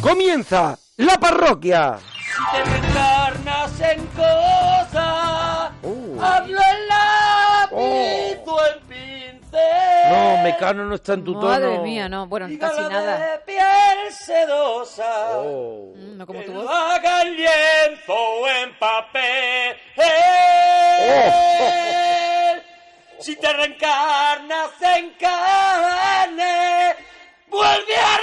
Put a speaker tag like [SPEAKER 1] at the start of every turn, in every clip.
[SPEAKER 1] Comienza la parroquia.
[SPEAKER 2] Te reencarnas en cosa, hablo en lápiz o en pincel.
[SPEAKER 3] No, Mecano no está en tu
[SPEAKER 4] Madre
[SPEAKER 3] tono.
[SPEAKER 4] mía, no. Bueno,
[SPEAKER 2] Dígalo
[SPEAKER 4] casi nada.
[SPEAKER 2] de piel sedosa.
[SPEAKER 3] Oh.
[SPEAKER 4] Mm, No como
[SPEAKER 2] que
[SPEAKER 4] tu
[SPEAKER 2] lo
[SPEAKER 4] voz.
[SPEAKER 2] haga en lienzo o en papel.
[SPEAKER 1] Oh.
[SPEAKER 2] Si te reencarnas en carne, vuelve a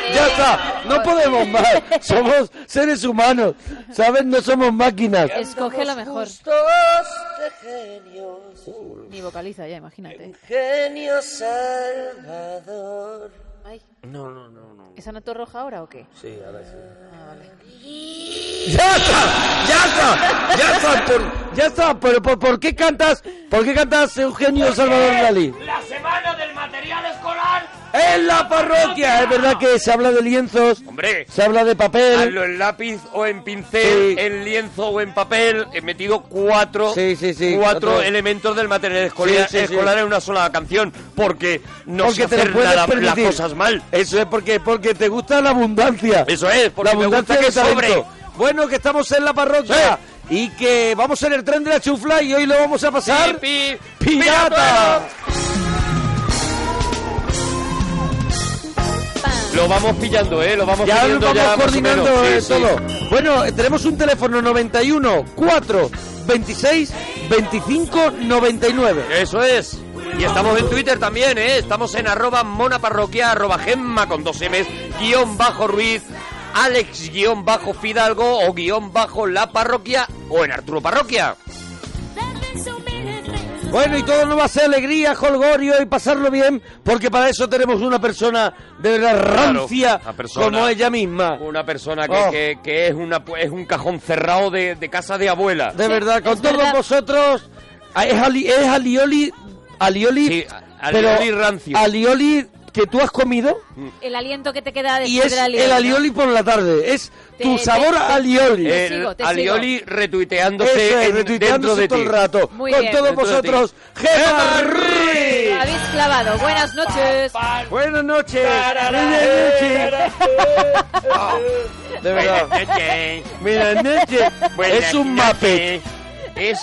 [SPEAKER 2] reencarnar.
[SPEAKER 1] Ya está, no podemos más. Somos seres humanos, ¿sabes? No somos máquinas.
[SPEAKER 4] Escoge lo mejor.
[SPEAKER 2] Gustos de genios,
[SPEAKER 4] Ni vocaliza ya, imagínate.
[SPEAKER 2] genio salvador.
[SPEAKER 4] Ay,
[SPEAKER 3] No, no, no, no.
[SPEAKER 4] ¿Es Ana Torroja ahora o qué?
[SPEAKER 3] Sí, ahora sí.
[SPEAKER 4] Ah, vale.
[SPEAKER 1] Ya está, ya está, ya está. por- ya está, pero ¿por, por qué cantas? ¿Por qué cantas Eugenio Salvador Dalí?
[SPEAKER 2] La semana del material escolar.
[SPEAKER 1] En la parroquia, es verdad que se habla de lienzos,
[SPEAKER 3] Hombre,
[SPEAKER 1] se habla de papel.
[SPEAKER 3] hazlo en lápiz o en pincel,
[SPEAKER 1] Sí.
[SPEAKER 3] en lienzo o en papel. He metido cuatro,
[SPEAKER 1] Sí, sí, sí,
[SPEAKER 3] cuatro
[SPEAKER 1] cuatro.
[SPEAKER 3] elementos del material escolar,
[SPEAKER 1] Sí, sí, sí.
[SPEAKER 3] escolar en una sola canción. Porque no
[SPEAKER 1] Porque
[SPEAKER 3] sé
[SPEAKER 1] te lo
[SPEAKER 3] hacer
[SPEAKER 1] puedes
[SPEAKER 3] nada- las
[SPEAKER 1] permitir.
[SPEAKER 3] cosas mal.
[SPEAKER 1] Eso es porque porque te gusta la abundancia.
[SPEAKER 3] Eso es, porque
[SPEAKER 1] la
[SPEAKER 3] me gusta
[SPEAKER 1] abundancia
[SPEAKER 3] que
[SPEAKER 1] de talento.
[SPEAKER 3] sobre.
[SPEAKER 1] Bueno, que estamos en la parroquia y que vamos en el tren de la chufla y hoy lo vamos a pasar
[SPEAKER 3] Pi- pi-
[SPEAKER 1] pirata.
[SPEAKER 3] Lo vamos pillando, ¿eh? Lo vamos
[SPEAKER 1] Ya lo
[SPEAKER 3] pillando
[SPEAKER 1] vamos
[SPEAKER 3] ya más o
[SPEAKER 1] coordinando
[SPEAKER 3] menos.
[SPEAKER 1] eh,
[SPEAKER 3] Sí, sí.
[SPEAKER 1] todo. Bueno, eh, tenemos un teléfono 91 4 26 25 99.
[SPEAKER 3] Eso es. Y estamos en Twitter también, ¿eh? Estamos en arroba monaparroquia, arroba gemma con dos M's, guión bajo Ruiz, Alex guión bajo Fidalgo o guión bajo La Parroquia o en Arturo Parroquia.
[SPEAKER 1] Bueno, y todo no va a ser alegría, jolgorio y pasarlo bien, porque para eso tenemos una persona de verdad
[SPEAKER 3] Claro,
[SPEAKER 1] rancia
[SPEAKER 3] una persona.
[SPEAKER 1] como ella misma.
[SPEAKER 3] Una persona que,
[SPEAKER 1] Oh.
[SPEAKER 3] que- que es, una, es un cajón cerrado de, de casa de abuela.
[SPEAKER 1] De verdad, con
[SPEAKER 4] es
[SPEAKER 1] todos
[SPEAKER 4] verdad.
[SPEAKER 1] vosotros, a- es, ali- es alioli, alioli,
[SPEAKER 3] Sí, a- alioli
[SPEAKER 1] pero
[SPEAKER 3] rancio.
[SPEAKER 1] alioli que tú has comido
[SPEAKER 4] El aliento que te queda
[SPEAKER 1] y es
[SPEAKER 4] después del alioli.
[SPEAKER 1] el alioli por la tarde, es
[SPEAKER 4] Te-
[SPEAKER 1] tu
[SPEAKER 4] te-
[SPEAKER 1] sabor
[SPEAKER 4] te-
[SPEAKER 1] alioli.
[SPEAKER 4] Te
[SPEAKER 3] El
[SPEAKER 4] sigo, te
[SPEAKER 3] Alioli retuiteándose
[SPEAKER 1] Eso es,
[SPEAKER 3] en- dentro
[SPEAKER 1] retuiteándose
[SPEAKER 3] de
[SPEAKER 1] todo
[SPEAKER 3] ti.
[SPEAKER 1] el rato.
[SPEAKER 4] Muy
[SPEAKER 1] con
[SPEAKER 4] bien.
[SPEAKER 1] todos
[SPEAKER 3] Dentro de ti.
[SPEAKER 1] vosotros, Gemma Ruiz.
[SPEAKER 4] Lo habéis clavado. Buenas noches.
[SPEAKER 1] Buenas noches. Buenas noches. Eh, De verdad.
[SPEAKER 3] Buenas noches.
[SPEAKER 1] Buenas noches.
[SPEAKER 3] Buenas
[SPEAKER 1] es un
[SPEAKER 3] noches.
[SPEAKER 1] mapet.
[SPEAKER 3] Es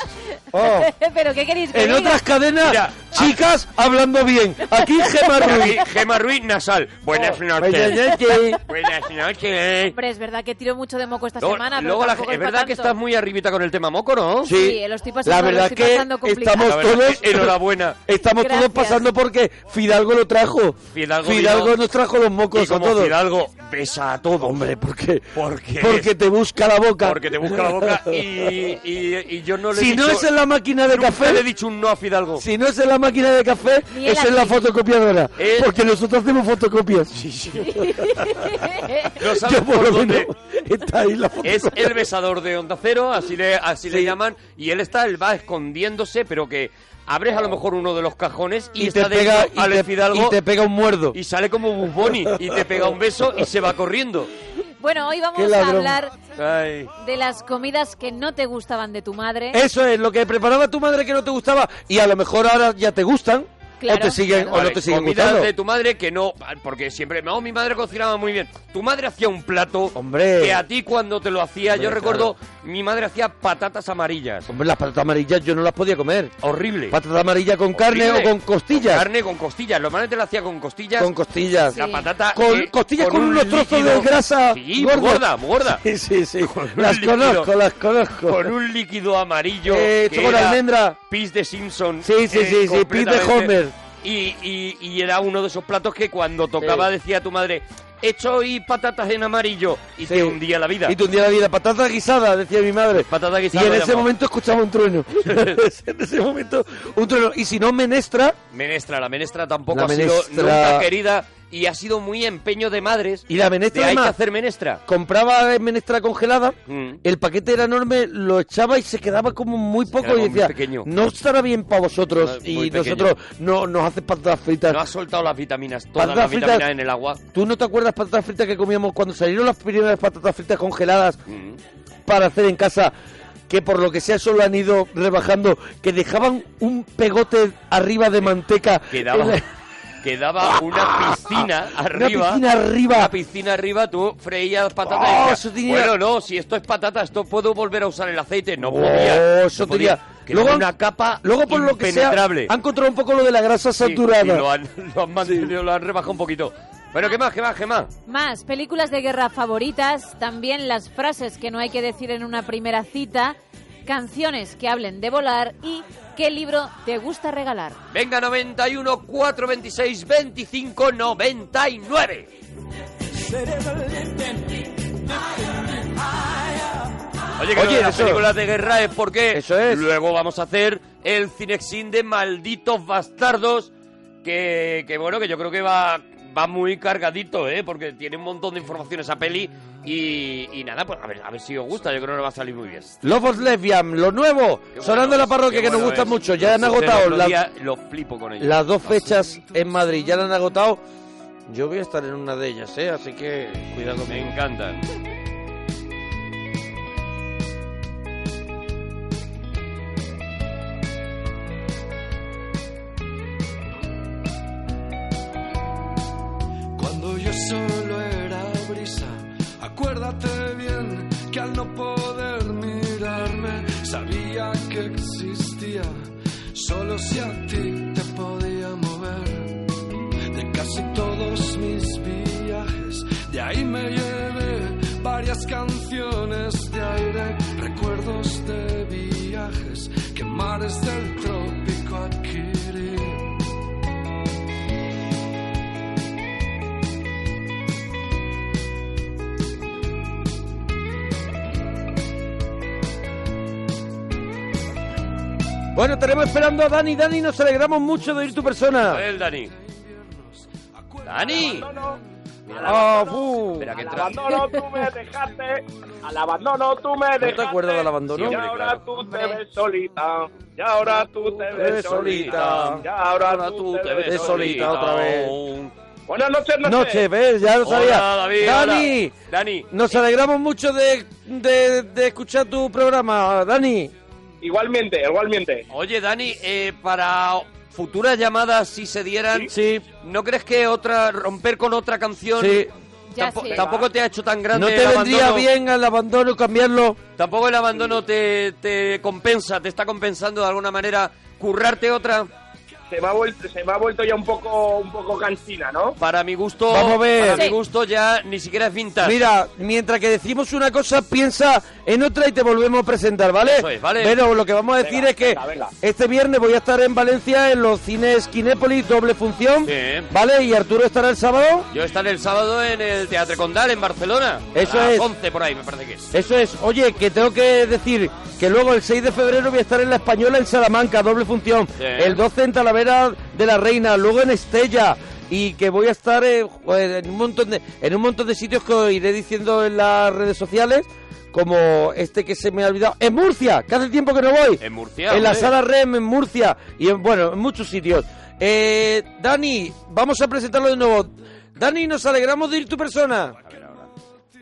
[SPEAKER 1] Oh.
[SPEAKER 4] ¿Pero qué queréis que
[SPEAKER 1] En
[SPEAKER 4] diga?
[SPEAKER 1] otras cadenas,
[SPEAKER 3] Mira, ah.
[SPEAKER 1] chicas hablando bien. Aquí Gemma Ruiz.
[SPEAKER 3] Gema- Gema Ruiz Nasal. Buenas
[SPEAKER 1] Buenas
[SPEAKER 3] noches.
[SPEAKER 1] noches.
[SPEAKER 3] Buenas noches.
[SPEAKER 4] Hombre, es verdad que tiro mucho de moco esta
[SPEAKER 3] Luego-
[SPEAKER 4] semana. pero
[SPEAKER 3] luego la-
[SPEAKER 4] tampoco
[SPEAKER 3] es
[SPEAKER 4] pa'
[SPEAKER 3] verdad que
[SPEAKER 4] tanto.
[SPEAKER 3] estás muy arribita con el tema moco, ¿no?
[SPEAKER 4] Sí, lo estoy pasando-
[SPEAKER 1] la
[SPEAKER 4] lo
[SPEAKER 1] verdad
[SPEAKER 4] estoy
[SPEAKER 1] que
[SPEAKER 4] pasando complicado.
[SPEAKER 1] estamos
[SPEAKER 3] La verdad
[SPEAKER 1] todos
[SPEAKER 3] que enhorabuena.
[SPEAKER 1] Estamos todos
[SPEAKER 4] Gracias.
[SPEAKER 1] pasando porque Fidalgo lo trajo.
[SPEAKER 3] Fidalgo vino-
[SPEAKER 1] nos trajo los mocos
[SPEAKER 3] Y
[SPEAKER 1] a
[SPEAKER 3] como
[SPEAKER 1] todos.
[SPEAKER 3] Fidalgo besa a todo,
[SPEAKER 1] Hombre,
[SPEAKER 3] hombre.
[SPEAKER 1] ¿por qué?
[SPEAKER 3] Porque,
[SPEAKER 1] Porque te busca la boca.
[SPEAKER 3] porque te busca la boca y, y, y yo no le he
[SPEAKER 1] si
[SPEAKER 3] dicho...
[SPEAKER 1] no es en la máquina de
[SPEAKER 3] nunca
[SPEAKER 1] café,
[SPEAKER 3] le he dicho un no a Fidalgo.
[SPEAKER 1] si no es en la máquina de café,
[SPEAKER 4] Ni él
[SPEAKER 1] es en la
[SPEAKER 4] aquí.
[SPEAKER 1] fotocopiadora.
[SPEAKER 3] Eh.
[SPEAKER 1] Porque nosotros hacemos fotocopias.
[SPEAKER 3] No sabes
[SPEAKER 1] Yo por
[SPEAKER 3] por
[SPEAKER 1] lo
[SPEAKER 3] dónde...
[SPEAKER 1] menos está ahí la foto.
[SPEAKER 3] Es el besador de Onda Cero, así le, así le
[SPEAKER 1] Sí.
[SPEAKER 3] llaman, y él está, él va escondiéndose, pero que abres a lo mejor uno de los cajones y,
[SPEAKER 1] y te
[SPEAKER 3] está
[SPEAKER 1] pega
[SPEAKER 3] dentro
[SPEAKER 1] y
[SPEAKER 3] Alex
[SPEAKER 1] te,
[SPEAKER 3] Fidalgo
[SPEAKER 1] y te pega un muerdo.
[SPEAKER 3] y sale como Buboni y te pega un beso y se va corriendo.
[SPEAKER 4] Bueno, hoy
[SPEAKER 1] Qué
[SPEAKER 4] vamos a
[SPEAKER 1] ladrón.
[SPEAKER 4] hablar
[SPEAKER 3] Ay.
[SPEAKER 4] de las comidas que no te gustaban de tu madre.
[SPEAKER 1] Eso es lo que preparaba tu madre que no te gustaba y a lo mejor ahora ya te gustan
[SPEAKER 4] Claro,
[SPEAKER 1] o te siguen
[SPEAKER 4] claro.
[SPEAKER 1] o
[SPEAKER 3] Vale, pues
[SPEAKER 1] no te siguen
[SPEAKER 3] comidas
[SPEAKER 1] gustando.
[SPEAKER 3] de tu madre que no, porque siempre, no, mi madre cocinaba muy bien. Tu madre hacía un plato
[SPEAKER 1] Hombre.
[SPEAKER 3] que a ti cuando te lo hacía,
[SPEAKER 1] Hombre,
[SPEAKER 3] yo recuerdo, mi madre hacía patatas amarillas.
[SPEAKER 1] Hombre, las patatas amarillas yo no las podía comer.
[SPEAKER 3] Horrible.
[SPEAKER 1] Patata amarilla con carne o
[SPEAKER 3] Horrible.
[SPEAKER 1] con costillas.
[SPEAKER 3] Con carne con costillas. Lo malo te la hacía con costillas.
[SPEAKER 1] Con costillas.
[SPEAKER 3] La patata. eh,
[SPEAKER 1] Con costillas con unos trozos
[SPEAKER 3] líquido-
[SPEAKER 1] de grasa
[SPEAKER 3] Sí,
[SPEAKER 1] gorda.
[SPEAKER 3] gorda, muy gorda.
[SPEAKER 1] Sí, sí, sí.
[SPEAKER 3] un
[SPEAKER 1] Las
[SPEAKER 3] líquido.
[SPEAKER 1] conozco, las conozco.
[SPEAKER 3] Con un líquido amarillo.
[SPEAKER 1] Eh,
[SPEAKER 3] que
[SPEAKER 1] hecho con
[SPEAKER 3] era
[SPEAKER 1] almendra.
[SPEAKER 3] Pis de Simpson.
[SPEAKER 1] Sí, sí,
[SPEAKER 3] eh,
[SPEAKER 1] sí, sí, pis de
[SPEAKER 3] completamente.
[SPEAKER 1] Homer.
[SPEAKER 3] Y, y, y era uno de esos platos que cuando tocaba
[SPEAKER 1] Sí.
[SPEAKER 3] decía tu madre, hecho y patatas en amarillo. Y
[SPEAKER 1] Sí.
[SPEAKER 3] te hundía la vida.
[SPEAKER 1] Y tu día la vida, patata guisada, decía mi madre.
[SPEAKER 3] Patata guisada
[SPEAKER 1] Y en
[SPEAKER 3] de
[SPEAKER 1] ese
[SPEAKER 3] amor.
[SPEAKER 1] momento escuchaba un trueno. en ese momento, un trueno. Y si no, menestra.
[SPEAKER 3] Menestra, la menestra tampoco
[SPEAKER 1] La
[SPEAKER 3] ha sido
[SPEAKER 1] menestra-
[SPEAKER 3] nunca querida y ha sido muy empeño de madres.
[SPEAKER 1] Y la
[SPEAKER 3] de
[SPEAKER 1] menestra,
[SPEAKER 3] hay que
[SPEAKER 1] además,
[SPEAKER 3] hacer menestra.
[SPEAKER 1] compraba eh, menestra congelada.
[SPEAKER 3] Mm.
[SPEAKER 1] El paquete era enorme, lo echaba y se quedaba como muy poco.
[SPEAKER 3] quedaba
[SPEAKER 1] Y
[SPEAKER 3] muy
[SPEAKER 1] decía,
[SPEAKER 3] pequeño.
[SPEAKER 1] no estará bien para vosotros.
[SPEAKER 3] No, muy
[SPEAKER 1] Y
[SPEAKER 3] pequeño.
[SPEAKER 1] nosotros no, nos haces patatas fritas.
[SPEAKER 3] No has soltado las vitaminas, todas
[SPEAKER 1] Patatas
[SPEAKER 3] las vitaminas
[SPEAKER 1] fritas-
[SPEAKER 3] en el agua.
[SPEAKER 1] ¿Tú no te acuerdas patatas fritas que comíamos cuando salieron las primeras patatas fritas congeladas
[SPEAKER 3] Mm.
[SPEAKER 1] para hacer en casa? Que por lo que sea solo han ido rebajando, que dejaban un pegote arriba de manteca. Eh,
[SPEAKER 3] Quedaba-
[SPEAKER 1] en la-
[SPEAKER 3] que daba una piscina arriba.
[SPEAKER 1] piscina arriba.
[SPEAKER 3] Una piscina arriba, tú freías patatas. y
[SPEAKER 1] Oh,
[SPEAKER 3] decías,
[SPEAKER 1] eso tenía-
[SPEAKER 3] Bueno, no, si esto es patata, esto puedo volver a usar el aceite. No
[SPEAKER 1] Oh,
[SPEAKER 3] podía.
[SPEAKER 1] eso
[SPEAKER 3] no podía.
[SPEAKER 1] tenía-
[SPEAKER 3] Que
[SPEAKER 1] Luego
[SPEAKER 3] era
[SPEAKER 1] han-
[SPEAKER 3] una capa
[SPEAKER 1] Luego, por lo que sea,
[SPEAKER 3] impenetrable.
[SPEAKER 1] han controlado un poco lo de la grasa
[SPEAKER 3] Sí,
[SPEAKER 1] saturada.
[SPEAKER 3] y lo, han, lo han mantenido, lo han rebajado un poquito. Bueno, ¿qué más, qué más, qué más?
[SPEAKER 4] Más, películas de guerra favoritas, también las frases que no hay que decir en una primera cita, canciones que hablen de volar y qué libro te gusta regalar.
[SPEAKER 3] Venga, 91, 4, 26, 25, 99. Oye, que
[SPEAKER 1] Oye,
[SPEAKER 3] lo de las
[SPEAKER 1] eso-
[SPEAKER 3] películas de guerra es porque
[SPEAKER 1] Eso es.
[SPEAKER 3] luego vamos a hacer el cinexin de malditos bastardos que, que bueno, que yo creo que va, va muy cargadito, ¿eh? Porque tiene un montón de información esa peli y, y nada, pues a ver, a ver si os gusta, yo creo que nos va a salir muy bien.
[SPEAKER 1] Love of Lesbian, lo nuevo,
[SPEAKER 3] Qué bueno
[SPEAKER 1] sonando en la
[SPEAKER 3] es,
[SPEAKER 1] parroquia
[SPEAKER 3] qué
[SPEAKER 1] que nos
[SPEAKER 3] bueno
[SPEAKER 1] gusta
[SPEAKER 3] es.
[SPEAKER 1] mucho.
[SPEAKER 3] Los
[SPEAKER 1] Ya han
[SPEAKER 3] cruceros
[SPEAKER 1] agotado
[SPEAKER 3] los
[SPEAKER 1] la-
[SPEAKER 3] días, Lo flipo con ellos.
[SPEAKER 1] las dos
[SPEAKER 3] Así.
[SPEAKER 1] fechas en Madrid, ya la han agotado. Yo voy a estar en una de ellas, ¿eh? Así que cuidado
[SPEAKER 3] Me
[SPEAKER 1] conmigo.
[SPEAKER 3] encantan.
[SPEAKER 5] cuando yo solo era brisa. Acuérdate bien que al no poder mirarme sabía que existía, solo si a ti te podía mover. De casi todos mis viajes, de ahí me llevé varias canciones de aire, recuerdos de viajes que mares del trópico adquirí.
[SPEAKER 1] Bueno, tenemos esperando a Dani. Dani, nos alegramos mucho de ir tu persona.
[SPEAKER 3] El Dani. Dani.
[SPEAKER 1] Ah, fu.
[SPEAKER 3] Espera, que
[SPEAKER 2] Al
[SPEAKER 3] entra.
[SPEAKER 2] abandono tú me dejaste, al abandono tú me
[SPEAKER 1] te
[SPEAKER 2] dejaste.
[SPEAKER 1] acuerdas del abandono?
[SPEAKER 2] Y
[SPEAKER 3] Sí, hombre,
[SPEAKER 2] ahora
[SPEAKER 3] claro.
[SPEAKER 2] tú te
[SPEAKER 4] Hombre.
[SPEAKER 2] ves solita, y ahora tú te ves solita, y ahora tú te ves
[SPEAKER 1] ves solita.
[SPEAKER 2] solita.
[SPEAKER 1] otra vez.
[SPEAKER 2] Buenas noches,
[SPEAKER 1] Noche,
[SPEAKER 2] noche.
[SPEAKER 1] ¿ves? Ya lo sabía.
[SPEAKER 3] Hola, David.
[SPEAKER 1] Dani,
[SPEAKER 3] hola. Dani.
[SPEAKER 1] nos alegramos mucho de, de- de escuchar tu programa, Dani.
[SPEAKER 2] Igualmente, igualmente.
[SPEAKER 3] Oye, Dani, eh, para futuras llamadas, si se dieran,
[SPEAKER 1] Sí,
[SPEAKER 3] ¿no crees que otra romper con otra canción
[SPEAKER 1] sí.
[SPEAKER 4] Ya
[SPEAKER 3] tampo-
[SPEAKER 4] sé.
[SPEAKER 3] tampoco te ha hecho tan grande
[SPEAKER 1] ¿No te
[SPEAKER 3] el
[SPEAKER 1] vendría
[SPEAKER 3] abandono?
[SPEAKER 1] bien al abandono cambiarlo?
[SPEAKER 3] Tampoco el abandono te, te compensa, te está compensando de alguna manera currarte otra.
[SPEAKER 2] Se me ha vuelto, se me ha vuelto ya un poco, un poco cansina, ¿no?
[SPEAKER 3] Para mi gusto,
[SPEAKER 1] Vamos a ver.
[SPEAKER 3] para mi
[SPEAKER 4] Sí.
[SPEAKER 3] gusto ya ni siquiera es vintage.
[SPEAKER 1] Mira, mientras que decimos una cosa, piensa en otra y te volvemos a presentar, ¿vale?
[SPEAKER 3] Eso es, ¿vale?
[SPEAKER 1] Pero lo que vamos a decir
[SPEAKER 2] Venga,
[SPEAKER 1] es que
[SPEAKER 2] venga, venga.
[SPEAKER 1] este viernes voy a estar en Valencia en los cines Kinépolis, doble función,
[SPEAKER 3] Sí.
[SPEAKER 1] ¿vale? Y Arturo estará el sábado.
[SPEAKER 3] Yo estaré el sábado en el Teatro Condal en Barcelona.
[SPEAKER 1] Eso
[SPEAKER 3] a las
[SPEAKER 1] es.
[SPEAKER 3] 11 por ahí, me parece que es.
[SPEAKER 1] Eso es, oye, que tengo que decir que luego el 6 de febrero voy a estar en la Española en Salamanca, doble función.
[SPEAKER 3] Sí.
[SPEAKER 1] El 12 en Talavera de la Reina, luego en Estella. Y que voy a estar eh, joder, en, un montón de, en un montón de sitios que os iré diciendo en las redes sociales, como este que se me ha olvidado. En Murcia, que hace tiempo que no voy.
[SPEAKER 3] En Murcia.
[SPEAKER 1] En la
[SPEAKER 3] hombre.
[SPEAKER 1] sala REM, en Murcia. Y en, bueno, en muchos sitios. Eh, Dani, vamos a presentarlo de nuevo. Dani, nos alegramos de ir tu persona.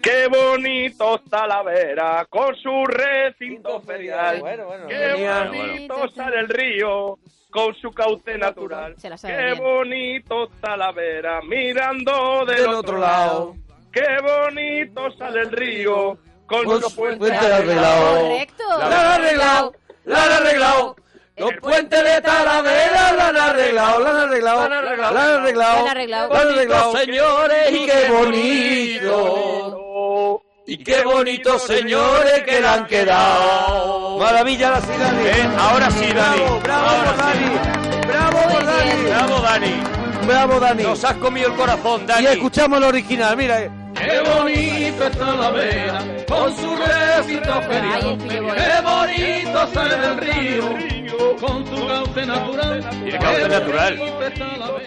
[SPEAKER 2] Qué bonito está Talavera con su recinto ferial.
[SPEAKER 1] Bueno, bueno,
[SPEAKER 2] Qué
[SPEAKER 1] venía.
[SPEAKER 2] bonito sale el río con su cauce natural.
[SPEAKER 4] Se la sabe
[SPEAKER 2] Qué
[SPEAKER 4] bien.
[SPEAKER 2] bonito Talavera mirando del,
[SPEAKER 1] Del
[SPEAKER 2] otro,
[SPEAKER 1] otro lado.
[SPEAKER 2] lado. Qué bonito sale el río con
[SPEAKER 1] Con
[SPEAKER 2] su
[SPEAKER 1] su
[SPEAKER 2] puente
[SPEAKER 1] puente
[SPEAKER 2] arreglado.
[SPEAKER 1] arreglado.
[SPEAKER 4] Correcto.
[SPEAKER 1] La han arreglado, la han arreglado. Los puentes de Talavera la han arreglado, la han arreglado, la han arreglado, la han arreglado,
[SPEAKER 4] La han arreglado.
[SPEAKER 1] la han arreglado.
[SPEAKER 3] señores,
[SPEAKER 1] Y qué bonito, y qué bonitos señores que le han quedado. Maravilla la ciudad.
[SPEAKER 3] Eh, ahora sí, Dani.
[SPEAKER 1] Bravo, bravo,
[SPEAKER 3] Ahora sí.
[SPEAKER 1] Dani. Bravo,
[SPEAKER 4] Muy bien.
[SPEAKER 1] Dani.
[SPEAKER 3] Bravo, Dani.
[SPEAKER 1] Bravo, Dani.
[SPEAKER 3] Nos has comido el corazón,
[SPEAKER 1] Y
[SPEAKER 3] Dani.
[SPEAKER 1] escuchamos el original, mira. eh.
[SPEAKER 3] Qué bonito es Talavera con su recito
[SPEAKER 4] Ay, el tío bueno.
[SPEAKER 3] bonito sale del río.
[SPEAKER 6] con tu cauce natural.
[SPEAKER 3] Tiene cauce natural.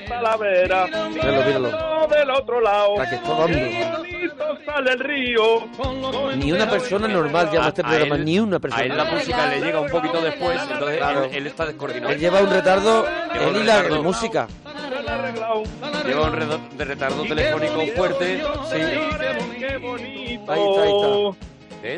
[SPEAKER 2] Talavera
[SPEAKER 1] Míralo, míralo.
[SPEAKER 2] mirando del otro lado.
[SPEAKER 1] La que está dando.
[SPEAKER 2] Qué bonito sale el río
[SPEAKER 1] Ni una persona normal llama a este
[SPEAKER 3] A- a
[SPEAKER 1] programa,
[SPEAKER 3] él-
[SPEAKER 1] ni una persona.
[SPEAKER 3] A él la
[SPEAKER 4] Ay,
[SPEAKER 3] música
[SPEAKER 4] ya.
[SPEAKER 3] le llega un poquito después, entonces
[SPEAKER 1] Claro.
[SPEAKER 3] él, él está descoordinado.
[SPEAKER 1] Él lleva un retardo,
[SPEAKER 3] Lleva un
[SPEAKER 1] él y la
[SPEAKER 3] retardo.
[SPEAKER 1] música.
[SPEAKER 2] sale arreglado.
[SPEAKER 3] Lleva un redo- de retardo telefónico fuerte.
[SPEAKER 2] Señores, qué bonito.
[SPEAKER 1] Ahí está, ahí
[SPEAKER 3] antes.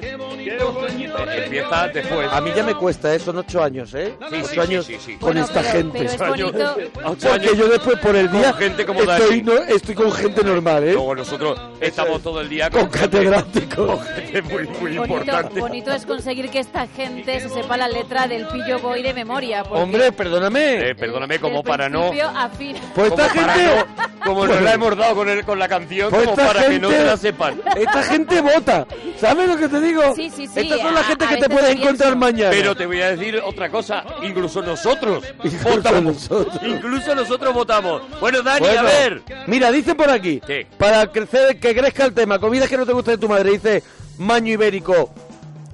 [SPEAKER 2] Qué bonito.
[SPEAKER 3] Empieza después.
[SPEAKER 1] A mí ya me cuesta, ¿eh? son ocho años, ¿eh?
[SPEAKER 3] Pues Sí,
[SPEAKER 1] Ocho
[SPEAKER 3] sí, sí,
[SPEAKER 1] años
[SPEAKER 3] sí, sí.
[SPEAKER 1] con
[SPEAKER 4] Bueno,
[SPEAKER 1] esta
[SPEAKER 4] pero-
[SPEAKER 1] gente.
[SPEAKER 4] pero es bonito.
[SPEAKER 3] Ocho años.
[SPEAKER 1] Porque yo después por el día
[SPEAKER 3] Con gente como
[SPEAKER 1] estoy,
[SPEAKER 3] Dani.
[SPEAKER 1] no- estoy con gente normal, ¿eh?
[SPEAKER 3] Luego nosotros estamos todo el día
[SPEAKER 1] Con
[SPEAKER 3] gente-
[SPEAKER 1] catedráticos.
[SPEAKER 3] con gente muy, muy
[SPEAKER 4] Bonito,
[SPEAKER 3] importante.
[SPEAKER 4] bonito es conseguir que esta gente se sepa la letra del Pillo Boy de memoria. porque
[SPEAKER 1] Hombre, perdóname.
[SPEAKER 3] Eh, perdóname, como
[SPEAKER 4] del
[SPEAKER 3] para no.
[SPEAKER 4] principio a fin.
[SPEAKER 1] Pues esta
[SPEAKER 3] como para
[SPEAKER 1] gente...
[SPEAKER 3] no- como nos la hemos dado con, el, con la canción,
[SPEAKER 1] Pues
[SPEAKER 3] como
[SPEAKER 1] esta
[SPEAKER 3] para que no
[SPEAKER 1] gente-
[SPEAKER 3] se la sepan.
[SPEAKER 1] Esta gente vota. ¿Sabes lo que te digo?
[SPEAKER 4] Sí, sí, Ah, sí,
[SPEAKER 1] Estas son la
[SPEAKER 4] a-
[SPEAKER 1] gente
[SPEAKER 4] a
[SPEAKER 1] que te
[SPEAKER 4] veces
[SPEAKER 1] puedes
[SPEAKER 4] pienso.
[SPEAKER 1] encontrar mañana.
[SPEAKER 3] Pero te voy a decir otra cosa, incluso nosotros
[SPEAKER 1] Incluso
[SPEAKER 3] votamos.
[SPEAKER 1] nosotros.
[SPEAKER 3] Incluso nosotros votamos. Bueno, Dani, a
[SPEAKER 1] Bueno,
[SPEAKER 3] ver.
[SPEAKER 1] Mira, dice por aquí.
[SPEAKER 3] ¿Qué?
[SPEAKER 1] Para crecer, que crezca el tema. Comidas que no te gusta de tu madre. Dice Maño Ibérico.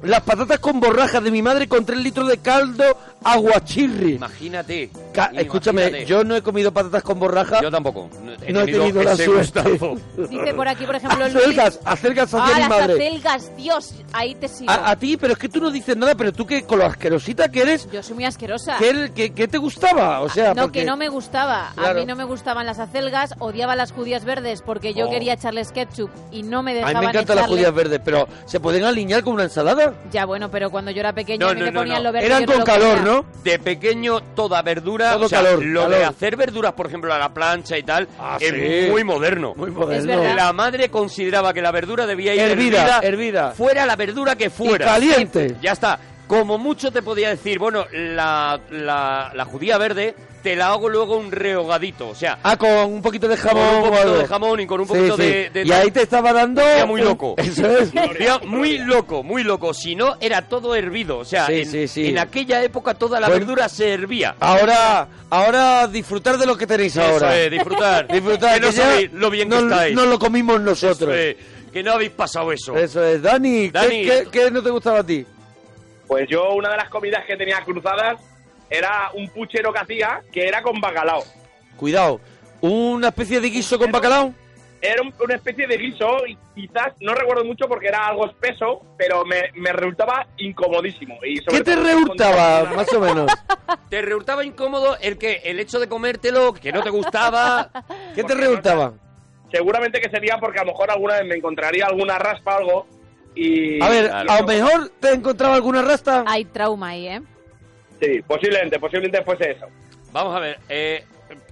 [SPEAKER 1] Las patatas con borrajas de mi madre con 3 litros de caldo aguachirri.
[SPEAKER 3] Imagínate.
[SPEAKER 1] Ca-
[SPEAKER 3] imagínate.
[SPEAKER 1] Escúchame, yo no he comido patatas con borrajas.
[SPEAKER 3] Yo tampoco.
[SPEAKER 1] no he tenido la
[SPEAKER 3] ese
[SPEAKER 1] suerte.
[SPEAKER 3] gustazo.
[SPEAKER 4] Dice por aquí, por ejemplo, Luis.
[SPEAKER 1] Acercas, acercas hacia
[SPEAKER 4] Ah,
[SPEAKER 1] mi
[SPEAKER 4] las
[SPEAKER 1] madre.
[SPEAKER 4] acelgas, Dios, ahí te sigo.
[SPEAKER 1] A, a ti, pero es que tú no dices nada, pero tú que con lo asquerosita que eres,
[SPEAKER 4] Yo soy muy asquerosa.
[SPEAKER 1] ¿qué, el- qué- qué te gustaba? O sea,
[SPEAKER 4] no,
[SPEAKER 1] porque-
[SPEAKER 4] que no me gustaba. A
[SPEAKER 1] Claro.
[SPEAKER 4] mí no me gustaban las acelgas, odiaba las judías verdes porque yo
[SPEAKER 1] Oh.
[SPEAKER 4] quería echarles ketchup y no me
[SPEAKER 1] A mí
[SPEAKER 4] dejaban
[SPEAKER 1] me encantan las
[SPEAKER 4] echarle-
[SPEAKER 1] judías verdes, pero ¿se pueden alinear con una ensalada?
[SPEAKER 4] Ya, bueno, pero cuando yo era pequeña
[SPEAKER 3] No,
[SPEAKER 4] a mí
[SPEAKER 3] no,
[SPEAKER 4] me
[SPEAKER 3] no,
[SPEAKER 4] ponían
[SPEAKER 3] no.
[SPEAKER 4] lo verde.
[SPEAKER 1] Eran
[SPEAKER 4] yo no
[SPEAKER 1] con
[SPEAKER 4] lo
[SPEAKER 1] calor,
[SPEAKER 4] comía.
[SPEAKER 1] ¿no?
[SPEAKER 3] De pequeño, toda verdura.
[SPEAKER 1] Todo
[SPEAKER 3] o sea,
[SPEAKER 1] calor,
[SPEAKER 3] Lo
[SPEAKER 1] calor.
[SPEAKER 3] de hacer verduras, por ejemplo, a la plancha y tal,
[SPEAKER 1] Ah,
[SPEAKER 3] es
[SPEAKER 1] sí.
[SPEAKER 3] muy moderno.
[SPEAKER 1] Muy moderno.
[SPEAKER 4] Es verdad.
[SPEAKER 3] La madre consideraba que la verdura debía ir
[SPEAKER 1] Hervida,
[SPEAKER 3] hervida,
[SPEAKER 1] hervida.
[SPEAKER 3] fuera la verdura que fuera.
[SPEAKER 1] Y caliente.
[SPEAKER 3] Ya está. Como mucho te podía decir, bueno, la, la, la judía verde te la hago luego un rehogadito. O sea,
[SPEAKER 1] Ah, con un poquito de jamón.
[SPEAKER 3] Con un
[SPEAKER 1] o
[SPEAKER 3] poquito
[SPEAKER 1] algo.
[SPEAKER 3] de jamón y con un poquito de- de
[SPEAKER 1] Y ahí te estaba dando.
[SPEAKER 3] Hacía muy loco.
[SPEAKER 1] Eso es.
[SPEAKER 3] Era muy loco, muy loco. Si no, era todo hervido. O sea,
[SPEAKER 1] Sí,
[SPEAKER 3] en,
[SPEAKER 1] sí, sí.
[SPEAKER 3] en aquella época toda la
[SPEAKER 1] Pues-
[SPEAKER 3] verdura se hervía.
[SPEAKER 1] Ahora, ahora disfrutar de lo que tenéis ahora.
[SPEAKER 3] Eso es, disfrutar.
[SPEAKER 1] Disfrutar
[SPEAKER 3] Que no
[SPEAKER 1] que ya
[SPEAKER 3] sabéis lo bien que
[SPEAKER 1] no-
[SPEAKER 3] estáis.
[SPEAKER 1] No lo comimos
[SPEAKER 3] Eso
[SPEAKER 1] nosotros.
[SPEAKER 3] es, que no habéis pasado eso.
[SPEAKER 2] Eh,
[SPEAKER 1] Eso es. Dani, ¿qué-
[SPEAKER 3] Dani.
[SPEAKER 1] qué, qué no te gustaba a ti?
[SPEAKER 2] Pues yo, una de las comidas que tenía cruzadas era un puchero que hacía que era con bacalao.
[SPEAKER 1] Cuidado. ¿Una especie de guiso con bacalao?
[SPEAKER 2] Era un- una especie de guiso y quizás no recuerdo mucho porque era algo espeso, pero me, me resultaba incomodísimo. Y sobre
[SPEAKER 1] ¿Qué te
[SPEAKER 2] todo-
[SPEAKER 1] rehurtaba, más o menos?
[SPEAKER 3] ¿Te resultaba incómodo el que el hecho de comértelo, que no te gustaba?
[SPEAKER 1] ¿Qué te
[SPEAKER 2] Porque no
[SPEAKER 1] rehurtaba?
[SPEAKER 2] Seguramente que sería porque a lo mejor alguna vez me encontraría alguna raspa o algo. Y
[SPEAKER 1] A ver,
[SPEAKER 3] claro.
[SPEAKER 1] a lo mejor te encontraba alguna rasta.
[SPEAKER 4] Hay trauma ahí, ¿eh?
[SPEAKER 2] Sí, posiblemente, posiblemente fuese eso.
[SPEAKER 3] Vamos a ver, eh,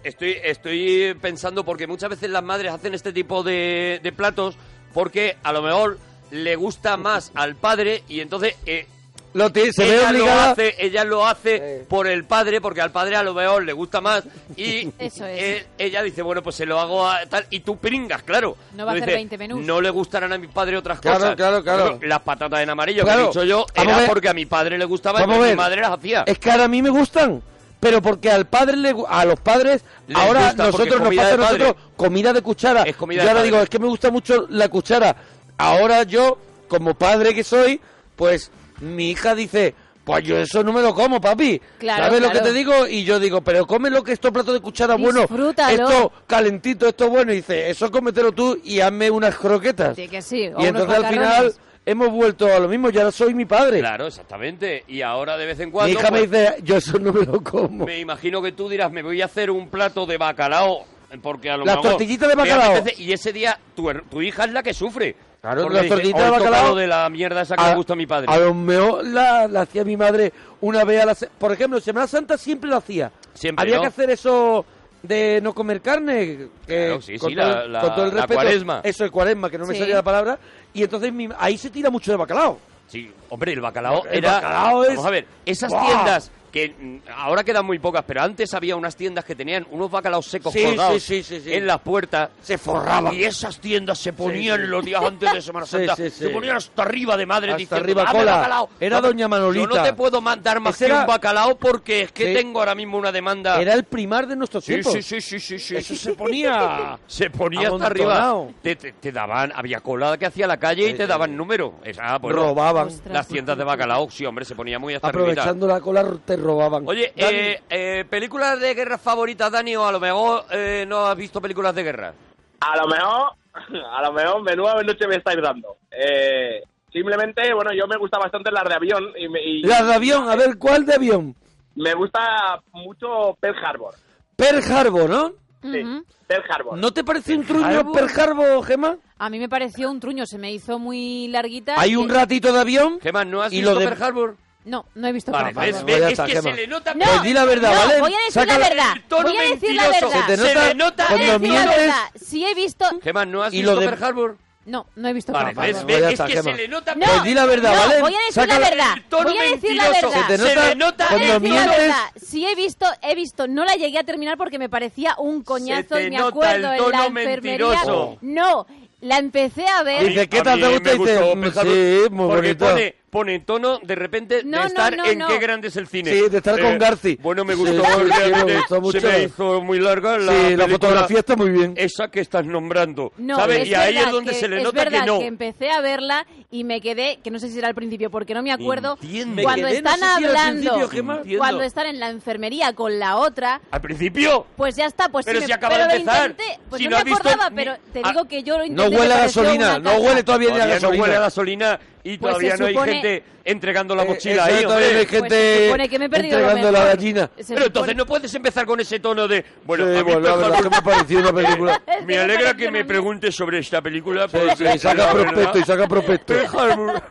[SPEAKER 3] estoy, estoy pensando porque muchas veces las madres hacen este tipo de, de platos porque a lo mejor le gusta más al padre y entonces... eh,
[SPEAKER 1] Lo ti- se ve
[SPEAKER 3] ella lo
[SPEAKER 1] obligada.
[SPEAKER 3] hace, ella lo hace
[SPEAKER 1] Sí.
[SPEAKER 3] por el padre, porque al padre a lo mejor le gusta más y
[SPEAKER 4] Eso es.
[SPEAKER 3] eh, ella dice, bueno, pues se lo hago a tal y tú pringas, claro.
[SPEAKER 4] No va a
[SPEAKER 3] Tú
[SPEAKER 4] hacer
[SPEAKER 3] dices,
[SPEAKER 4] 20 menús.
[SPEAKER 3] No le gustarán a mi padre otras
[SPEAKER 1] Claro,
[SPEAKER 3] cosas.
[SPEAKER 1] claro, claro.
[SPEAKER 3] Por ejemplo, Las patatas en amarillo que
[SPEAKER 1] Claro.
[SPEAKER 3] he dicho yo
[SPEAKER 1] Vamos a
[SPEAKER 3] era
[SPEAKER 1] ver.
[SPEAKER 3] porque a mi padre le gustaba y
[SPEAKER 1] Vamos a
[SPEAKER 3] mi
[SPEAKER 1] ver.
[SPEAKER 3] madre las hacía.
[SPEAKER 1] Es que ahora a mí me gustan, pero porque al padre le, gu- a los padres
[SPEAKER 3] Les
[SPEAKER 1] ahora
[SPEAKER 3] gusta, porque
[SPEAKER 1] nosotros nos
[SPEAKER 3] comida
[SPEAKER 1] pasa a
[SPEAKER 3] de padre.
[SPEAKER 1] nosotros comida de cuchara.
[SPEAKER 3] Es comida
[SPEAKER 1] yo
[SPEAKER 3] de
[SPEAKER 1] ahora
[SPEAKER 3] padre.
[SPEAKER 1] digo, es que me gusta mucho la cuchara. Ahora yo, como padre que soy, pues mi hija dice, pues yo eso no me lo como, papi.
[SPEAKER 4] Claro,
[SPEAKER 1] ¿Sabes lo
[SPEAKER 4] claro.
[SPEAKER 1] que te digo? Y yo digo, pero cómelo que esto plato de cuchara bueno,
[SPEAKER 4] Disfrútalo.
[SPEAKER 1] esto calentito, esto bueno. Y dice, eso cómetelo tú y hazme unas croquetas.
[SPEAKER 4] Sí, que sí. o
[SPEAKER 1] y
[SPEAKER 4] unos
[SPEAKER 1] entonces al final
[SPEAKER 4] macarrones.
[SPEAKER 1] hemos vuelto a lo mismo, ya soy mi padre.
[SPEAKER 3] Claro, exactamente. Y ahora de vez en
[SPEAKER 1] Mi
[SPEAKER 3] cuando...
[SPEAKER 1] hija me
[SPEAKER 3] pues,
[SPEAKER 1] dice, yo eso no me lo como.
[SPEAKER 3] Me imagino que tú dirás, me voy a hacer un plato de bacalao. Porque a lo
[SPEAKER 1] Las
[SPEAKER 3] mejor
[SPEAKER 1] tortillitas de
[SPEAKER 3] me
[SPEAKER 1] bacalao.
[SPEAKER 3] apetece- Y ese día tu, her- tu hija es la que sufre.
[SPEAKER 1] Claro,
[SPEAKER 3] Porque
[SPEAKER 1] las
[SPEAKER 3] dice,
[SPEAKER 1] tortillitas
[SPEAKER 3] "Oh,
[SPEAKER 1] de
[SPEAKER 3] he tocado
[SPEAKER 1] bacalao".
[SPEAKER 3] de la mierda esa que le gusta a mi padre.
[SPEAKER 1] a lo mejor la, la hacía mi madre una vez a la se- Por ejemplo, Semana Santa siempre lo hacía.
[SPEAKER 3] Siempre,
[SPEAKER 1] Había
[SPEAKER 3] ¿no?
[SPEAKER 1] que hacer eso de no comer carne. que
[SPEAKER 3] Claro, sí,
[SPEAKER 1] con,
[SPEAKER 3] sí,
[SPEAKER 1] todo,
[SPEAKER 3] la-
[SPEAKER 1] el-
[SPEAKER 3] la-
[SPEAKER 1] con todo el
[SPEAKER 3] la
[SPEAKER 1] respeto.
[SPEAKER 3] cuaresma.
[SPEAKER 1] Eso es cuaresma, que no me
[SPEAKER 4] Sí.
[SPEAKER 1] salía la palabra. Y entonces mi- ahí se tira mucho de bacalao.
[SPEAKER 3] Sí, hombre, el bacalao
[SPEAKER 1] El
[SPEAKER 3] era.
[SPEAKER 1] bacalao es-
[SPEAKER 3] Vamos a ver, esas
[SPEAKER 1] ¡Buah!
[SPEAKER 3] tiendas que mm, ahora quedan muy pocas, pero antes había unas tiendas que tenían unos bacalaos secos
[SPEAKER 1] Sí,
[SPEAKER 3] colgados
[SPEAKER 1] sí, sí, sí, sí.
[SPEAKER 3] en las puertas.
[SPEAKER 1] Se forraban.
[SPEAKER 3] Y esas tiendas se ponían
[SPEAKER 1] sí.
[SPEAKER 3] los días antes de Semana
[SPEAKER 1] Sí,
[SPEAKER 3] Santa.
[SPEAKER 1] sí, sí.
[SPEAKER 3] Se ponían hasta arriba de madre
[SPEAKER 1] Hasta
[SPEAKER 3] diciendo,
[SPEAKER 1] arriba,
[SPEAKER 3] "Dame
[SPEAKER 1] cola".
[SPEAKER 3] bacalao".
[SPEAKER 1] Era
[SPEAKER 3] Dame-
[SPEAKER 1] doña Manolita.
[SPEAKER 3] Yo no te puedo mandar más
[SPEAKER 1] Ese
[SPEAKER 3] que
[SPEAKER 1] era-
[SPEAKER 3] un bacalao porque es que
[SPEAKER 1] Sí.
[SPEAKER 3] tengo ahora mismo una demanda.
[SPEAKER 1] Era el primar de nuestros
[SPEAKER 3] Sí,
[SPEAKER 1] tiempos.
[SPEAKER 3] sí, sí, sí, sí, sí.
[SPEAKER 1] Eso se ponía.
[SPEAKER 3] Se ponía hasta
[SPEAKER 1] Amontonado.
[SPEAKER 3] arriba. Te, te- te daban, había colada que hacía la calle y te daban número. Esa, bueno,
[SPEAKER 1] robaban.
[SPEAKER 4] Ostras. pues,
[SPEAKER 3] Las tiendas de bacalao, sí, hombre, se ponía muy hasta arribita.
[SPEAKER 1] Aprovechando la cola, te robaban.
[SPEAKER 3] Oye,
[SPEAKER 1] Dani,
[SPEAKER 3] eh, eh, películas de guerra favoritas, Dani, o a lo mejor eh, no has visto películas de guerra.
[SPEAKER 2] A lo mejor, a lo mejor, menuda noche me estáis dando. Eh, simplemente, bueno, yo me gusta bastante las de avión y me, y-
[SPEAKER 1] La de avión, a ver, ¿cuál de avión?
[SPEAKER 2] me gusta mucho Pearl Harbor.
[SPEAKER 1] Pearl Harbor, ¿no?
[SPEAKER 2] Sí,
[SPEAKER 4] Ujú.
[SPEAKER 2] Pearl Harbor.
[SPEAKER 1] ¿No te parece un truño per Harbo, Gema?
[SPEAKER 4] A mí me pareció un truño, se me hizo muy larguita.
[SPEAKER 1] Hay
[SPEAKER 4] y-
[SPEAKER 1] un ratito de avión.
[SPEAKER 3] Gemma, ¿no has
[SPEAKER 1] Y
[SPEAKER 3] visto
[SPEAKER 1] lo de-
[SPEAKER 3] Pearl Harbor?
[SPEAKER 4] No, no he visto
[SPEAKER 3] Vale,
[SPEAKER 4] Pearl
[SPEAKER 1] vale,
[SPEAKER 3] es,
[SPEAKER 4] Harbor.
[SPEAKER 1] pues ya
[SPEAKER 3] es
[SPEAKER 1] está,
[SPEAKER 3] que
[SPEAKER 1] Gemma.
[SPEAKER 3] se le nota
[SPEAKER 4] No,
[SPEAKER 1] Pues di la verdad,
[SPEAKER 4] no,
[SPEAKER 1] ¿vale?
[SPEAKER 4] Voy a decir
[SPEAKER 1] Saca
[SPEAKER 4] la
[SPEAKER 1] la-
[SPEAKER 4] verdad.
[SPEAKER 3] el tono
[SPEAKER 4] Voy a decir la
[SPEAKER 3] mentiroso.
[SPEAKER 4] verdad.
[SPEAKER 1] Se te
[SPEAKER 3] Se
[SPEAKER 1] nota
[SPEAKER 3] le nota
[SPEAKER 4] Voy a
[SPEAKER 1] cuando
[SPEAKER 4] decir la
[SPEAKER 1] mientes.
[SPEAKER 4] verdad. Si he visto.
[SPEAKER 3] Gemma, ¿no has
[SPEAKER 1] Y
[SPEAKER 3] visto
[SPEAKER 1] lo de-
[SPEAKER 3] Pearl Harbor?
[SPEAKER 4] No, no he visto
[SPEAKER 3] Vale,
[SPEAKER 4] Pearl Harbor.
[SPEAKER 3] ¿ves?
[SPEAKER 1] pues ya
[SPEAKER 3] ¿Ves?
[SPEAKER 1] está,
[SPEAKER 3] es que
[SPEAKER 1] Gemma.
[SPEAKER 3] se le nota
[SPEAKER 4] No,
[SPEAKER 1] Pues di la verdad,
[SPEAKER 4] no,
[SPEAKER 1] ¿vale?
[SPEAKER 4] Voy a decir
[SPEAKER 1] Saca
[SPEAKER 4] la
[SPEAKER 1] la-
[SPEAKER 4] verdad.
[SPEAKER 3] el tono
[SPEAKER 4] Voy a decir la
[SPEAKER 3] mentiroso.
[SPEAKER 4] verdad.
[SPEAKER 1] Se te
[SPEAKER 3] Se
[SPEAKER 1] nota,
[SPEAKER 3] le nota
[SPEAKER 4] Voy a
[SPEAKER 1] cuando
[SPEAKER 4] decir la
[SPEAKER 1] mientes.
[SPEAKER 4] verdad. Si he visto, he visto. No la llegué a terminar porque me parecía un coñazo
[SPEAKER 3] te
[SPEAKER 4] y me
[SPEAKER 3] nota
[SPEAKER 4] acuerdo
[SPEAKER 3] el
[SPEAKER 4] en la
[SPEAKER 3] tono
[SPEAKER 4] enfermería.
[SPEAKER 3] mentiroso.
[SPEAKER 4] No, la empecé a ver.
[SPEAKER 1] Dice, ¿qué
[SPEAKER 3] A
[SPEAKER 1] tal
[SPEAKER 3] mí
[SPEAKER 1] te gusta?
[SPEAKER 3] me
[SPEAKER 1] Y dice,
[SPEAKER 3] gustó
[SPEAKER 1] mm,
[SPEAKER 3] Pearl Harbor,
[SPEAKER 1] sí, muy
[SPEAKER 3] porque
[SPEAKER 1] bonito.
[SPEAKER 3] Pone, pone en tono de repente
[SPEAKER 4] No,
[SPEAKER 3] de
[SPEAKER 4] no,
[SPEAKER 3] estar
[SPEAKER 4] no,
[SPEAKER 3] en
[SPEAKER 4] no.
[SPEAKER 3] qué grande es el cine. Eh,
[SPEAKER 1] Sí, de estar con Garci.
[SPEAKER 3] Bueno, me
[SPEAKER 1] Sí,
[SPEAKER 3] gustó,
[SPEAKER 1] sí,
[SPEAKER 3] porque
[SPEAKER 1] me
[SPEAKER 3] se-
[SPEAKER 1] gustó mucho.
[SPEAKER 3] Se me hizo muy larga la,
[SPEAKER 1] sí, la
[SPEAKER 3] película,
[SPEAKER 1] fotografía está muy bien.
[SPEAKER 3] Esa que estás nombrando.
[SPEAKER 4] No,
[SPEAKER 3] ¿sabes?
[SPEAKER 4] es
[SPEAKER 3] y ahí
[SPEAKER 4] verdad
[SPEAKER 3] es donde
[SPEAKER 4] que-
[SPEAKER 3] se le
[SPEAKER 4] es
[SPEAKER 3] nota que
[SPEAKER 4] verdad
[SPEAKER 3] no.
[SPEAKER 4] que empecé a verla y me quedé, que no sé si era al principio porque no me acuerdo,
[SPEAKER 3] Entiende.
[SPEAKER 4] cuando
[SPEAKER 1] Me quedé, no sé
[SPEAKER 4] están
[SPEAKER 1] si era al
[SPEAKER 4] hablando,
[SPEAKER 1] principio, Gemma. Entiendo.
[SPEAKER 4] cuando están en la enfermería con la otra,
[SPEAKER 3] Al principio.
[SPEAKER 4] pues ya está, pues
[SPEAKER 3] Pero
[SPEAKER 4] sí
[SPEAKER 3] si
[SPEAKER 4] me,
[SPEAKER 3] acaba
[SPEAKER 4] pero
[SPEAKER 3] de
[SPEAKER 4] lo
[SPEAKER 3] empezar.
[SPEAKER 4] intenté, pues
[SPEAKER 3] Si
[SPEAKER 4] no,
[SPEAKER 3] no has
[SPEAKER 4] me
[SPEAKER 3] visto
[SPEAKER 4] acordaba,
[SPEAKER 3] ni-
[SPEAKER 4] pero te
[SPEAKER 3] Ah,
[SPEAKER 4] digo que yo lo intenté.
[SPEAKER 1] No huele
[SPEAKER 4] me
[SPEAKER 1] a
[SPEAKER 4] pareció
[SPEAKER 1] gasolina,
[SPEAKER 4] una
[SPEAKER 1] no
[SPEAKER 4] caca.
[SPEAKER 1] huele todavía ni a
[SPEAKER 3] Todavía no
[SPEAKER 1] gasolina.
[SPEAKER 3] huele a gasolina y
[SPEAKER 4] Pues
[SPEAKER 3] todavía
[SPEAKER 4] se
[SPEAKER 3] no hay
[SPEAKER 4] supone-
[SPEAKER 3] gente entregando la
[SPEAKER 1] Eh,
[SPEAKER 3] mochila
[SPEAKER 1] exacto,
[SPEAKER 3] ahí, hombre.
[SPEAKER 1] todavía no hay
[SPEAKER 4] Pues se supone que me he
[SPEAKER 1] gente
[SPEAKER 4] perdido lo
[SPEAKER 1] entregando la
[SPEAKER 4] mejor.
[SPEAKER 1] gallina.
[SPEAKER 4] Se
[SPEAKER 3] Pero
[SPEAKER 4] supone-
[SPEAKER 3] entonces no puedes empezar con ese tono de... Bueno,
[SPEAKER 1] Sí,
[SPEAKER 3] a mí
[SPEAKER 1] bueno, la
[SPEAKER 3] Pearl
[SPEAKER 1] verdad
[SPEAKER 3] Harbor
[SPEAKER 1] que me ha parecido una película.
[SPEAKER 4] Es que
[SPEAKER 3] Me
[SPEAKER 4] me
[SPEAKER 3] alegra
[SPEAKER 4] pareció
[SPEAKER 3] que
[SPEAKER 4] una
[SPEAKER 3] me
[SPEAKER 4] mierda.
[SPEAKER 3] preguntes sobre esta película.
[SPEAKER 1] Sí,
[SPEAKER 3] porque,
[SPEAKER 1] sí, saca
[SPEAKER 3] la verdad,
[SPEAKER 1] prospecto y saca prospecto.
[SPEAKER 3] Pearl Harbor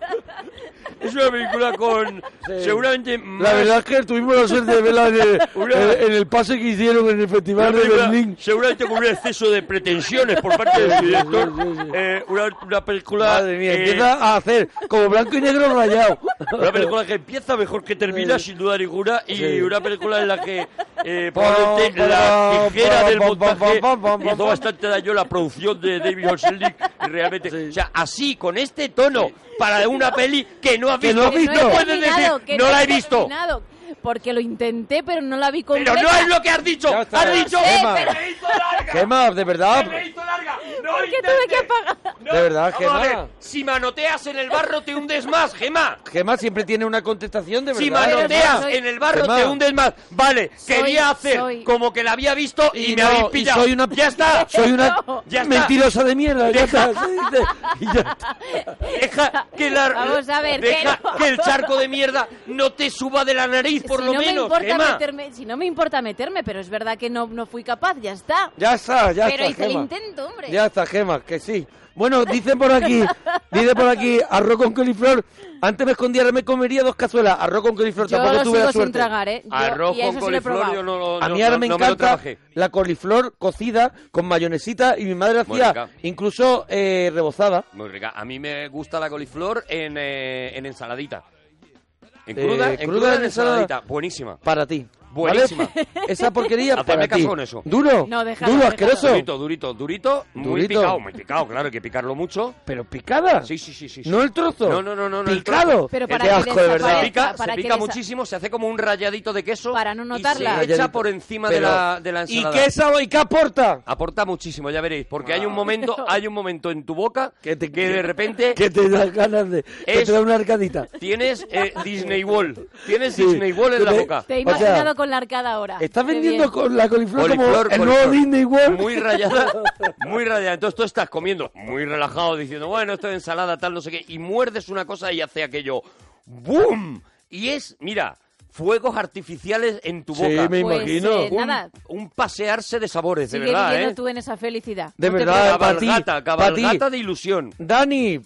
[SPEAKER 3] es una película con seguramente más,
[SPEAKER 1] La verdad es que tuvimos la suerte de verla en el,
[SPEAKER 3] Una-
[SPEAKER 1] en- en el pase que hicieron en el
[SPEAKER 3] una
[SPEAKER 1] Festival de
[SPEAKER 3] película-
[SPEAKER 1] Berlín.
[SPEAKER 3] seguramente con un exceso de pretensiones por parte del director.
[SPEAKER 1] Sí, sí, sí.
[SPEAKER 3] eh, una, una película
[SPEAKER 1] Madre mía,
[SPEAKER 3] eh,
[SPEAKER 1] empieza a hacer como blanco y negro rayado.
[SPEAKER 3] una película que empieza mejor que termina sin duda ninguna y
[SPEAKER 1] Sí.
[SPEAKER 3] una película en la que eh,
[SPEAKER 1] Pam,
[SPEAKER 3] probablemente la
[SPEAKER 1] pam,
[SPEAKER 3] tijera
[SPEAKER 1] pam,
[SPEAKER 3] del
[SPEAKER 1] pam, pam,
[SPEAKER 3] montaje
[SPEAKER 1] pam, pam, pam.
[SPEAKER 3] hizo bastante daño a la producción de David Hasselhoff realmente o sea así con este tono para una peli que no has
[SPEAKER 1] Que no
[SPEAKER 3] visto
[SPEAKER 1] has
[SPEAKER 4] que
[SPEAKER 1] visto.
[SPEAKER 4] no, he
[SPEAKER 3] puedes
[SPEAKER 4] terminado,
[SPEAKER 3] decir,
[SPEAKER 4] que
[SPEAKER 3] no la he visto
[SPEAKER 4] terminado, porque lo intenté, pero no la vi completa. Eh,
[SPEAKER 3] Pero no es lo que has dicho.
[SPEAKER 1] Ya está.
[SPEAKER 3] Has dicho.
[SPEAKER 1] Sí,
[SPEAKER 3] ¡Se
[SPEAKER 1] pero-
[SPEAKER 3] me hizo larga!
[SPEAKER 1] Gemma, de verdad.
[SPEAKER 3] ¡Se me hizo larga! ¡No
[SPEAKER 4] Porque
[SPEAKER 3] intentes!
[SPEAKER 4] tuve que apagar.
[SPEAKER 3] No,
[SPEAKER 1] De verdad,
[SPEAKER 3] vamos a
[SPEAKER 1] Gemma.
[SPEAKER 3] ver, Si manoteas en el barro, te hundes más, Gemma.
[SPEAKER 1] Gemma siempre tiene una contestación de verdad. ¿eh?
[SPEAKER 3] Si
[SPEAKER 4] Pero
[SPEAKER 3] manoteas
[SPEAKER 4] yo soy-
[SPEAKER 3] en el barro,
[SPEAKER 1] Gemma.
[SPEAKER 3] te hundes más. Vale,
[SPEAKER 4] Soy-
[SPEAKER 3] quería hacer
[SPEAKER 4] soy-
[SPEAKER 3] como que la había visto y,
[SPEAKER 1] Y
[SPEAKER 3] me
[SPEAKER 1] no,
[SPEAKER 3] habéis
[SPEAKER 1] y
[SPEAKER 3] pillado.
[SPEAKER 1] soy una-
[SPEAKER 3] Ya está.
[SPEAKER 1] Soy una
[SPEAKER 3] Ya está.
[SPEAKER 1] mentirosa de mierda. ya está, sí, sí, y ya está.
[SPEAKER 3] Deja que la-
[SPEAKER 4] Vamos a ver,
[SPEAKER 3] deja
[SPEAKER 4] que no.
[SPEAKER 3] que el charco de mierda no te suba de la nariz, por
[SPEAKER 4] si
[SPEAKER 3] lo
[SPEAKER 4] no me
[SPEAKER 3] menos,
[SPEAKER 4] importa
[SPEAKER 3] Gemma.
[SPEAKER 4] meterme, si no me importa meterme, pero es verdad que no, no fui capaz, ya está.
[SPEAKER 1] Ya está, ya
[SPEAKER 4] pero
[SPEAKER 1] está,
[SPEAKER 4] hice el
[SPEAKER 1] Gemma.
[SPEAKER 4] intento, hombre.
[SPEAKER 1] Ya está, Gema, que sí. Bueno, dice por aquí, dice por aquí, arroz con coliflor. Antes me escondía, me comería dos cazuelas. Arroz con coliflor,
[SPEAKER 4] Yo
[SPEAKER 1] tampoco
[SPEAKER 4] lo
[SPEAKER 1] tuve
[SPEAKER 4] sigo
[SPEAKER 1] la
[SPEAKER 4] sin
[SPEAKER 1] suerte.
[SPEAKER 4] tragar, ¿eh? Yo-
[SPEAKER 3] Arroz
[SPEAKER 4] y eso
[SPEAKER 3] con
[SPEAKER 4] sí lo he
[SPEAKER 3] coliflor,
[SPEAKER 4] probado.
[SPEAKER 3] yo no, lo-
[SPEAKER 1] A
[SPEAKER 3] no-
[SPEAKER 1] mí ahora
[SPEAKER 3] no-
[SPEAKER 1] me
[SPEAKER 3] no lo
[SPEAKER 1] encanta
[SPEAKER 3] trabajé.
[SPEAKER 1] la coliflor cocida con mayonesita y mi madre
[SPEAKER 3] Muy
[SPEAKER 1] hacía
[SPEAKER 3] rica.
[SPEAKER 1] incluso eh, rebozada.
[SPEAKER 3] Muy rica. A mí me gusta la coliflor en, eh, en ensaladita. En
[SPEAKER 1] Eh,
[SPEAKER 3] cruda, en cruda
[SPEAKER 1] ensalada.
[SPEAKER 3] en ensaladita. Buenísima.
[SPEAKER 1] Para ti.
[SPEAKER 3] Buenísima. Ah, pues
[SPEAKER 1] ¿vale? Esa porquería
[SPEAKER 3] Hacedme
[SPEAKER 1] para ti.
[SPEAKER 3] caso con eso.
[SPEAKER 1] Duro.
[SPEAKER 4] No, déjalo,
[SPEAKER 1] Duro,
[SPEAKER 4] déjalo.
[SPEAKER 1] asqueroso.
[SPEAKER 3] Durito, durito, durito. Muy
[SPEAKER 1] Durito.
[SPEAKER 3] picado, muy picado, claro, hay que picarlo mucho.
[SPEAKER 1] Pero picada.
[SPEAKER 3] Sí, sí, sí, sí. sí.
[SPEAKER 1] No el trozo.
[SPEAKER 3] No, no, no, no, no, el
[SPEAKER 1] Picado.
[SPEAKER 3] trozo.
[SPEAKER 4] Pero
[SPEAKER 1] Qué
[SPEAKER 4] para que
[SPEAKER 1] asco, de verdad.
[SPEAKER 3] Se
[SPEAKER 4] desaparezca.
[SPEAKER 3] pica,
[SPEAKER 4] para
[SPEAKER 3] se
[SPEAKER 4] que
[SPEAKER 3] pica
[SPEAKER 4] les-
[SPEAKER 3] muchísimo, se hace como un rayadito de queso.
[SPEAKER 4] Para no
[SPEAKER 3] Y
[SPEAKER 4] notarla.
[SPEAKER 3] se echa
[SPEAKER 1] Ralladito.
[SPEAKER 3] por encima
[SPEAKER 1] Pero-
[SPEAKER 3] de, la, de la ensalada.
[SPEAKER 1] ¿Y qué sabor y qué aporta?
[SPEAKER 3] Aporta muchísimo, ya veréis, porque
[SPEAKER 4] Ah.
[SPEAKER 3] hay un momento, hay un momento en tu boca
[SPEAKER 1] Que te-
[SPEAKER 3] que de repente
[SPEAKER 1] Que te da ganas de... Que
[SPEAKER 3] Es-
[SPEAKER 1] te da una arcadita.
[SPEAKER 3] tienes eh, Disney World, tienes
[SPEAKER 1] Sí.
[SPEAKER 3] Disney World en la
[SPEAKER 1] Te-
[SPEAKER 3] boca.
[SPEAKER 4] Te he
[SPEAKER 1] O sea,
[SPEAKER 4] imaginado con la arcada ahora.
[SPEAKER 1] Estás
[SPEAKER 4] Qué
[SPEAKER 1] vendiendo
[SPEAKER 4] bien.
[SPEAKER 1] con la coliflor,
[SPEAKER 3] Coliflor,
[SPEAKER 1] como el
[SPEAKER 4] ah.
[SPEAKER 3] coliflor.
[SPEAKER 1] nuevo Disney World.
[SPEAKER 3] Muy rayada, muy rayada. Entonces tú estás comiendo muy relajado, diciendo, bueno, esto es ensalada, tal, no sé qué, y muerdes una cosa y hace aquello ¡Bum! Y es, mira, fuegos artificiales en tu
[SPEAKER 1] Sí,
[SPEAKER 3] boca.
[SPEAKER 1] me
[SPEAKER 4] Pues,
[SPEAKER 1] imagino.
[SPEAKER 4] eh,
[SPEAKER 3] un,
[SPEAKER 4] nada,
[SPEAKER 3] un pasearse de sabores, de
[SPEAKER 4] sigue
[SPEAKER 3] verdad,
[SPEAKER 4] viviendo
[SPEAKER 3] ¿eh?
[SPEAKER 4] tú en esa felicidad.
[SPEAKER 1] De
[SPEAKER 4] No te
[SPEAKER 1] verdad,
[SPEAKER 4] preocupes.
[SPEAKER 1] pa' ti,
[SPEAKER 3] Cabalgata,
[SPEAKER 1] pa' ti.
[SPEAKER 3] cabalgata de ilusión.
[SPEAKER 1] Dani,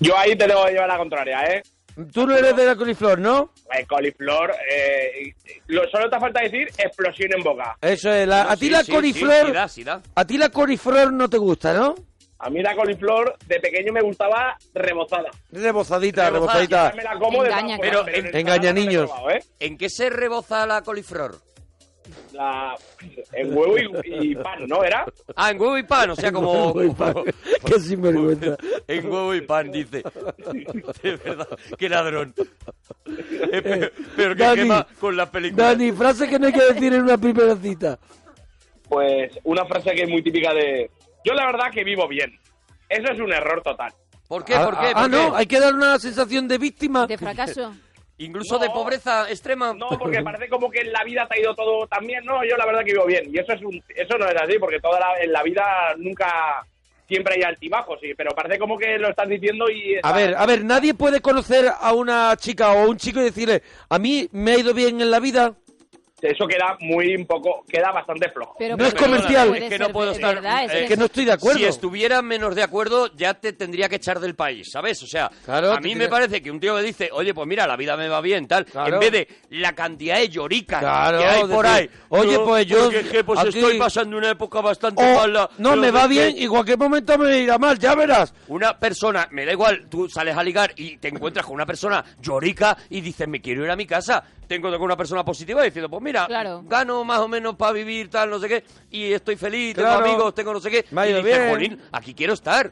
[SPEAKER 2] Yo ahí te debo llevar la contraria, ¿eh?
[SPEAKER 1] tú no eres de la coliflor, ¿no?
[SPEAKER 2] Eh, coliflor, eh, lo, solo te falta decir explosión en boca.
[SPEAKER 1] Eso es, la- a ti
[SPEAKER 3] Sí,
[SPEAKER 1] la
[SPEAKER 3] sí,
[SPEAKER 1] coliflor...
[SPEAKER 3] sí, sí da, sí da.
[SPEAKER 1] A ti la coliflor no te gusta, ¿no?
[SPEAKER 2] A mí la coliflor de pequeño me gustaba rebozada.
[SPEAKER 1] Rebozadita,
[SPEAKER 3] Rebozada,
[SPEAKER 1] rebozadita.
[SPEAKER 2] Me la como de todas
[SPEAKER 4] Engaña,
[SPEAKER 2] formas,
[SPEAKER 3] pero
[SPEAKER 2] en
[SPEAKER 3] en-
[SPEAKER 2] ensalada
[SPEAKER 1] engaña
[SPEAKER 2] no la he
[SPEAKER 1] niños.
[SPEAKER 2] probado, ¿eh?
[SPEAKER 3] ¿En qué se reboza la coliflor?
[SPEAKER 2] La- en huevo y, y pan, ¿no? ¿Era?
[SPEAKER 3] Ah, en huevo y pan, o sea, como...
[SPEAKER 1] Uy, pa- Qué sinvergüenza.
[SPEAKER 3] En huevo y pan, dice. De verdad, qué ladrón.
[SPEAKER 1] Eh,
[SPEAKER 3] Es peor, peor que
[SPEAKER 1] Dani,
[SPEAKER 3] quema con las películas.
[SPEAKER 1] Dani, frase que no hay que decir en una primera cita.
[SPEAKER 2] Pues una frase que es muy típica de... Yo la verdad que vivo bien. Eso es un error total.
[SPEAKER 3] ¿Por qué? ¿Por
[SPEAKER 1] Ah,
[SPEAKER 3] qué?
[SPEAKER 1] Ah,
[SPEAKER 3] ¿Por qué?
[SPEAKER 1] no, hay que dar una sensación de víctima.
[SPEAKER 4] De fracaso.
[SPEAKER 3] Incluso de
[SPEAKER 2] No.
[SPEAKER 3] pobreza extrema.
[SPEAKER 2] No, porque parece como que en la vida te ha ido todo tan bien. No, yo la verdad que vivo bien. Y eso es un, eso no es así, porque toda la, en la vida nunca siempre hay altibajos, sí, pero parece como que lo estás diciendo y...
[SPEAKER 1] A ver, a ver, nadie puede conocer a una chica o a un chico y decirle, a mí me ha ido bien en la vida.
[SPEAKER 2] eso queda muy un poco, queda bastante flojo.
[SPEAKER 4] Pero
[SPEAKER 1] No es
[SPEAKER 4] porque
[SPEAKER 1] comercial.
[SPEAKER 4] puede
[SPEAKER 3] Es que
[SPEAKER 4] ser
[SPEAKER 3] no puedo
[SPEAKER 4] de-
[SPEAKER 3] estar-
[SPEAKER 4] verdad, es
[SPEAKER 3] eh,
[SPEAKER 1] Es
[SPEAKER 4] que-
[SPEAKER 1] que no estoy de acuerdo.
[SPEAKER 3] Si estuviera menos de acuerdo, ya te tendría que echar del país, ¿sabes? O sea,
[SPEAKER 1] Claro,
[SPEAKER 3] a
[SPEAKER 1] te
[SPEAKER 3] mí me
[SPEAKER 1] tiene-
[SPEAKER 3] parece que un tío me dice, oye, pues mira, la vida me va bien, tal,
[SPEAKER 1] Claro.
[SPEAKER 3] en vez de la cantidad de lloricas
[SPEAKER 1] Claro,
[SPEAKER 3] que hay por
[SPEAKER 1] decir,
[SPEAKER 3] ahí.
[SPEAKER 1] oye, pues yo
[SPEAKER 3] Porque, es que, pues
[SPEAKER 1] aquí-
[SPEAKER 3] estoy pasando una época bastante
[SPEAKER 1] O,
[SPEAKER 3] mala.
[SPEAKER 1] no,
[SPEAKER 3] pero
[SPEAKER 1] me va
[SPEAKER 3] es que
[SPEAKER 1] bien y cualquier momento me irá mal, ya verás.
[SPEAKER 3] Una persona, me da igual, tú sales a ligar y te encuentras con una persona llorica y dices, me quiero ir a mi casa. Te encuentras con una persona positiva diciendo, pues mira,
[SPEAKER 4] Claro.
[SPEAKER 3] gano más o menos para vivir, tal, no sé qué, y estoy feliz,
[SPEAKER 1] Claro.
[SPEAKER 3] tengo amigos, tengo no sé qué.
[SPEAKER 1] Me ha
[SPEAKER 3] y
[SPEAKER 1] ido
[SPEAKER 3] dices,
[SPEAKER 1] bien.
[SPEAKER 3] "Jolín, aquí quiero estar.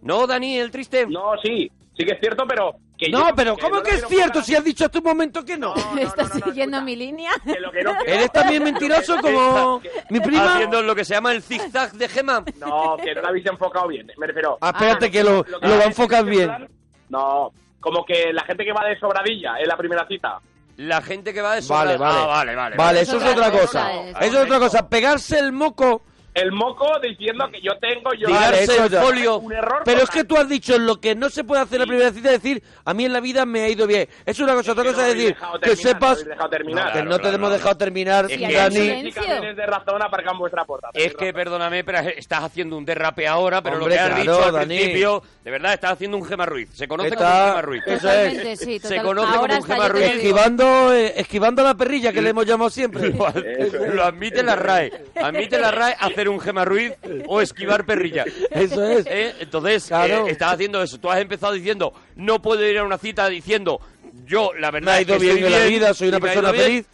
[SPEAKER 3] No, Dani, el triste.
[SPEAKER 2] No, sí, sí que es cierto, pero... Que
[SPEAKER 1] No,
[SPEAKER 2] yo-
[SPEAKER 1] pero ¿cómo
[SPEAKER 2] no
[SPEAKER 1] que
[SPEAKER 2] lo
[SPEAKER 1] es
[SPEAKER 2] quiero
[SPEAKER 1] cierto?
[SPEAKER 2] pagar.
[SPEAKER 1] Si has dicho hasta un momento que no.
[SPEAKER 2] No, no,
[SPEAKER 4] ¿Estás
[SPEAKER 2] no, no,
[SPEAKER 4] siguiendo
[SPEAKER 2] escucha,
[SPEAKER 4] mi línea?
[SPEAKER 2] que lo que no quiero-
[SPEAKER 1] ¿Eres también mentiroso como mi prima?
[SPEAKER 3] Haciendo lo que se llama el zigzag de Gema.
[SPEAKER 2] No, que no lo habéis enfocado bien, me refiero.
[SPEAKER 1] Ah, espérate que lo,
[SPEAKER 2] Lo
[SPEAKER 1] lo
[SPEAKER 2] que
[SPEAKER 1] va a
[SPEAKER 2] es,
[SPEAKER 1] enfocar
[SPEAKER 2] en
[SPEAKER 1] bien.
[SPEAKER 2] plan, No, como que la gente que va de sobradilla en la primera cita.
[SPEAKER 3] La gente que va de sobra-
[SPEAKER 1] Vale, vale.
[SPEAKER 3] Ah, vale, vale.
[SPEAKER 1] Vale, eso es otra cosa.
[SPEAKER 4] es
[SPEAKER 1] Eso es otra cosa. Pegarse el moco.
[SPEAKER 2] El moco diciendo que yo tengo, yo...
[SPEAKER 1] Vale,
[SPEAKER 3] Tirarse
[SPEAKER 1] eso
[SPEAKER 3] el
[SPEAKER 1] ya.
[SPEAKER 3] folio.
[SPEAKER 2] Un error
[SPEAKER 1] Pero es
[SPEAKER 2] total.
[SPEAKER 1] que tú has dicho lo que no se puede hacer en la primera cita es decir, a mí en la vida me ha ido bien. Es una cosa, otra
[SPEAKER 2] que no
[SPEAKER 1] cosa es
[SPEAKER 2] habéis
[SPEAKER 1] decir,
[SPEAKER 2] dejado
[SPEAKER 1] que
[SPEAKER 2] terminar, no
[SPEAKER 1] sepas
[SPEAKER 2] habéis dejado terminar.
[SPEAKER 1] No, que
[SPEAKER 3] Claro,
[SPEAKER 1] no te
[SPEAKER 3] claro,
[SPEAKER 1] hemos
[SPEAKER 3] claro.
[SPEAKER 1] dejado terminar,
[SPEAKER 3] Es
[SPEAKER 4] que-
[SPEAKER 1] Dani.
[SPEAKER 4] Silencio.
[SPEAKER 2] Chicas, vienes de razón, aparcan vuestra puerta.
[SPEAKER 3] Es que, perdóname, pero estás haciendo un derrape ahora, pero
[SPEAKER 1] Hombre,
[SPEAKER 3] lo que has
[SPEAKER 1] claro,
[SPEAKER 3] dicho al
[SPEAKER 1] Dani.
[SPEAKER 3] principio, de verdad, estás haciendo un Gema Ruiz. Se conoce como
[SPEAKER 1] Está-
[SPEAKER 3] un Gema Ruiz.
[SPEAKER 1] Eso es.
[SPEAKER 4] Totalmente, sí,
[SPEAKER 3] Se
[SPEAKER 4] total-
[SPEAKER 3] conoce como
[SPEAKER 4] Ahora
[SPEAKER 3] un
[SPEAKER 4] hasta
[SPEAKER 3] Gemma
[SPEAKER 4] yo te lo
[SPEAKER 3] Ruiz.
[SPEAKER 4] digo.
[SPEAKER 1] Esquivando, eh, esquivando a la perrilla que le hemos llamado siempre.
[SPEAKER 3] Lo, lo admite la RAE. Admite la RAE hacer un Gema Ruiz o esquivar perrilla.
[SPEAKER 1] Eso es.
[SPEAKER 3] Eh, Entonces,
[SPEAKER 1] Claro.
[SPEAKER 3] eh, estás haciendo eso. Tú has empezado diciendo, no puedo ir a una cita diciendo, yo, la
[SPEAKER 1] Me
[SPEAKER 3] verdad,
[SPEAKER 1] ha
[SPEAKER 3] es que
[SPEAKER 1] ido bien en
[SPEAKER 3] estoy
[SPEAKER 1] la vida, soy
[SPEAKER 3] y
[SPEAKER 1] una
[SPEAKER 3] me ha ido
[SPEAKER 1] persona
[SPEAKER 3] bien".
[SPEAKER 1] feliz.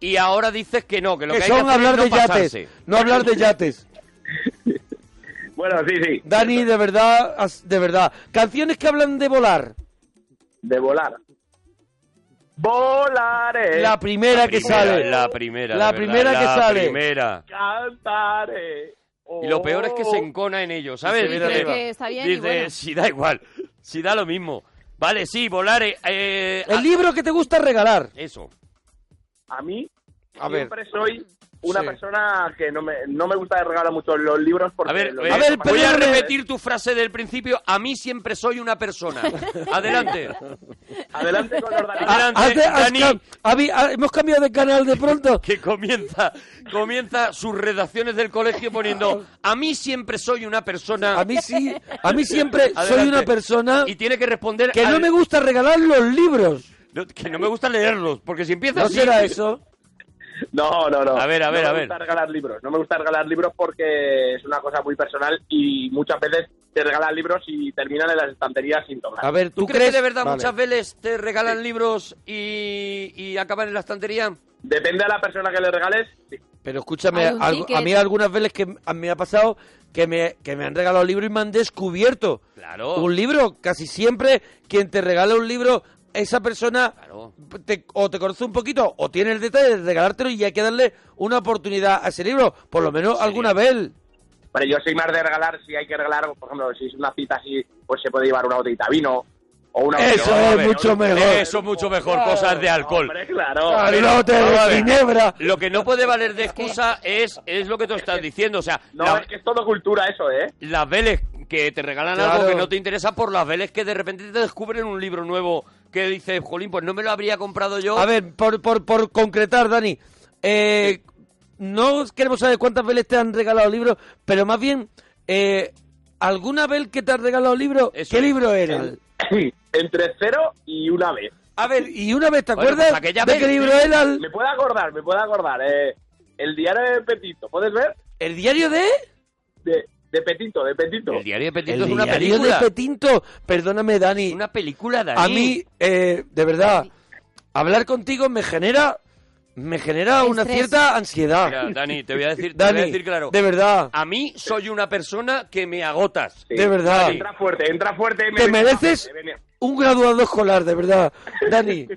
[SPEAKER 3] Y ahora dices que no, que lo que,
[SPEAKER 1] Que
[SPEAKER 3] hay que
[SPEAKER 1] son
[SPEAKER 3] hacer
[SPEAKER 1] hablar
[SPEAKER 3] es no
[SPEAKER 1] de
[SPEAKER 3] pasarse.
[SPEAKER 1] yates, no hablar de yates.
[SPEAKER 2] Bueno, sí, sí.
[SPEAKER 1] Dani, de verdad, as- de verdad. Canciones que hablan de volar.
[SPEAKER 2] De volar. Volaré.
[SPEAKER 1] La primera que
[SPEAKER 3] Primera,
[SPEAKER 1] sale.
[SPEAKER 3] La primera.
[SPEAKER 1] La
[SPEAKER 3] de verdad,
[SPEAKER 1] primera que
[SPEAKER 3] la
[SPEAKER 1] sale.
[SPEAKER 3] primera.
[SPEAKER 2] Cantaré.
[SPEAKER 3] Y lo peor es que se encona en ello, ¿sabes?
[SPEAKER 4] Sí, cree que está bien y
[SPEAKER 3] dice,
[SPEAKER 4] bueno.
[SPEAKER 3] si da igual, si da lo mismo. Vale, sí, volar. eh, eh,
[SPEAKER 1] El
[SPEAKER 3] ah,
[SPEAKER 1] libro que te gusta regalar.
[SPEAKER 3] Eso.
[SPEAKER 2] A mí
[SPEAKER 1] A ver.
[SPEAKER 2] siempre soy una
[SPEAKER 1] Sí.
[SPEAKER 2] persona que no me, no me gusta regalar mucho los libros porque...
[SPEAKER 3] A ver,
[SPEAKER 2] los
[SPEAKER 3] eh,
[SPEAKER 1] A ver,
[SPEAKER 2] libros-
[SPEAKER 3] voy a
[SPEAKER 1] perdóname.
[SPEAKER 3] repetir tu frase del principio. A mí siempre soy una persona. Adelante.
[SPEAKER 2] Adelante con los Dani.
[SPEAKER 3] Ah. Adelante,
[SPEAKER 1] Has de- has
[SPEAKER 3] Dani.
[SPEAKER 1] cam- habi- ha- hemos cambiado de canal de pronto.
[SPEAKER 3] Que comienza, comienza sus redacciones del colegio poniendo a mí siempre soy una persona.
[SPEAKER 1] A mí sí, a mí siempre soy
[SPEAKER 3] Adelante.
[SPEAKER 1] una persona
[SPEAKER 3] y tiene que responder
[SPEAKER 1] que no
[SPEAKER 3] al-
[SPEAKER 1] me gusta regalar los libros.
[SPEAKER 3] no- que no me gusta leerlos porque si empieza
[SPEAKER 1] ¿No
[SPEAKER 3] así-
[SPEAKER 1] será eso?
[SPEAKER 2] No, no, no.
[SPEAKER 3] A ver, a ver,
[SPEAKER 2] no
[SPEAKER 3] a
[SPEAKER 2] me
[SPEAKER 3] ver.
[SPEAKER 2] gusta regalar libros. No me gusta regalar libros porque es una cosa muy personal y muchas veces te regalan libros y terminan en las estanterías sin tocar.
[SPEAKER 1] A ver, ¿tú,
[SPEAKER 3] ¿Tú, crees que de verdad
[SPEAKER 1] Vale.
[SPEAKER 3] muchas veces te regalan libros y, y acaban en la estantería?
[SPEAKER 2] Depende de la persona que le regales. sí.
[SPEAKER 1] Pero escúchame,
[SPEAKER 4] Algún
[SPEAKER 1] algo-
[SPEAKER 4] ticket.
[SPEAKER 1] a mí algunas veces que a mí me ha pasado que me, que me han regalado libros y me han descubierto.
[SPEAKER 3] Claro.
[SPEAKER 1] Un libro, casi siempre quien te regala un libro, esa persona
[SPEAKER 3] Claro.
[SPEAKER 1] te- o te conoce un poquito o tiene el detalle de regalártelo y hay que darle una oportunidad a ese libro, por lo menos alguna vez.
[SPEAKER 2] Pero yo soy más de regalar, si hay que regalar, por ejemplo, si es una cita así, pues se puede llevar una botellita de vino o una
[SPEAKER 1] Eso
[SPEAKER 2] botella de
[SPEAKER 1] es
[SPEAKER 2] agua,
[SPEAKER 1] mucho
[SPEAKER 2] ¿no?
[SPEAKER 1] mejor.
[SPEAKER 3] Eso es mucho mejor, cosas de alcohol.
[SPEAKER 2] Hombre, claro.
[SPEAKER 1] Carlote
[SPEAKER 3] pero, vamos a
[SPEAKER 1] de
[SPEAKER 3] ver.
[SPEAKER 1] Ginebra.
[SPEAKER 3] Lo que no puede valer de excusa es, es lo que tú estás diciendo. O sea,
[SPEAKER 2] No,
[SPEAKER 3] la-
[SPEAKER 2] es que es todo cultura eso, ¿eh?
[SPEAKER 3] las veles que te regalan
[SPEAKER 1] Claro.
[SPEAKER 3] algo que no te interesa por las veles que de repente te descubren un libro nuevo que dices, jolín, pues no me lo habría comprado yo.
[SPEAKER 1] A ver, por, por, por concretar, Dani, eh, no queremos saber cuántas veces te han regalado libros, pero más bien, eh, ¿alguna vez que te han regalado libros?
[SPEAKER 3] Eso
[SPEAKER 1] ¿Qué
[SPEAKER 3] es.
[SPEAKER 1] libro era?
[SPEAKER 2] Entre cero y una vez.
[SPEAKER 1] A ver, y una vez, ¿te
[SPEAKER 3] Bueno,
[SPEAKER 1] acuerdas
[SPEAKER 3] pues aquella
[SPEAKER 1] de
[SPEAKER 3] vez-
[SPEAKER 1] qué libro era? El,
[SPEAKER 2] Me puedo acordar, me puedo acordar. eh, el diario de Petito, ¿puedes ver?
[SPEAKER 1] el diario de...?
[SPEAKER 2] De, de Petito, de Petito.
[SPEAKER 3] El diario de Petito
[SPEAKER 1] El
[SPEAKER 3] es una
[SPEAKER 1] diario
[SPEAKER 3] película.
[SPEAKER 1] de Petinto. Perdóname, Dani.
[SPEAKER 3] Una película, Dani.
[SPEAKER 1] A mí, eh, de verdad, hablar contigo me genera... Me genera una
[SPEAKER 4] Estrés.
[SPEAKER 1] cierta ansiedad.
[SPEAKER 3] Mira, Dani, te voy a decir, te voy a
[SPEAKER 1] Dani,
[SPEAKER 3] decir claro.
[SPEAKER 1] de verdad,
[SPEAKER 3] A mí soy una persona que me agotas.
[SPEAKER 2] Sí.
[SPEAKER 1] de verdad.
[SPEAKER 2] Entra fuerte, entra fuerte. me
[SPEAKER 1] Te
[SPEAKER 2] venía-
[SPEAKER 1] mereces
[SPEAKER 2] me venía-
[SPEAKER 1] un graduado escolar, de verdad. Dani,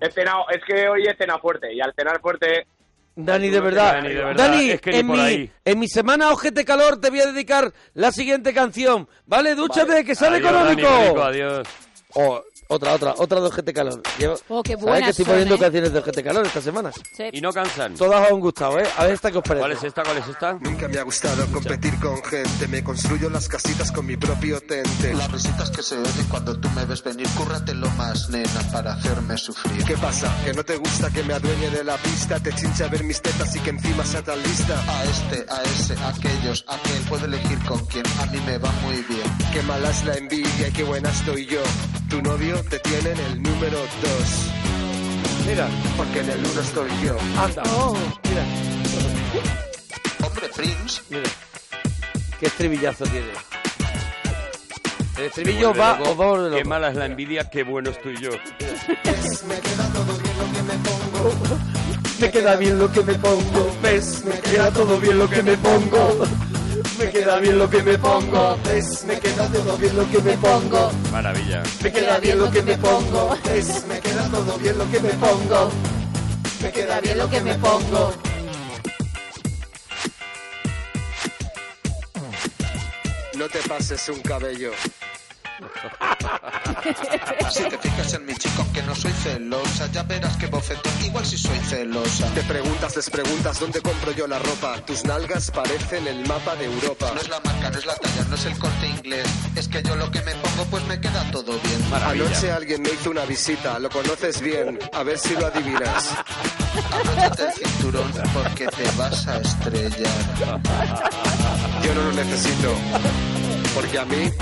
[SPEAKER 2] He cenado, es que hoy he cenado fuerte y al cenar fuerte
[SPEAKER 1] Dani, de verdad.
[SPEAKER 3] Dani, de verdad,
[SPEAKER 1] Dani,
[SPEAKER 3] es que ni
[SPEAKER 1] en,
[SPEAKER 3] por
[SPEAKER 1] mi,
[SPEAKER 3] ahí.
[SPEAKER 1] en mi semana Ojete Calor te voy a dedicar la siguiente canción. ¿Vale? Dúchate, que sale
[SPEAKER 3] Adiós, Dani,
[SPEAKER 1] económico.
[SPEAKER 3] rico, adiós.
[SPEAKER 1] O- Otra, otra, otra de Ojete Calor. Llevo-
[SPEAKER 4] Oh, qué
[SPEAKER 1] ¿Sabes
[SPEAKER 4] buenas
[SPEAKER 1] que estoy
[SPEAKER 4] son,
[SPEAKER 1] poniendo
[SPEAKER 4] eh?
[SPEAKER 1] canciones de Ojete Calor esta semana?
[SPEAKER 4] Sí.
[SPEAKER 3] Y no cansan.
[SPEAKER 1] Todas os han gustado, ¿eh? A ver esta que os parece.
[SPEAKER 3] ¿Cuál es esta? ¿Cuál es esta?
[SPEAKER 7] Nunca me ha gustado competir con gente, me construyo las casitas con mi propio tente. Las risitas que se oyen cuando tú me ves venir, cúrratelo más, nena, para hacerme sufrir. ¿Qué pasa? ¿Que no te gusta que me adueñe de la pista? Te chincha ver mis tetas y que encima sea tan lista. A este, a ese, a aquellos, a quien puedo elegir con quién, a mí me va muy bien. Qué mala es la envidia y qué buena estoy yo. Tu novio te tiene en el número 2.
[SPEAKER 1] Mira,
[SPEAKER 7] Porque en el 1 estoy yo.
[SPEAKER 1] anda.
[SPEAKER 5] Oh.
[SPEAKER 1] Mira,
[SPEAKER 7] Hombre, Prince.
[SPEAKER 1] mira. Qué estribillazo tiene. El estribillo
[SPEAKER 3] Vuelve
[SPEAKER 1] va
[SPEAKER 3] loco.
[SPEAKER 1] o va a volver
[SPEAKER 3] Qué
[SPEAKER 1] loco.
[SPEAKER 3] mala es la envidia, qué bueno estoy yo.
[SPEAKER 1] Me queda bien lo que me pongo, ves, me queda todo bien lo que me pongo. Me queda bien lo que me pongo, ves, me queda todo bien lo que me pongo.
[SPEAKER 3] Maravilla.
[SPEAKER 1] Me queda bien lo que me pongo, ves, me queda todo bien lo que me pongo.
[SPEAKER 4] Me queda bien lo que me pongo.
[SPEAKER 7] No te pases un cabello. Si te fijas en mi chico, que no soy celosa, ya verás que bofetón, igual si soy celosa. Te preguntas, les preguntas, ¿dónde compro yo la ropa? Tus nalgas parecen el mapa de Europa. No es la marca, no es la talla, no es el corte inglés. Es que yo lo que me pongo, pues me queda todo bien.
[SPEAKER 3] Maravilla.
[SPEAKER 7] Anoche alguien me hizo una visita, lo conoces bien, a ver si lo adivinas. Abróchate el cinturón porque te vas a estrellar. Yo no lo necesito, porque a mí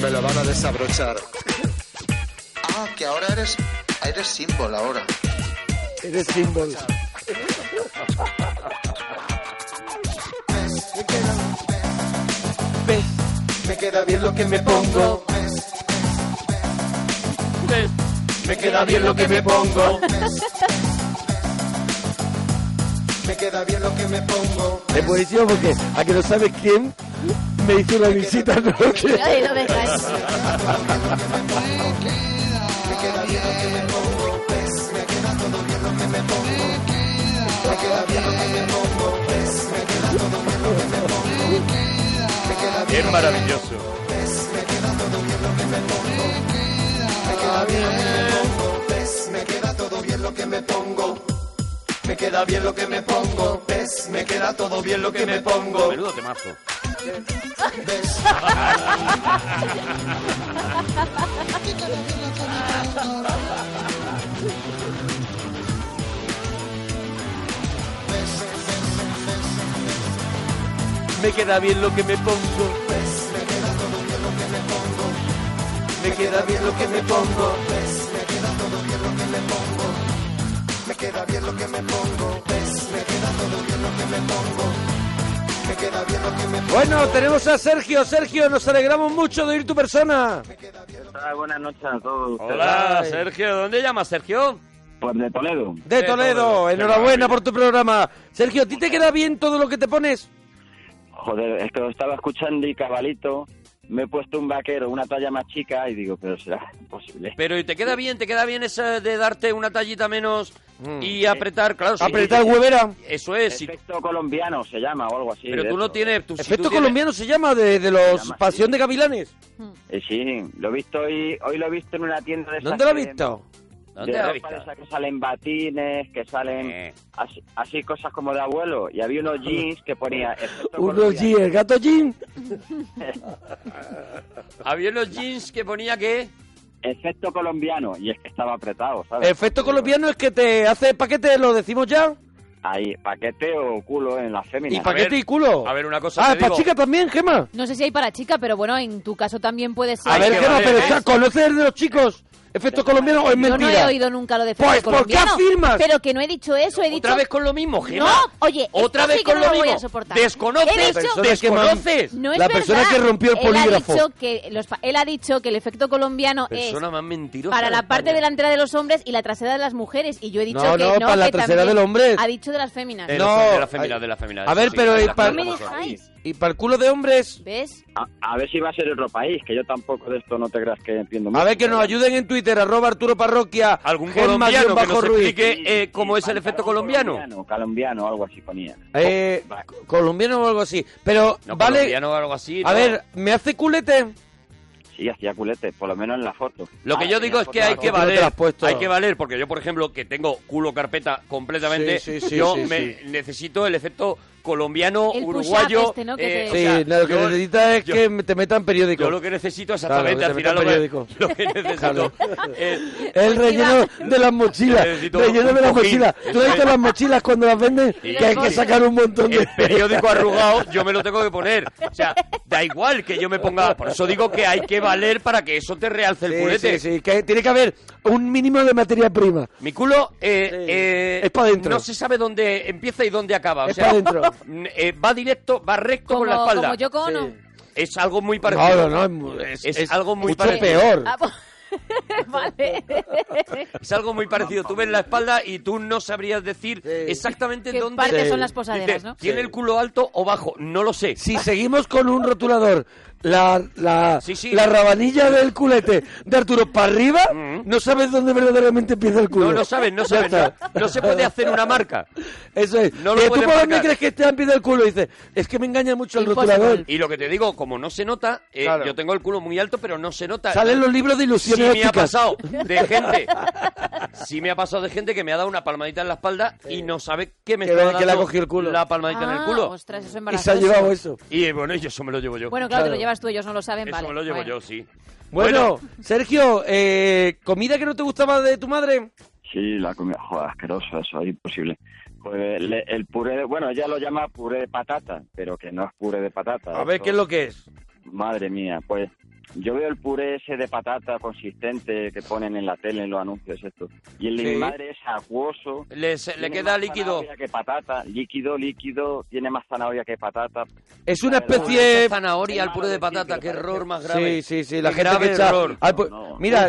[SPEAKER 7] me lo van a desabrochar. Ah, que ahora eres, eres símbolo ahora.
[SPEAKER 1] Eres símbolo. Ves, me queda bien lo que me pongo. Ves, me queda bien lo que me pongo.
[SPEAKER 7] Me queda bien lo que me pongo.
[SPEAKER 1] Es buenísimo porque a que no sabes quién me hizo la visita anoche.
[SPEAKER 4] Ay, no me caes.
[SPEAKER 7] pues pues
[SPEAKER 3] Es maravilloso.
[SPEAKER 7] Me queda bien lo que me pongo. Ves, me queda todo bien lo que me pongo.
[SPEAKER 3] Menudo temazo.
[SPEAKER 1] Me queda bien lo que me pongo. Me queda bien lo que me pongo.
[SPEAKER 7] Me queda bien lo que me pongo. Ves, me queda todo bien lo que me pongo. Me queda bien lo que me
[SPEAKER 1] Bueno, tenemos a Sergio. Sergio, nos alegramos mucho de oír tu persona.
[SPEAKER 8] buenas noches a todos.
[SPEAKER 3] Hola, Sergio. ¿Dónde llamas, Sergio?
[SPEAKER 8] Pues de Toledo.
[SPEAKER 1] De
[SPEAKER 3] De
[SPEAKER 1] Toledo,
[SPEAKER 3] Toledo.
[SPEAKER 1] enhorabuena
[SPEAKER 3] Qué maravilla.
[SPEAKER 1] por tu programa. Sergio, ¿a ti te queda bien todo lo que te pones?
[SPEAKER 8] Joder, es que lo estaba escuchando y cabalito. Me he puesto un vaquero, una talla más chica, y digo, pero será posible.
[SPEAKER 3] Pero ¿y te queda bien? ¿Te queda bien esa de darte una tallita menos y apretar? Claro, sí.
[SPEAKER 1] Mm. Apretar huevera.
[SPEAKER 3] Eso es. sí.
[SPEAKER 8] Efecto colombiano se llama o algo así.
[SPEAKER 3] Pero
[SPEAKER 8] de
[SPEAKER 3] tú no
[SPEAKER 8] eso.
[SPEAKER 3] tienes... Tú, si
[SPEAKER 1] Efecto
[SPEAKER 3] tú tienes-
[SPEAKER 1] colombiano se llama de, de los
[SPEAKER 8] llama así.
[SPEAKER 1] Pasión de Gavilanes.
[SPEAKER 8] Eh, sí, lo he visto hoy, hoy lo he visto en una tienda de esas
[SPEAKER 1] ¿Dónde lo has
[SPEAKER 8] que-
[SPEAKER 1] visto?
[SPEAKER 3] ¿Dónde
[SPEAKER 8] de
[SPEAKER 3] la
[SPEAKER 8] ropa
[SPEAKER 3] has visto?
[SPEAKER 8] de esas que salen batines, que salen
[SPEAKER 3] Eh.
[SPEAKER 8] así, así cosas como de abuelo. Y había unos jeans que ponía efecto
[SPEAKER 1] Uno
[SPEAKER 8] colombiano.
[SPEAKER 1] G, el gato Jim.
[SPEAKER 3] Había unos jeans que ponía que...
[SPEAKER 8] Efecto colombiano. Y es que estaba apretado, ¿sabes?
[SPEAKER 1] Efecto colombiano es que te hace paquete, lo decimos ya.
[SPEAKER 8] Ahí, paquete o culo en la fémina.
[SPEAKER 1] Y paquete
[SPEAKER 3] ver,
[SPEAKER 1] y culo.
[SPEAKER 3] a ver, una cosa
[SPEAKER 1] Ah,
[SPEAKER 3] te
[SPEAKER 1] es para
[SPEAKER 3] digo.
[SPEAKER 1] chica también, Gema.
[SPEAKER 4] No sé si hay para chica, pero bueno, en tu caso también puede ser.
[SPEAKER 1] A
[SPEAKER 3] Hay
[SPEAKER 1] ver,
[SPEAKER 3] que
[SPEAKER 1] Gema,
[SPEAKER 3] valer,
[SPEAKER 1] pero
[SPEAKER 3] ¿eh?
[SPEAKER 1] está- ¿conoces de los chicos efecto colombiano o es
[SPEAKER 4] Yo no he
[SPEAKER 1] mentira?
[SPEAKER 4] oído nunca lo de
[SPEAKER 1] Pues,
[SPEAKER 4] efecto
[SPEAKER 1] ¿por qué
[SPEAKER 4] colombiano,
[SPEAKER 1] afirmas?
[SPEAKER 4] Pero que no he dicho eso, he dicho...
[SPEAKER 3] Otra vez con lo mismo, Gema.
[SPEAKER 4] No, oye, esto
[SPEAKER 3] otra
[SPEAKER 4] sí
[SPEAKER 3] vez
[SPEAKER 4] que
[SPEAKER 3] con
[SPEAKER 4] no
[SPEAKER 3] lo
[SPEAKER 4] lo voy
[SPEAKER 3] mismo.
[SPEAKER 4] a soportar. He
[SPEAKER 3] Desconoces,
[SPEAKER 4] dicho-
[SPEAKER 1] Personas que man-
[SPEAKER 3] desconoces.
[SPEAKER 4] No es
[SPEAKER 1] La persona
[SPEAKER 4] verdad.
[SPEAKER 1] que rompió el polígrafo.
[SPEAKER 4] Él ha dicho que los pa- él ha dicho que el efecto colombiano
[SPEAKER 3] Persona
[SPEAKER 4] es
[SPEAKER 3] más mentirosa.
[SPEAKER 4] para
[SPEAKER 3] de
[SPEAKER 4] la parte
[SPEAKER 3] España.
[SPEAKER 4] delantera de los hombres y la trasera de las mujeres. Y yo he dicho
[SPEAKER 1] No,
[SPEAKER 4] que
[SPEAKER 1] no,
[SPEAKER 4] no,
[SPEAKER 1] para la
[SPEAKER 4] que
[SPEAKER 1] trasera
[SPEAKER 4] también
[SPEAKER 1] del hombre.
[SPEAKER 4] Ha dicho de las féminas.
[SPEAKER 3] Eh,
[SPEAKER 1] No,
[SPEAKER 3] no, de la fémina,
[SPEAKER 1] ay-
[SPEAKER 3] de la fémina,
[SPEAKER 1] a
[SPEAKER 3] Ah, eso
[SPEAKER 1] ver,
[SPEAKER 3] sí,
[SPEAKER 1] pero
[SPEAKER 3] de
[SPEAKER 1] y
[SPEAKER 3] la
[SPEAKER 1] pa-
[SPEAKER 4] no
[SPEAKER 3] fémina,
[SPEAKER 4] me
[SPEAKER 3] por favor.
[SPEAKER 4] dejáis.
[SPEAKER 1] Y para el culo de hombres,
[SPEAKER 4] ¿Ves?
[SPEAKER 8] A, a ver si va a ser otro país, que yo tampoco de esto no te creas que entiendo mucho.
[SPEAKER 1] a ver que nos
[SPEAKER 8] pero-
[SPEAKER 1] ayuden en Twitter, arroba Arturo Parroquia,
[SPEAKER 3] Algún
[SPEAKER 1] Gemma
[SPEAKER 3] colombiano que
[SPEAKER 1] bajo
[SPEAKER 3] nos
[SPEAKER 1] Ruiz.
[SPEAKER 3] explique eh,
[SPEAKER 8] Sí,
[SPEAKER 3] cómo
[SPEAKER 8] sí,
[SPEAKER 3] es el efecto
[SPEAKER 8] pantalón
[SPEAKER 3] colombiano.
[SPEAKER 8] colombiano. Colombiano, algo así ponía.
[SPEAKER 1] Eh, colombiano o algo así. Pero,
[SPEAKER 3] No,
[SPEAKER 1] vale,
[SPEAKER 3] colombiano o algo así.
[SPEAKER 1] a
[SPEAKER 3] no. eh.
[SPEAKER 1] ver, ¿me hace culete?
[SPEAKER 8] sí, hacía culetes, por lo menos en la foto.
[SPEAKER 3] Lo que
[SPEAKER 8] Ah,
[SPEAKER 3] yo
[SPEAKER 8] tenía
[SPEAKER 3] digo es
[SPEAKER 8] foto
[SPEAKER 3] que
[SPEAKER 8] de la
[SPEAKER 3] hay
[SPEAKER 8] foto.
[SPEAKER 3] que
[SPEAKER 1] foto. ¿Tú no te
[SPEAKER 3] valer,
[SPEAKER 1] la has puesto?
[SPEAKER 3] hay que valer, porque yo, por ejemplo, que tengo culo carpeta completamente,
[SPEAKER 1] Sí, sí, sí,
[SPEAKER 3] yo
[SPEAKER 1] sí,
[SPEAKER 3] me
[SPEAKER 1] sí.
[SPEAKER 3] necesito el efecto colombiano,
[SPEAKER 4] El push-up
[SPEAKER 3] uruguayo.
[SPEAKER 4] este, ¿no? que
[SPEAKER 3] eh,
[SPEAKER 4] te-
[SPEAKER 3] o
[SPEAKER 1] Sí,
[SPEAKER 3] sea,
[SPEAKER 1] lo que
[SPEAKER 3] yo-
[SPEAKER 1] necesitas es
[SPEAKER 3] yo-
[SPEAKER 1] que te metan periódico.
[SPEAKER 3] Yo lo que necesito exactamente
[SPEAKER 1] Claro,
[SPEAKER 3] al
[SPEAKER 1] que te
[SPEAKER 3] final lo
[SPEAKER 1] metan
[SPEAKER 3] que,
[SPEAKER 1] periódico.
[SPEAKER 3] lo que necesito es-
[SPEAKER 1] El relleno de las mochilas.
[SPEAKER 3] Yo necesito
[SPEAKER 1] Relleno
[SPEAKER 3] un
[SPEAKER 1] de las
[SPEAKER 3] cojín.
[SPEAKER 1] mochilas. ¿Tú has visto las mochilas cuando las venden?
[SPEAKER 3] Sí.
[SPEAKER 1] Que hay que sacar un montón de...
[SPEAKER 3] el periódico arrugado yo me lo tengo que poner. O sea, da igual que yo me ponga. Por eso digo que hay que valer para que eso te realce el
[SPEAKER 1] Sí,
[SPEAKER 3] culete.
[SPEAKER 1] sí, sí, que tiene que haber un mínimo de materia prima.
[SPEAKER 3] Mi culo eh,
[SPEAKER 1] Sí.
[SPEAKER 3] eh,
[SPEAKER 1] Es pa' dentro.
[SPEAKER 3] No se sabe dónde empieza y dónde acaba. O
[SPEAKER 1] Es
[SPEAKER 3] sea,
[SPEAKER 1] pa' dentro.
[SPEAKER 3] mm, eh, va directo, va recto
[SPEAKER 4] Como,
[SPEAKER 3] con la espalda.
[SPEAKER 4] como yo cono.
[SPEAKER 1] Sí.
[SPEAKER 3] Es algo muy
[SPEAKER 1] No,
[SPEAKER 3] parecido.
[SPEAKER 1] no, no, es,
[SPEAKER 3] Es
[SPEAKER 1] es
[SPEAKER 3] algo muy
[SPEAKER 1] mucho
[SPEAKER 3] parecido.
[SPEAKER 1] peor.
[SPEAKER 4] Ah, pues- vale.
[SPEAKER 3] Es algo muy parecido. Tú ves la espalda y tú no sabrías decir
[SPEAKER 1] Sí.
[SPEAKER 3] exactamente
[SPEAKER 4] ¿Qué
[SPEAKER 3] dónde.
[SPEAKER 4] partes
[SPEAKER 1] Sí.
[SPEAKER 4] son las
[SPEAKER 3] Dices,
[SPEAKER 4] posaderas, no?
[SPEAKER 3] ¿Tiene
[SPEAKER 1] Sí.
[SPEAKER 3] el culo alto o bajo? No lo sé.
[SPEAKER 1] Si seguimos con un rotulador, la, la,
[SPEAKER 3] Ah. Sí, sí.
[SPEAKER 1] la rabanilla del culete de Arturo para arriba,
[SPEAKER 3] Mm.
[SPEAKER 1] no sabes dónde verdaderamente empieza el culo.
[SPEAKER 3] No lo sabes, no
[SPEAKER 1] Ya
[SPEAKER 3] sabes. No,
[SPEAKER 1] está.
[SPEAKER 3] no se puede hacer una marca.
[SPEAKER 1] Eso es.
[SPEAKER 3] No lo
[SPEAKER 1] Eh, ¿Tú
[SPEAKER 3] puedes
[SPEAKER 1] por dónde
[SPEAKER 3] marcar.
[SPEAKER 1] crees que te empieza el culo? Y dices, es que me engaña mucho el
[SPEAKER 4] Impossible.
[SPEAKER 1] rotulador.
[SPEAKER 3] Y lo que te digo, como no se nota, eh,
[SPEAKER 1] Claro.
[SPEAKER 3] yo tengo el culo muy alto, pero no se nota.
[SPEAKER 1] Salen los libros de
[SPEAKER 3] Sí
[SPEAKER 1] ilusiones
[SPEAKER 3] me ha
[SPEAKER 1] ópticas.
[SPEAKER 3] pasado de gente. Sí me ha pasado de gente que me ha dado una palmadita en la espalda y no sabe que me
[SPEAKER 1] Que
[SPEAKER 3] estaba
[SPEAKER 1] ve que le ha
[SPEAKER 3] dando
[SPEAKER 1] cogido el culo.
[SPEAKER 3] La palmadita en el
[SPEAKER 4] Ah,
[SPEAKER 3] culo.
[SPEAKER 4] Ostras, eso es
[SPEAKER 1] Y se ha
[SPEAKER 4] embarazoso.
[SPEAKER 1] llevado eso.
[SPEAKER 3] Y eh, bueno, yo eso me lo llevo yo.
[SPEAKER 4] Bueno, claro, te
[SPEAKER 1] Claro.
[SPEAKER 4] lo llevas tú, ellos no lo saben,
[SPEAKER 3] eso
[SPEAKER 4] vale.
[SPEAKER 3] me lo llevo
[SPEAKER 4] Bueno.
[SPEAKER 3] yo, sí.
[SPEAKER 1] Bueno, Sergio, eh, ¿comida que no te gustaba de tu madre?
[SPEAKER 8] Sí, la comida, joder, asqueroso, eso es imposible. Pues le- el puré, de- bueno, ya lo llama puré de patata, pero que no es puré de patata.
[SPEAKER 1] A ver
[SPEAKER 8] eso-
[SPEAKER 1] qué es lo que es.
[SPEAKER 8] Madre mía, pues yo veo el puré ese de patata consistente que ponen en la tele, en los anuncios, esto. Y el de mi
[SPEAKER 1] Sí.
[SPEAKER 8] madre es aguoso.
[SPEAKER 3] Les- le
[SPEAKER 8] tiene
[SPEAKER 3] queda
[SPEAKER 8] más
[SPEAKER 3] líquido.
[SPEAKER 8] zanahoria que patata, líquido, líquido, tiene más zanahoria que patata.
[SPEAKER 1] Es una
[SPEAKER 8] Claro,
[SPEAKER 1] especie...
[SPEAKER 3] zanahoria al
[SPEAKER 8] es
[SPEAKER 3] puré de
[SPEAKER 8] malo
[SPEAKER 3] patata,
[SPEAKER 8] decir,
[SPEAKER 3] qué
[SPEAKER 8] pero
[SPEAKER 3] error
[SPEAKER 8] parece-
[SPEAKER 3] más
[SPEAKER 1] Sí,
[SPEAKER 3] grave.
[SPEAKER 1] sí, sí. La
[SPEAKER 3] Qué
[SPEAKER 1] gente
[SPEAKER 3] grave
[SPEAKER 1] que echa...
[SPEAKER 3] error.
[SPEAKER 1] al pu-
[SPEAKER 8] No, no.
[SPEAKER 1] Mira,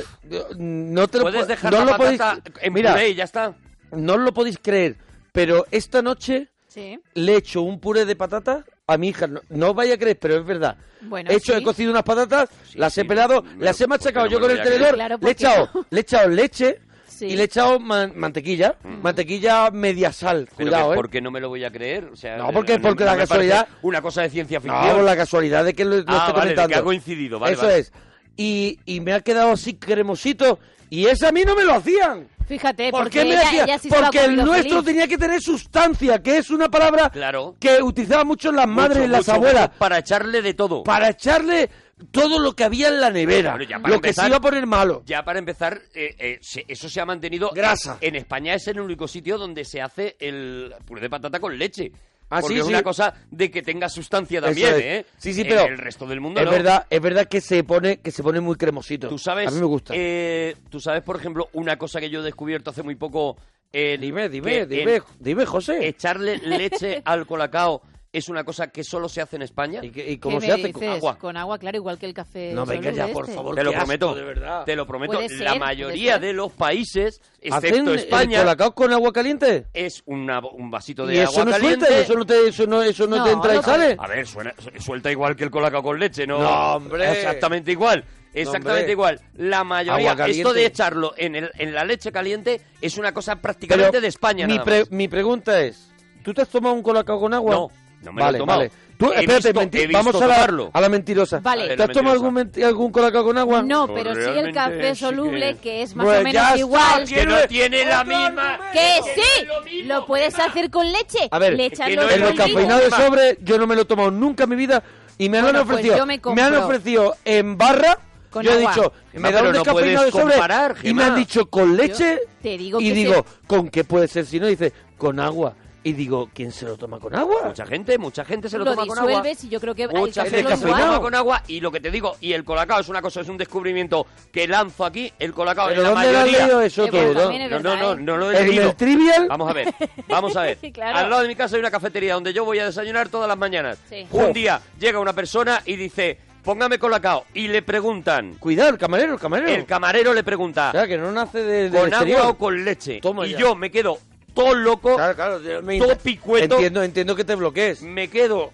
[SPEAKER 1] no te lo
[SPEAKER 3] Puedes
[SPEAKER 1] pu-
[SPEAKER 3] dejar
[SPEAKER 1] no
[SPEAKER 3] la
[SPEAKER 1] lo podéis... eh,
[SPEAKER 3] patata en
[SPEAKER 1] Mira,
[SPEAKER 3] puré y ya está.
[SPEAKER 1] no os lo podéis creer, pero esta noche
[SPEAKER 4] Sí.
[SPEAKER 1] le he hecho un puré de patata a mi hija. No, no os vaya a creer, pero es verdad.
[SPEAKER 4] Bueno,
[SPEAKER 1] he hecho,
[SPEAKER 4] sí.
[SPEAKER 1] he cocido unas patatas,
[SPEAKER 3] Sí,
[SPEAKER 1] las he
[SPEAKER 3] sí,
[SPEAKER 1] pelado,
[SPEAKER 3] no,
[SPEAKER 1] las he
[SPEAKER 3] ¿por qué
[SPEAKER 1] machacado
[SPEAKER 3] no
[SPEAKER 1] yo
[SPEAKER 3] me
[SPEAKER 1] con
[SPEAKER 3] lo
[SPEAKER 1] el
[SPEAKER 3] voy a creer?
[SPEAKER 1] tenedor,
[SPEAKER 4] Claro,
[SPEAKER 1] le, he
[SPEAKER 4] ¿por qué
[SPEAKER 1] echado,
[SPEAKER 4] no?
[SPEAKER 1] le he echado leche
[SPEAKER 4] Sí. Mm.
[SPEAKER 1] y le he echado man- mantequilla, mantequilla media sal,
[SPEAKER 3] Pero
[SPEAKER 1] cuidado,
[SPEAKER 3] que-
[SPEAKER 1] ¿eh?
[SPEAKER 3] porque no me lo voy a creer. O sea,
[SPEAKER 1] No, porque- porque la
[SPEAKER 3] me parece
[SPEAKER 1] casualidad-
[SPEAKER 3] Una cosa de ciencia
[SPEAKER 1] No,
[SPEAKER 3] ficción.
[SPEAKER 1] Ah, la casualidad de que lo, lo
[SPEAKER 3] Ah,
[SPEAKER 1] esté
[SPEAKER 3] vale, de que
[SPEAKER 1] comentando.
[SPEAKER 3] ha coincidido, vale,
[SPEAKER 1] Eso
[SPEAKER 3] vale.
[SPEAKER 1] es. Y, y me ha quedado así cremosito. Y ese a mí no me lo hacían.
[SPEAKER 4] Fíjate,
[SPEAKER 1] ¿Por
[SPEAKER 4] Eh, porque
[SPEAKER 1] qué me
[SPEAKER 4] ella,
[SPEAKER 1] hacía?
[SPEAKER 4] ella sí se lo ha
[SPEAKER 1] Porque el
[SPEAKER 4] comido
[SPEAKER 1] nuestro
[SPEAKER 4] feliz.
[SPEAKER 1] tenía que tener sustancia, que es una palabra
[SPEAKER 3] Claro.
[SPEAKER 1] que utilizaban mucho las madres y
[SPEAKER 3] Mucho,
[SPEAKER 1] las
[SPEAKER 3] mucho,
[SPEAKER 1] abuelas
[SPEAKER 3] mucho Para echarle de todo.
[SPEAKER 1] para echarle todo lo que había en la nevera,
[SPEAKER 3] Bueno, ya para
[SPEAKER 1] lo que se
[SPEAKER 3] empezar-
[SPEAKER 1] iba a poner malo.
[SPEAKER 3] Ya para empezar, eh, eh, se- eso se ha mantenido.
[SPEAKER 1] Grasa.
[SPEAKER 3] En España es el único sitio donde se hace el puré de patata con leche.
[SPEAKER 1] Ah,
[SPEAKER 3] Porque
[SPEAKER 1] sí,
[SPEAKER 3] es
[SPEAKER 1] sí.
[SPEAKER 3] una cosa de que tenga sustancia
[SPEAKER 1] Eso
[SPEAKER 3] también,
[SPEAKER 1] es.
[SPEAKER 3] ¿eh?
[SPEAKER 1] Sí, sí,
[SPEAKER 3] En
[SPEAKER 1] pero
[SPEAKER 3] el resto del mundo
[SPEAKER 1] es
[SPEAKER 3] no.
[SPEAKER 1] verdad, es verdad que se pone que se pone muy cremosito.
[SPEAKER 3] Tú sabes.
[SPEAKER 1] a mí me gusta.
[SPEAKER 3] eh, Tú sabes, por ejemplo, una cosa que yo he descubierto hace muy poco. eh,
[SPEAKER 1] dime,
[SPEAKER 3] que
[SPEAKER 1] dime,
[SPEAKER 3] en
[SPEAKER 1] dime, dime, José.
[SPEAKER 3] Echarle leche al colacao es una cosa que solo se hace en España.
[SPEAKER 1] ¿Y, qué- y
[SPEAKER 4] ¿Qué
[SPEAKER 1] cómo
[SPEAKER 4] me
[SPEAKER 1] se hace
[SPEAKER 4] dices?
[SPEAKER 1] con agua?
[SPEAKER 4] Con agua, claro, igual que el café.
[SPEAKER 1] No, venga
[SPEAKER 4] soluble
[SPEAKER 1] ya, por
[SPEAKER 4] este.
[SPEAKER 1] favor.
[SPEAKER 3] Te lo
[SPEAKER 1] qué asco,
[SPEAKER 3] prometo,
[SPEAKER 1] de verdad.
[SPEAKER 3] te lo prometo.
[SPEAKER 4] Puede
[SPEAKER 3] la
[SPEAKER 4] ser,
[SPEAKER 3] mayoría
[SPEAKER 4] puede ser.
[SPEAKER 3] de los países,
[SPEAKER 1] ¿Hacen
[SPEAKER 3] excepto
[SPEAKER 1] el
[SPEAKER 3] España,
[SPEAKER 1] colacao con agua caliente?
[SPEAKER 3] es una- un vasito de
[SPEAKER 1] y eso
[SPEAKER 3] agua
[SPEAKER 1] no
[SPEAKER 3] caliente.
[SPEAKER 1] suelta, eso no te, eso no, eso no
[SPEAKER 4] No,
[SPEAKER 1] te entra
[SPEAKER 4] no,
[SPEAKER 1] y sale.
[SPEAKER 3] A ver, suena- su- suelta igual que el colacao con leche, ¿no?
[SPEAKER 1] No, hombre.
[SPEAKER 3] Exactamente igual. Exactamente
[SPEAKER 1] hombre.
[SPEAKER 3] igual. La
[SPEAKER 1] Agua
[SPEAKER 3] mayoría, esto
[SPEAKER 1] caliente.
[SPEAKER 3] de echarlo en, el- en la leche caliente es una cosa prácticamente de España.
[SPEAKER 1] mi,
[SPEAKER 3] nada
[SPEAKER 1] pre-
[SPEAKER 3] más.
[SPEAKER 1] mi pregunta es, ¿tú te has tomado un colacao con agua?
[SPEAKER 3] No, no me lo he
[SPEAKER 1] vale,
[SPEAKER 3] tomado.
[SPEAKER 1] Vale. Tú,
[SPEAKER 3] He
[SPEAKER 1] espérate,
[SPEAKER 3] visto-
[SPEAKER 1] menti-
[SPEAKER 3] he visto
[SPEAKER 1] vamos a la,
[SPEAKER 3] tomarlo.
[SPEAKER 1] a la mentirosa.
[SPEAKER 4] Vale.
[SPEAKER 1] ¿Te has tomado algún, menti- algún colacao con agua?
[SPEAKER 4] No,
[SPEAKER 3] Pues
[SPEAKER 4] pero sí el
[SPEAKER 3] realmente
[SPEAKER 4] café
[SPEAKER 3] sí
[SPEAKER 4] soluble,
[SPEAKER 3] que-
[SPEAKER 4] que es más
[SPEAKER 1] Pues
[SPEAKER 4] o
[SPEAKER 1] ya
[SPEAKER 4] menos
[SPEAKER 1] está,
[SPEAKER 4] igual.
[SPEAKER 1] tío.
[SPEAKER 3] Que no tiene la misma.
[SPEAKER 4] ¡Que
[SPEAKER 3] que no es
[SPEAKER 4] sí!
[SPEAKER 3] lo mismo.
[SPEAKER 4] Lo puedes hacer con leche.
[SPEAKER 1] A ver,
[SPEAKER 4] le
[SPEAKER 1] es
[SPEAKER 4] echas
[SPEAKER 3] que
[SPEAKER 4] los
[SPEAKER 3] no
[SPEAKER 1] En
[SPEAKER 3] es
[SPEAKER 1] lo
[SPEAKER 3] lo
[SPEAKER 4] bolitos.
[SPEAKER 3] mismo.
[SPEAKER 1] campeonato de sobre yo no me lo he tomado nunca en mi vida y me lo
[SPEAKER 4] Bueno,
[SPEAKER 1] han
[SPEAKER 4] pues
[SPEAKER 1] ofrecido.
[SPEAKER 4] yo me
[SPEAKER 1] me han
[SPEAKER 4] compro.
[SPEAKER 1] ofrecido en barra.
[SPEAKER 4] Con
[SPEAKER 1] yo he
[SPEAKER 4] agua.
[SPEAKER 1] dicho,
[SPEAKER 3] Gemma,
[SPEAKER 1] me da
[SPEAKER 3] pero
[SPEAKER 1] un
[SPEAKER 3] no
[SPEAKER 1] descafeinado de
[SPEAKER 3] puedes
[SPEAKER 1] sobre
[SPEAKER 3] comparar,
[SPEAKER 1] y me
[SPEAKER 3] Gemma.
[SPEAKER 1] han dicho con leche
[SPEAKER 4] Yo te digo
[SPEAKER 1] y
[SPEAKER 4] que
[SPEAKER 1] digo,
[SPEAKER 4] se-
[SPEAKER 1] ¿con qué puede ser si no? Dice, con agua. Y digo, ¿quién se lo toma con agua?
[SPEAKER 3] Mucha gente, mucha gente se lo,
[SPEAKER 4] Lo
[SPEAKER 3] toma con agua.
[SPEAKER 4] disuelves y yo creo que hay que
[SPEAKER 3] mucha
[SPEAKER 4] hacerlo
[SPEAKER 3] gente se lo
[SPEAKER 1] igual.
[SPEAKER 3] toma con agua y lo que te digo, y el colacao es una cosa, es un descubrimiento que lanzo aquí, el colacao
[SPEAKER 1] ¿Pero
[SPEAKER 3] en la
[SPEAKER 1] dónde lo has
[SPEAKER 3] mayoría.
[SPEAKER 1] leído eso
[SPEAKER 4] Eh,
[SPEAKER 1] todo?
[SPEAKER 4] bueno,
[SPEAKER 1] no?
[SPEAKER 4] también es
[SPEAKER 3] No, no, no,
[SPEAKER 4] ¿eh?
[SPEAKER 3] no lo he
[SPEAKER 1] En
[SPEAKER 3] leído.
[SPEAKER 1] el trivial,
[SPEAKER 3] Vamos a ver, vamos a ver.
[SPEAKER 4] Claro.
[SPEAKER 3] Al lado de mi casa hay una cafetería donde yo voy a desayunar todas las mañanas.
[SPEAKER 4] Sí.
[SPEAKER 3] Un día llega una persona y dice, póngame colacao. Y le preguntan,
[SPEAKER 1] cuidado, el camarero, el camarero.
[SPEAKER 3] el camarero le pregunta,
[SPEAKER 1] o sea, que no nace de, del
[SPEAKER 3] ¿con
[SPEAKER 1] exterior.
[SPEAKER 3] agua o con leche?
[SPEAKER 1] Toma
[SPEAKER 3] y
[SPEAKER 1] ya.
[SPEAKER 3] yo me quedo todo loco,
[SPEAKER 1] Claro, claro. yo me-
[SPEAKER 3] todo picueto.
[SPEAKER 1] Entiendo, entiendo que te bloquees.
[SPEAKER 3] me quedo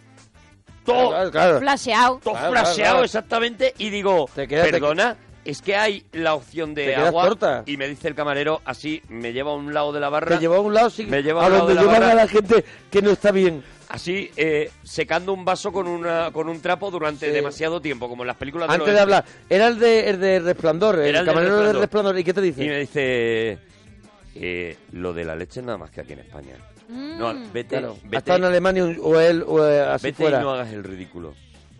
[SPEAKER 3] todo...
[SPEAKER 1] Claro, claro.
[SPEAKER 4] Flasheado.
[SPEAKER 3] todo
[SPEAKER 1] Claro,
[SPEAKER 3] flasheado
[SPEAKER 1] claro, claro.
[SPEAKER 3] exactamente y digo,
[SPEAKER 1] Te quedas-
[SPEAKER 3] "Oh, perdona, es que hay la opción de
[SPEAKER 1] Te quedas
[SPEAKER 3] agua
[SPEAKER 1] corta.
[SPEAKER 3] y me dice el camarero así, me lleva a un lado de la barra,
[SPEAKER 1] Te lleva a un lado, sí,
[SPEAKER 3] Me lleva a
[SPEAKER 1] a
[SPEAKER 3] un lado
[SPEAKER 1] donde
[SPEAKER 3] de la
[SPEAKER 1] llevan
[SPEAKER 3] barra.
[SPEAKER 1] a la gente que no está bien.
[SPEAKER 3] así eh, secando un vaso con una con un trapo durante
[SPEAKER 1] Sí.
[SPEAKER 3] demasiado tiempo, como en las películas de, los
[SPEAKER 1] Antes de
[SPEAKER 3] 80.
[SPEAKER 1] hablar, era el de, el de Resplandor, el,
[SPEAKER 3] Era el de
[SPEAKER 1] camarero del
[SPEAKER 3] Resplandor.
[SPEAKER 1] Resplandor. ¿Y qué te dice?
[SPEAKER 3] Y me dice eh, lo de la leche nada más que aquí en España. No,
[SPEAKER 4] Mm.
[SPEAKER 3] vete,
[SPEAKER 1] Claro,
[SPEAKER 3] vete,
[SPEAKER 1] ha estado en Alemania un- o él o eh, así
[SPEAKER 3] vete y
[SPEAKER 1] fuera.
[SPEAKER 3] no hagas el ridículo.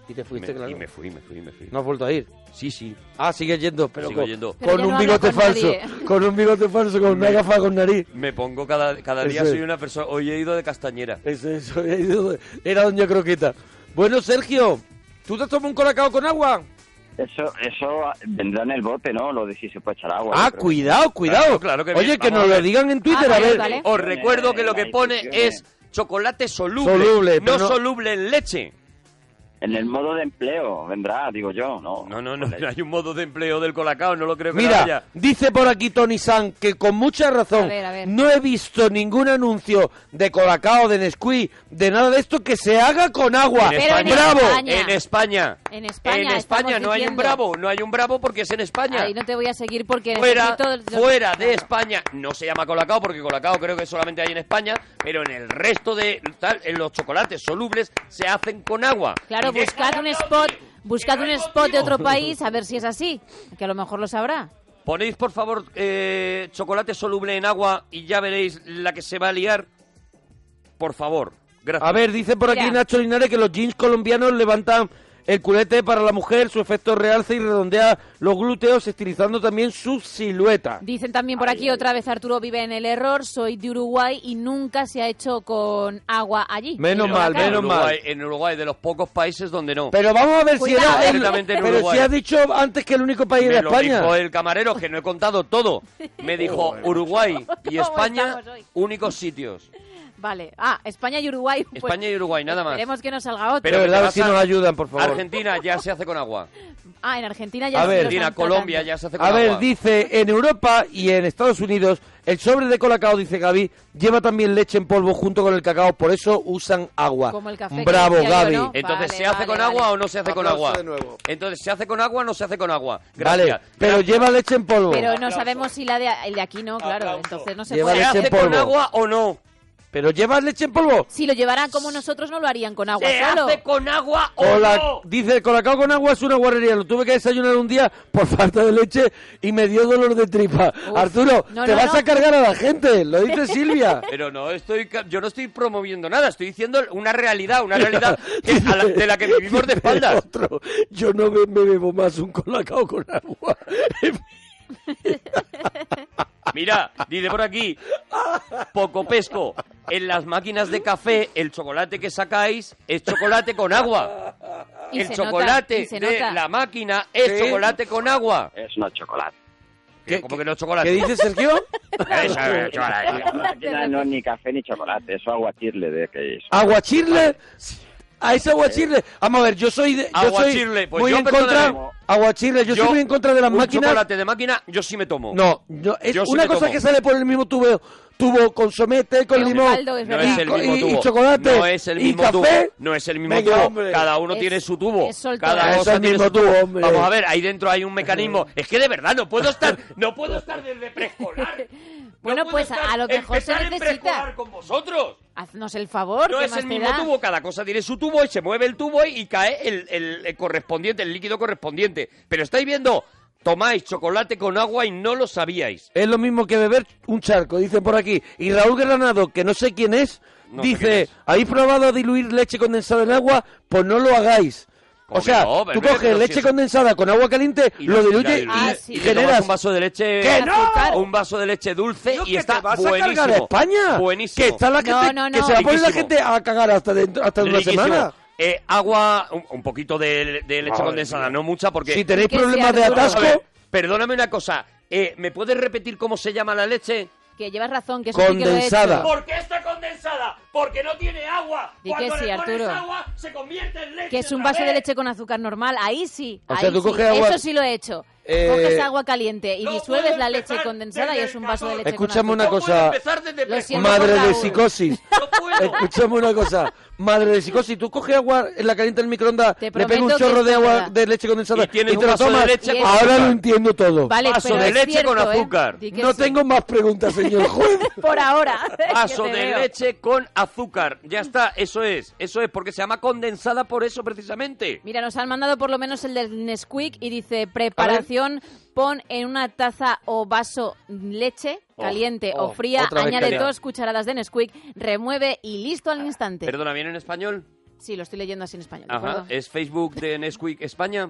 [SPEAKER 1] Y te fuiste,
[SPEAKER 3] Me-
[SPEAKER 1] claro.
[SPEAKER 3] Y me fui, me fui, me fui.
[SPEAKER 1] No has vuelto a ir.
[SPEAKER 3] Sí, sí.
[SPEAKER 1] Ah, sigue yendo, pero
[SPEAKER 3] Sigo
[SPEAKER 1] con,
[SPEAKER 3] yendo.
[SPEAKER 4] Pero
[SPEAKER 1] con
[SPEAKER 4] ya
[SPEAKER 1] un
[SPEAKER 4] no habla
[SPEAKER 1] bigote
[SPEAKER 4] con
[SPEAKER 1] falso.
[SPEAKER 4] nadie.
[SPEAKER 1] Con un bigote falso, con una
[SPEAKER 3] Me-
[SPEAKER 1] gafa con nariz.
[SPEAKER 3] Me pongo cada, cada día,
[SPEAKER 1] Eso es.
[SPEAKER 3] soy una persona... Hoy he ido de castañera.
[SPEAKER 1] Eso, eso, eso, era Doña Croqueta. Bueno, Sergio, ¿tú te has tomado un colacao con agua?
[SPEAKER 8] Eso, eso vendrá en el bote, ¿no? Lo de si se puede echar agua.
[SPEAKER 1] ah,
[SPEAKER 8] yo creo.
[SPEAKER 1] cuidado, cuidado.
[SPEAKER 3] Claro, claro que
[SPEAKER 1] Oye,
[SPEAKER 3] bien,
[SPEAKER 1] que
[SPEAKER 3] vamos
[SPEAKER 1] nos
[SPEAKER 3] a
[SPEAKER 1] lo
[SPEAKER 3] ver.
[SPEAKER 1] digan en Twitter,
[SPEAKER 4] Ah,
[SPEAKER 1] a
[SPEAKER 4] vale,
[SPEAKER 1] ver.
[SPEAKER 4] vale.
[SPEAKER 3] Os recuerdo que lo que
[SPEAKER 8] Las
[SPEAKER 3] pone es
[SPEAKER 8] instrucciones.
[SPEAKER 3] chocolate soluble,
[SPEAKER 1] Soluble,
[SPEAKER 3] no,
[SPEAKER 1] pero no-
[SPEAKER 3] soluble en leche.
[SPEAKER 8] En el modo de empleo vendrá, digo yo, ¿no?
[SPEAKER 3] No, no, no, hay un modo de empleo del colacao, no lo creo que lo
[SPEAKER 1] Mira,
[SPEAKER 3] haya.
[SPEAKER 1] dice por aquí Tony San que con mucha razón
[SPEAKER 4] A ver, a ver.
[SPEAKER 1] no he visto ningún anuncio de Colacao, de Nesquí, de nada de esto que se haga con agua.
[SPEAKER 4] En Pero en
[SPEAKER 1] ¡Bravo!
[SPEAKER 4] España.
[SPEAKER 3] En España.
[SPEAKER 4] En España,
[SPEAKER 3] En España,
[SPEAKER 4] estamos
[SPEAKER 3] no hay un
[SPEAKER 4] diciendo.
[SPEAKER 3] bravo, no hay un bravo porque es en España.
[SPEAKER 4] Ahí no te voy a seguir porque
[SPEAKER 3] Fuera,
[SPEAKER 4] necesito-
[SPEAKER 3] fuera de España, no se llama colacao porque colacao creo que solamente hay en España, pero en el resto de tal, en los chocolates solubles se hacen con agua.
[SPEAKER 4] Claro, buscad un spot, buscad un spot de otro país a ver si es así, que a lo mejor lo sabrá.
[SPEAKER 3] Ponéis por favor eh, chocolate soluble en agua y ya veréis la que se va a liar. Por favor, gracias.
[SPEAKER 1] A ver, dice por aquí
[SPEAKER 4] Mira.
[SPEAKER 1] Nacho Linares que los jeans colombianos levantan el culete para la mujer, su efecto realza y redondea los glúteos, estilizando también su silueta.
[SPEAKER 4] Dicen también por aquí otra vez Arturo vive en el error, soy de Uruguay y nunca se ha hecho con agua allí.
[SPEAKER 1] Menos
[SPEAKER 4] Y
[SPEAKER 1] mal,
[SPEAKER 4] acá.
[SPEAKER 1] menos
[SPEAKER 3] en
[SPEAKER 1] mal.
[SPEAKER 3] Uruguay, en Uruguay, de los pocos países donde no.
[SPEAKER 1] Pero vamos a ver si
[SPEAKER 4] Cuidado,
[SPEAKER 1] era.
[SPEAKER 4] eh.
[SPEAKER 1] el-
[SPEAKER 3] Directamente en
[SPEAKER 1] pero
[SPEAKER 3] Uruguay.
[SPEAKER 1] si has dicho antes que el único país
[SPEAKER 3] me
[SPEAKER 1] era
[SPEAKER 3] lo
[SPEAKER 1] España.
[SPEAKER 3] dijo el camarero, que no he contado todo. Me dijo Uruguay y
[SPEAKER 4] ¿Cómo
[SPEAKER 3] España,
[SPEAKER 4] estamos hoy?
[SPEAKER 3] únicos sitios.
[SPEAKER 4] Vale, ah, España y Uruguay. pues,
[SPEAKER 3] España y Uruguay, nada más.
[SPEAKER 4] Esperemos que no salga otro.
[SPEAKER 1] Pero
[SPEAKER 3] que
[SPEAKER 1] verdad,
[SPEAKER 3] te
[SPEAKER 1] a ver
[SPEAKER 3] vas
[SPEAKER 1] si nos ayudan, por favor.
[SPEAKER 3] Argentina ya se hace con agua.
[SPEAKER 4] Ah, en Argentina ya
[SPEAKER 1] A
[SPEAKER 4] no
[SPEAKER 1] ver,
[SPEAKER 4] lo están
[SPEAKER 3] Argentina, Colombia
[SPEAKER 4] tratando.
[SPEAKER 3] ya se hace con
[SPEAKER 1] A
[SPEAKER 3] agua.
[SPEAKER 1] ver, dice, en Europa y en Estados Unidos, el sobre de colacao, dice Gaby, lleva también leche en polvo junto con el cacao, por eso usan agua.
[SPEAKER 4] Como el café que
[SPEAKER 1] Bravo,
[SPEAKER 4] decía yo,
[SPEAKER 1] Gaby.
[SPEAKER 4] ¿no?
[SPEAKER 3] Entonces,
[SPEAKER 4] Vale,
[SPEAKER 3] ¿se hace
[SPEAKER 4] vale,
[SPEAKER 3] con
[SPEAKER 4] vale.
[SPEAKER 3] agua o no se hace con
[SPEAKER 7] Aplauso
[SPEAKER 3] agua?
[SPEAKER 7] de nuevo.
[SPEAKER 3] Entonces, ¿se hace con agua o no se hace con agua?
[SPEAKER 1] Vale,
[SPEAKER 3] Gracias.
[SPEAKER 1] pero lleva leche en polvo.
[SPEAKER 4] Pero no sabemos si la de, el de aquí no, claro. Entonces no se
[SPEAKER 1] Lleva
[SPEAKER 4] puede.
[SPEAKER 3] ¿Se
[SPEAKER 1] leche
[SPEAKER 3] hace
[SPEAKER 1] en
[SPEAKER 3] con
[SPEAKER 1] polvo.
[SPEAKER 3] agua o no?
[SPEAKER 1] ¿Pero lleva leche en polvo.
[SPEAKER 4] Si lo llevaran como nosotros, no lo harían con agua
[SPEAKER 3] ¿Se
[SPEAKER 4] solo.
[SPEAKER 3] hace con agua o
[SPEAKER 1] Cola-
[SPEAKER 3] no?
[SPEAKER 1] Dice, colacao con agua es una guarrería. Lo tuve que desayunar un día por falta de leche y me dio dolor de tripa.
[SPEAKER 4] Uf.
[SPEAKER 1] Arturo,
[SPEAKER 4] No,
[SPEAKER 1] te
[SPEAKER 4] no,
[SPEAKER 1] vas
[SPEAKER 4] no.
[SPEAKER 1] a cargar a la gente. Lo dice Silvia.
[SPEAKER 3] Pero no estoy, ca- yo no estoy promoviendo nada, estoy diciendo una realidad, una realidad que- a la- de la que vivimos de
[SPEAKER 1] Dice
[SPEAKER 3] espaldas.
[SPEAKER 1] otro, yo no me, me bebo más un colacao con agua.
[SPEAKER 3] Mira, dice por aquí, poco pesco. En las máquinas de café, el chocolate que sacáis es chocolate con agua.
[SPEAKER 4] Y
[SPEAKER 3] el
[SPEAKER 4] se
[SPEAKER 3] chocolate
[SPEAKER 4] nota, y se
[SPEAKER 3] de
[SPEAKER 4] nota.
[SPEAKER 3] la máquina es
[SPEAKER 1] Sí.
[SPEAKER 3] chocolate con agua.
[SPEAKER 8] Es no chocolate.
[SPEAKER 1] ¿Qué-
[SPEAKER 3] ¿Cómo que
[SPEAKER 1] qué-
[SPEAKER 3] no es chocolate?
[SPEAKER 1] ¿Qué dice Sergio?
[SPEAKER 3] Eso es chocolate.
[SPEAKER 8] La máquina no es ni café ni chocolate, eso aguachirle de que es.
[SPEAKER 1] ¿Aguachirle? A ese aguachirle. Vamos a ver, yo soy, de- yo soy
[SPEAKER 3] Aguachirle, pues
[SPEAKER 1] muy
[SPEAKER 3] yo,
[SPEAKER 1] en contra.
[SPEAKER 3] perdóname.
[SPEAKER 1] Aguachirle, yo, soy muy en contra de las
[SPEAKER 3] un
[SPEAKER 1] máquinas.
[SPEAKER 3] chocolate de máquina, yo sí me tomo.
[SPEAKER 1] No, yo- es
[SPEAKER 3] Yo sí
[SPEAKER 1] una
[SPEAKER 3] me
[SPEAKER 1] cosa
[SPEAKER 3] tomo.
[SPEAKER 1] que sale por el mismo tubo, tubo con somete, con
[SPEAKER 4] Es
[SPEAKER 1] limón
[SPEAKER 4] Ubaldo, es
[SPEAKER 1] y
[SPEAKER 3] No es el
[SPEAKER 1] co-
[SPEAKER 3] mismo
[SPEAKER 1] y-
[SPEAKER 3] tubo.
[SPEAKER 1] y chocolate
[SPEAKER 3] No es el
[SPEAKER 1] y
[SPEAKER 3] mismo
[SPEAKER 1] café.
[SPEAKER 3] tubo. No es el mismo
[SPEAKER 1] Venga,
[SPEAKER 3] tubo.
[SPEAKER 1] hombre.
[SPEAKER 3] Cada uno
[SPEAKER 4] Es-
[SPEAKER 3] tiene su tubo.
[SPEAKER 4] es soltero.
[SPEAKER 3] Cada
[SPEAKER 1] Es
[SPEAKER 3] cosa
[SPEAKER 1] el
[SPEAKER 3] tiene
[SPEAKER 1] mismo
[SPEAKER 3] su
[SPEAKER 1] tubo,
[SPEAKER 3] tubo.
[SPEAKER 1] hombre.
[SPEAKER 3] Vamos a ver, ahí dentro hay un mecanismo. Es que de verdad no puedo estar, no puedo estar desde preescolar. No
[SPEAKER 4] Bueno,
[SPEAKER 3] puedo
[SPEAKER 4] pues, a-
[SPEAKER 3] estar-
[SPEAKER 4] a lo mejor se
[SPEAKER 3] empezar en
[SPEAKER 4] necesita.
[SPEAKER 3] preescolar con vosotros.
[SPEAKER 4] Haznos el favor.
[SPEAKER 3] No
[SPEAKER 4] ¿qué
[SPEAKER 3] es
[SPEAKER 4] más
[SPEAKER 3] el
[SPEAKER 4] te
[SPEAKER 3] mismo
[SPEAKER 4] da?
[SPEAKER 3] tubo, cada cosa tiene su tubo y se mueve el tubo y cae el, el- el correspondiente, el líquido correspondiente. Pero estáis viendo, tomáis chocolate con agua y no lo sabíais.
[SPEAKER 1] Es lo mismo que beber un charco, dicen por aquí. Y Raúl Granado, que no sé quién es,
[SPEAKER 3] No sé quién
[SPEAKER 1] dice,
[SPEAKER 3] es.
[SPEAKER 1] ¿habéis probado a diluir leche condensada en agua? Pues no lo hagáis.
[SPEAKER 3] ¿Cómo
[SPEAKER 1] O
[SPEAKER 3] que
[SPEAKER 1] sea,
[SPEAKER 3] no,
[SPEAKER 1] tú
[SPEAKER 3] bebé?
[SPEAKER 1] coges
[SPEAKER 3] Pero
[SPEAKER 1] leche
[SPEAKER 3] si eso-
[SPEAKER 1] condensada con agua caliente,
[SPEAKER 3] Y
[SPEAKER 1] lo
[SPEAKER 3] la-
[SPEAKER 1] diluyes
[SPEAKER 3] y,
[SPEAKER 4] Ah,
[SPEAKER 1] y,
[SPEAKER 4] sí.
[SPEAKER 1] y
[SPEAKER 3] y te tomas
[SPEAKER 1] generas...
[SPEAKER 3] un vaso de leche
[SPEAKER 1] ¡Que no!
[SPEAKER 4] Azúcar.
[SPEAKER 3] un vaso de leche dulce
[SPEAKER 1] Tío,
[SPEAKER 3] y
[SPEAKER 1] que
[SPEAKER 3] está
[SPEAKER 1] te vas
[SPEAKER 3] buenísimo
[SPEAKER 1] a cargar a España.
[SPEAKER 3] buenísimo
[SPEAKER 1] Que está la gente,
[SPEAKER 4] No, no,
[SPEAKER 1] que
[SPEAKER 4] no.
[SPEAKER 1] se va a poner la
[SPEAKER 3] Riquísimo.
[SPEAKER 1] gente a cagar hasta dentro, hasta una
[SPEAKER 3] Riquísimo.
[SPEAKER 1] semana.
[SPEAKER 3] Eh, agua un, un poquito de, de leche condensada no mucha porque
[SPEAKER 1] Si tenéis
[SPEAKER 4] Que sea
[SPEAKER 1] problemas de
[SPEAKER 4] Arturo.
[SPEAKER 3] Vamos a ver,
[SPEAKER 1] atasco,
[SPEAKER 3] perdóname una cosa eh, me puedes repetir cómo se llama la leche
[SPEAKER 4] Que llevas razón, que eso sí que lo he
[SPEAKER 1] condensada.
[SPEAKER 4] hecho.
[SPEAKER 3] ¿Por qué está condensada? Porque no tiene agua.
[SPEAKER 4] Di que sí, Arturo.
[SPEAKER 3] se convierte en leche.
[SPEAKER 4] Que es un
[SPEAKER 3] otra
[SPEAKER 4] vaso de
[SPEAKER 3] vez.
[SPEAKER 4] leche con azúcar normal. Ahí sí.
[SPEAKER 1] O
[SPEAKER 4] ahí
[SPEAKER 1] sea, tú
[SPEAKER 4] sí.
[SPEAKER 1] coges agua-
[SPEAKER 4] Eso sí lo he hecho.
[SPEAKER 1] Eh,
[SPEAKER 4] Coges agua caliente y
[SPEAKER 3] no
[SPEAKER 4] disuelves
[SPEAKER 3] puedo
[SPEAKER 4] la leche
[SPEAKER 3] empezar
[SPEAKER 4] condensada y
[SPEAKER 3] desde
[SPEAKER 4] es un vaso de
[SPEAKER 3] el
[SPEAKER 4] leche con
[SPEAKER 1] escúchame una
[SPEAKER 3] No puedo
[SPEAKER 1] cosa,
[SPEAKER 3] empezar desde
[SPEAKER 4] Lo
[SPEAKER 3] pe-
[SPEAKER 4] siento,
[SPEAKER 1] madre de
[SPEAKER 4] Raúl.
[SPEAKER 1] psicosis.
[SPEAKER 3] No puedo.
[SPEAKER 1] Escúchame una cosa, madre de psicosis, tú coges agua en la caliente del microondas,
[SPEAKER 4] Te
[SPEAKER 1] le pegas un
[SPEAKER 4] prometo que
[SPEAKER 1] chorro de
[SPEAKER 4] esto es
[SPEAKER 1] agua
[SPEAKER 4] verdad.
[SPEAKER 1] de leche condensada
[SPEAKER 3] Y tienes
[SPEAKER 1] te
[SPEAKER 3] un
[SPEAKER 1] la
[SPEAKER 3] vaso de
[SPEAKER 1] tomas.
[SPEAKER 3] leche
[SPEAKER 4] con
[SPEAKER 1] Ahora lo
[SPEAKER 3] azúcar.
[SPEAKER 1] entiendo todo.
[SPEAKER 4] Vale,
[SPEAKER 3] Vaso
[SPEAKER 4] pero
[SPEAKER 3] de
[SPEAKER 4] es
[SPEAKER 3] leche
[SPEAKER 4] cierto,
[SPEAKER 3] con
[SPEAKER 4] ¿eh?
[SPEAKER 3] azúcar.
[SPEAKER 4] Di que
[SPEAKER 1] No
[SPEAKER 4] sí.
[SPEAKER 1] tengo más preguntas, señor juez.
[SPEAKER 4] Por ahora. es que
[SPEAKER 3] Vaso
[SPEAKER 4] te
[SPEAKER 3] de
[SPEAKER 4] veo.
[SPEAKER 3] leche con azúcar. Ya está, eso es. Eso es, porque se llama condensada por eso precisamente.
[SPEAKER 4] Mira, nos han mandado por lo menos el del Nesquik y dice preparación, pon en una taza o vaso leche
[SPEAKER 3] Oh,
[SPEAKER 4] caliente
[SPEAKER 3] oh,
[SPEAKER 4] o fría,
[SPEAKER 1] otra vez
[SPEAKER 4] añade
[SPEAKER 1] caliente.
[SPEAKER 4] dos cucharadas de Nesquik, remueve y listo al instante.
[SPEAKER 3] Perdona, ¿viene en español?
[SPEAKER 4] Sí, lo estoy leyendo así en español. ¿de
[SPEAKER 3] Ajá.
[SPEAKER 4] acuerdo?
[SPEAKER 3] ¿Es Facebook de Nesquik España?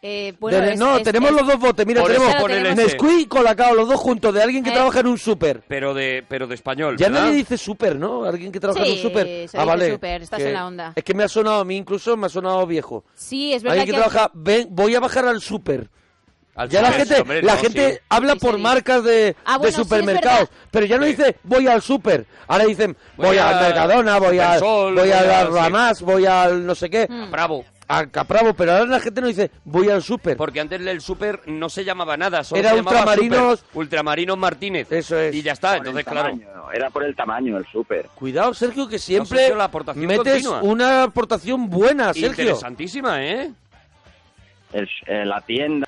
[SPEAKER 4] Eh, bueno,
[SPEAKER 1] De-
[SPEAKER 4] es-
[SPEAKER 1] no,
[SPEAKER 4] es-
[SPEAKER 1] tenemos
[SPEAKER 4] es-
[SPEAKER 1] los dos botes, mira,
[SPEAKER 3] Por eso
[SPEAKER 1] tenemos
[SPEAKER 4] Claro,
[SPEAKER 3] pone
[SPEAKER 4] tenemos-
[SPEAKER 3] leche.
[SPEAKER 1] Nesquik y Colacao, los dos juntos, de alguien que
[SPEAKER 4] Eh.
[SPEAKER 1] trabaja en un súper.
[SPEAKER 3] Pero de, pero de español,
[SPEAKER 1] Ya
[SPEAKER 3] ¿verdad?
[SPEAKER 1] nadie dice súper, ¿no? Alguien que trabaja en un
[SPEAKER 4] Sí,
[SPEAKER 1] súper. Ah,
[SPEAKER 4] se dice súper, estás
[SPEAKER 1] Que-
[SPEAKER 4] en la onda.
[SPEAKER 1] Es que me ha sonado a mí, incluso me ha sonado viejo.
[SPEAKER 4] Sí, es verdad
[SPEAKER 1] Alguien
[SPEAKER 4] que,
[SPEAKER 1] que trabaja, ven, voy a bajar al súper.
[SPEAKER 3] Al
[SPEAKER 1] Ya la
[SPEAKER 3] súper,
[SPEAKER 1] gente,
[SPEAKER 3] hombre,
[SPEAKER 1] la
[SPEAKER 3] no,
[SPEAKER 1] gente
[SPEAKER 3] sí.
[SPEAKER 1] habla
[SPEAKER 4] Sí, se
[SPEAKER 1] por
[SPEAKER 4] dice.
[SPEAKER 1] marcas de,
[SPEAKER 4] Ah,
[SPEAKER 1] de
[SPEAKER 4] bueno, sí, es
[SPEAKER 1] supermercados,
[SPEAKER 4] verdad.
[SPEAKER 1] pero ya no
[SPEAKER 3] Sí.
[SPEAKER 1] dice voy al súper. Ahora dicen voy,
[SPEAKER 3] Voy
[SPEAKER 1] al
[SPEAKER 3] a-
[SPEAKER 1] Mercadona, voy al
[SPEAKER 3] Supersol,
[SPEAKER 1] voy
[SPEAKER 3] voy a-
[SPEAKER 1] al
[SPEAKER 3] sí.
[SPEAKER 1] Ramás, voy al no sé
[SPEAKER 4] Mm.
[SPEAKER 1] qué,
[SPEAKER 3] Bravo.
[SPEAKER 1] al Capravo, pero ahora la gente no dice voy al súper.
[SPEAKER 3] Porque antes el súper no se llamaba nada, solo
[SPEAKER 1] Era
[SPEAKER 3] se llamaba
[SPEAKER 1] Ultramarinos-
[SPEAKER 3] Súper. Ultramarinos Martínez.
[SPEAKER 1] Eso es.
[SPEAKER 3] Y ya está,
[SPEAKER 8] Por el
[SPEAKER 3] entonces claro.
[SPEAKER 8] tamaño, Era por el tamaño, el súper.
[SPEAKER 1] Cuidado, Sergio, que
[SPEAKER 3] No,
[SPEAKER 1] siempre
[SPEAKER 3] Sergio, la aportación
[SPEAKER 1] metes
[SPEAKER 3] continua.
[SPEAKER 1] una aportación buena, Ah, Sergio.
[SPEAKER 3] Interesantísima, ¿eh?
[SPEAKER 8] El- eh, la tienda,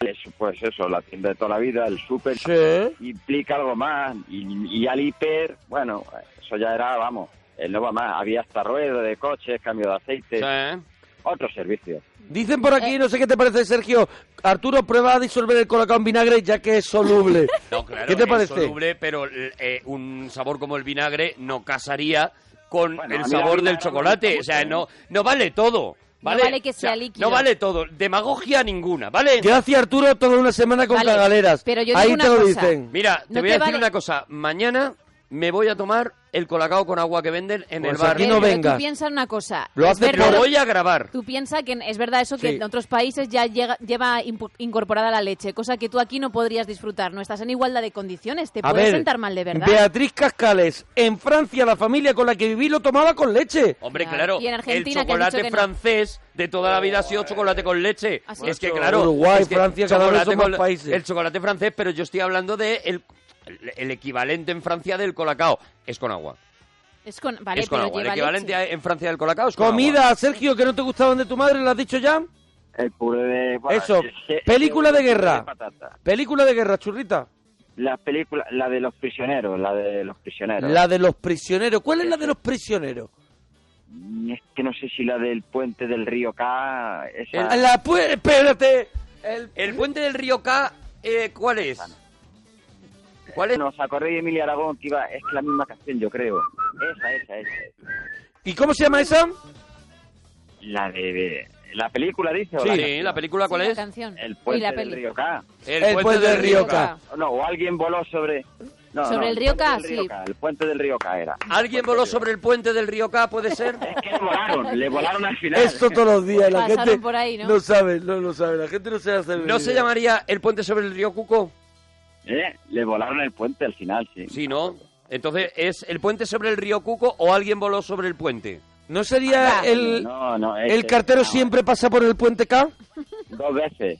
[SPEAKER 8] es, pues eso, la tienda de toda la vida, el súper
[SPEAKER 1] Sí.
[SPEAKER 8] implica algo más. Y, y al hiper, bueno, eso ya era, vamos, el no va más. Había hasta ruedas de coches, cambio de aceite,
[SPEAKER 3] Sí.
[SPEAKER 8] otros servicios.
[SPEAKER 1] Dicen por
[SPEAKER 4] Eh.
[SPEAKER 1] aquí, no sé qué te parece, Sergio. Arturo, prueba a disolver el colacao en vinagre ya que es soluble.
[SPEAKER 3] No, claro,
[SPEAKER 1] ¿Qué te
[SPEAKER 3] es
[SPEAKER 1] parece?
[SPEAKER 3] soluble, pero eh, un sabor como el vinagre no casaría con
[SPEAKER 8] Bueno,
[SPEAKER 3] el
[SPEAKER 8] a mí la
[SPEAKER 3] sabor
[SPEAKER 8] vinagre
[SPEAKER 3] del
[SPEAKER 8] no
[SPEAKER 3] chocolate.
[SPEAKER 8] me gusta
[SPEAKER 3] o sea,
[SPEAKER 8] mucho, ¿eh?
[SPEAKER 3] no, no vale todo.
[SPEAKER 4] No
[SPEAKER 3] ¿vale?
[SPEAKER 4] vale que
[SPEAKER 3] O sea,
[SPEAKER 4] sea líquido.
[SPEAKER 3] No vale todo. Demagogia ninguna, ¿vale?
[SPEAKER 1] Gracias, Arturo, toda una semana con
[SPEAKER 4] Vale,
[SPEAKER 1] cagaleras.
[SPEAKER 4] pero yo digo
[SPEAKER 1] Ahí
[SPEAKER 4] una
[SPEAKER 1] te lo
[SPEAKER 4] cosa.
[SPEAKER 1] dicen.
[SPEAKER 3] Mira, te
[SPEAKER 4] No
[SPEAKER 3] voy
[SPEAKER 4] te
[SPEAKER 3] a decir
[SPEAKER 4] vale-
[SPEAKER 3] una cosa. Mañana me voy a tomar el colacao con agua que venden en
[SPEAKER 1] Pues
[SPEAKER 3] el bar.
[SPEAKER 1] aquí no
[SPEAKER 4] Eh, pero
[SPEAKER 1] vengas.
[SPEAKER 4] Tú piensa en una cosa.
[SPEAKER 1] Lo
[SPEAKER 4] es
[SPEAKER 1] haces
[SPEAKER 4] verdad-
[SPEAKER 1] por-
[SPEAKER 3] Lo voy a grabar.
[SPEAKER 4] Tú piensa que es verdad eso que
[SPEAKER 1] Sí.
[SPEAKER 4] en otros países ya llega- lleva impu- incorporada la leche, cosa que tú aquí no podrías disfrutar. No estás en igualdad de condiciones, te
[SPEAKER 1] A
[SPEAKER 4] puedes
[SPEAKER 1] ver,
[SPEAKER 4] sentar mal de verdad.
[SPEAKER 1] Beatriz Cascales, en Francia la familia con la que viví lo tomaba con leche.
[SPEAKER 3] Hombre,
[SPEAKER 4] Ya.
[SPEAKER 3] claro,
[SPEAKER 4] Y en
[SPEAKER 3] el
[SPEAKER 4] Argentina, que has
[SPEAKER 3] chocolate
[SPEAKER 4] dicho que no. Ah,
[SPEAKER 3] francés de toda la vida ha sido chocolate con leche.
[SPEAKER 4] Así
[SPEAKER 3] es
[SPEAKER 4] es.
[SPEAKER 3] que, claro,
[SPEAKER 1] Uruguay,
[SPEAKER 3] es que
[SPEAKER 1] Francia, cada vez
[SPEAKER 3] chocolate
[SPEAKER 1] son más
[SPEAKER 3] con la-
[SPEAKER 1] países.
[SPEAKER 3] El chocolate francés, pero yo estoy hablando de el, el- el equivalente en Francia del colacao. Es con agua.
[SPEAKER 4] Es con, vale,
[SPEAKER 3] es con
[SPEAKER 4] pero
[SPEAKER 3] agua. El
[SPEAKER 4] lleva
[SPEAKER 3] equivalente
[SPEAKER 4] leche.
[SPEAKER 3] a- en Francia del colacao es con
[SPEAKER 1] Comida, Sergio, que no te gustaban de tu madre, ¿lo has dicho ya?
[SPEAKER 8] El puré de... bueno,
[SPEAKER 1] Eso,
[SPEAKER 8] es que-
[SPEAKER 1] película de
[SPEAKER 8] puré
[SPEAKER 1] guerra.
[SPEAKER 8] patata.
[SPEAKER 1] Película de guerra, churrita.
[SPEAKER 8] La película, la de los prisioneros, la de los prisioneros.
[SPEAKER 1] La de los prisioneros. ¿Cuál es la de los prisioneros?
[SPEAKER 8] Mm, Es que no sé si la del puente del río K, esa...
[SPEAKER 1] La pu- espérate. El-
[SPEAKER 3] agua. El puente del río K, eh, ¿cuál es? ¿Cuál es?
[SPEAKER 8] Ah, Nos acordé de Emilia Aragón, que iba, es la misma canción, yo creo. Esa, esa, esa.
[SPEAKER 1] ¿Y cómo se llama esa?
[SPEAKER 8] La de... de- ¿La película, dice? o
[SPEAKER 3] Sí,
[SPEAKER 8] canción?
[SPEAKER 3] la película, ¿cuál
[SPEAKER 4] Sí, la
[SPEAKER 3] es?
[SPEAKER 4] canción.
[SPEAKER 8] El
[SPEAKER 4] y
[SPEAKER 8] puente
[SPEAKER 4] la
[SPEAKER 8] del
[SPEAKER 4] peli.
[SPEAKER 8] río K.
[SPEAKER 1] El puente del río K.
[SPEAKER 8] O No, o alguien voló sobre... no,
[SPEAKER 4] Sobre
[SPEAKER 8] no,
[SPEAKER 4] el río
[SPEAKER 8] puente
[SPEAKER 4] K,
[SPEAKER 8] del río
[SPEAKER 4] sí.
[SPEAKER 8] K, El puente del río K era.
[SPEAKER 3] ¿Alguien voló sobre el puente del río K, puede ser?
[SPEAKER 8] Es que le volaron, le volaron al final.
[SPEAKER 1] Esto todos los días. La
[SPEAKER 4] Pasaron
[SPEAKER 1] gente
[SPEAKER 4] por ahí, ¿no?
[SPEAKER 1] sabe, no lo sabe. La gente no se hace.
[SPEAKER 3] ¿No se llamaría el puente sobre el río Cuco?
[SPEAKER 8] Eh, Le volaron el puente al final, sí.
[SPEAKER 3] Sí, ¿no? Entonces, ¿es el puente sobre el río Cuco o alguien voló sobre el puente?
[SPEAKER 1] ¿No sería el,
[SPEAKER 8] Ah, No, no, es
[SPEAKER 1] el
[SPEAKER 8] que-
[SPEAKER 1] cartero
[SPEAKER 8] no,
[SPEAKER 1] siempre pasa por el puente K?
[SPEAKER 8] Dos veces.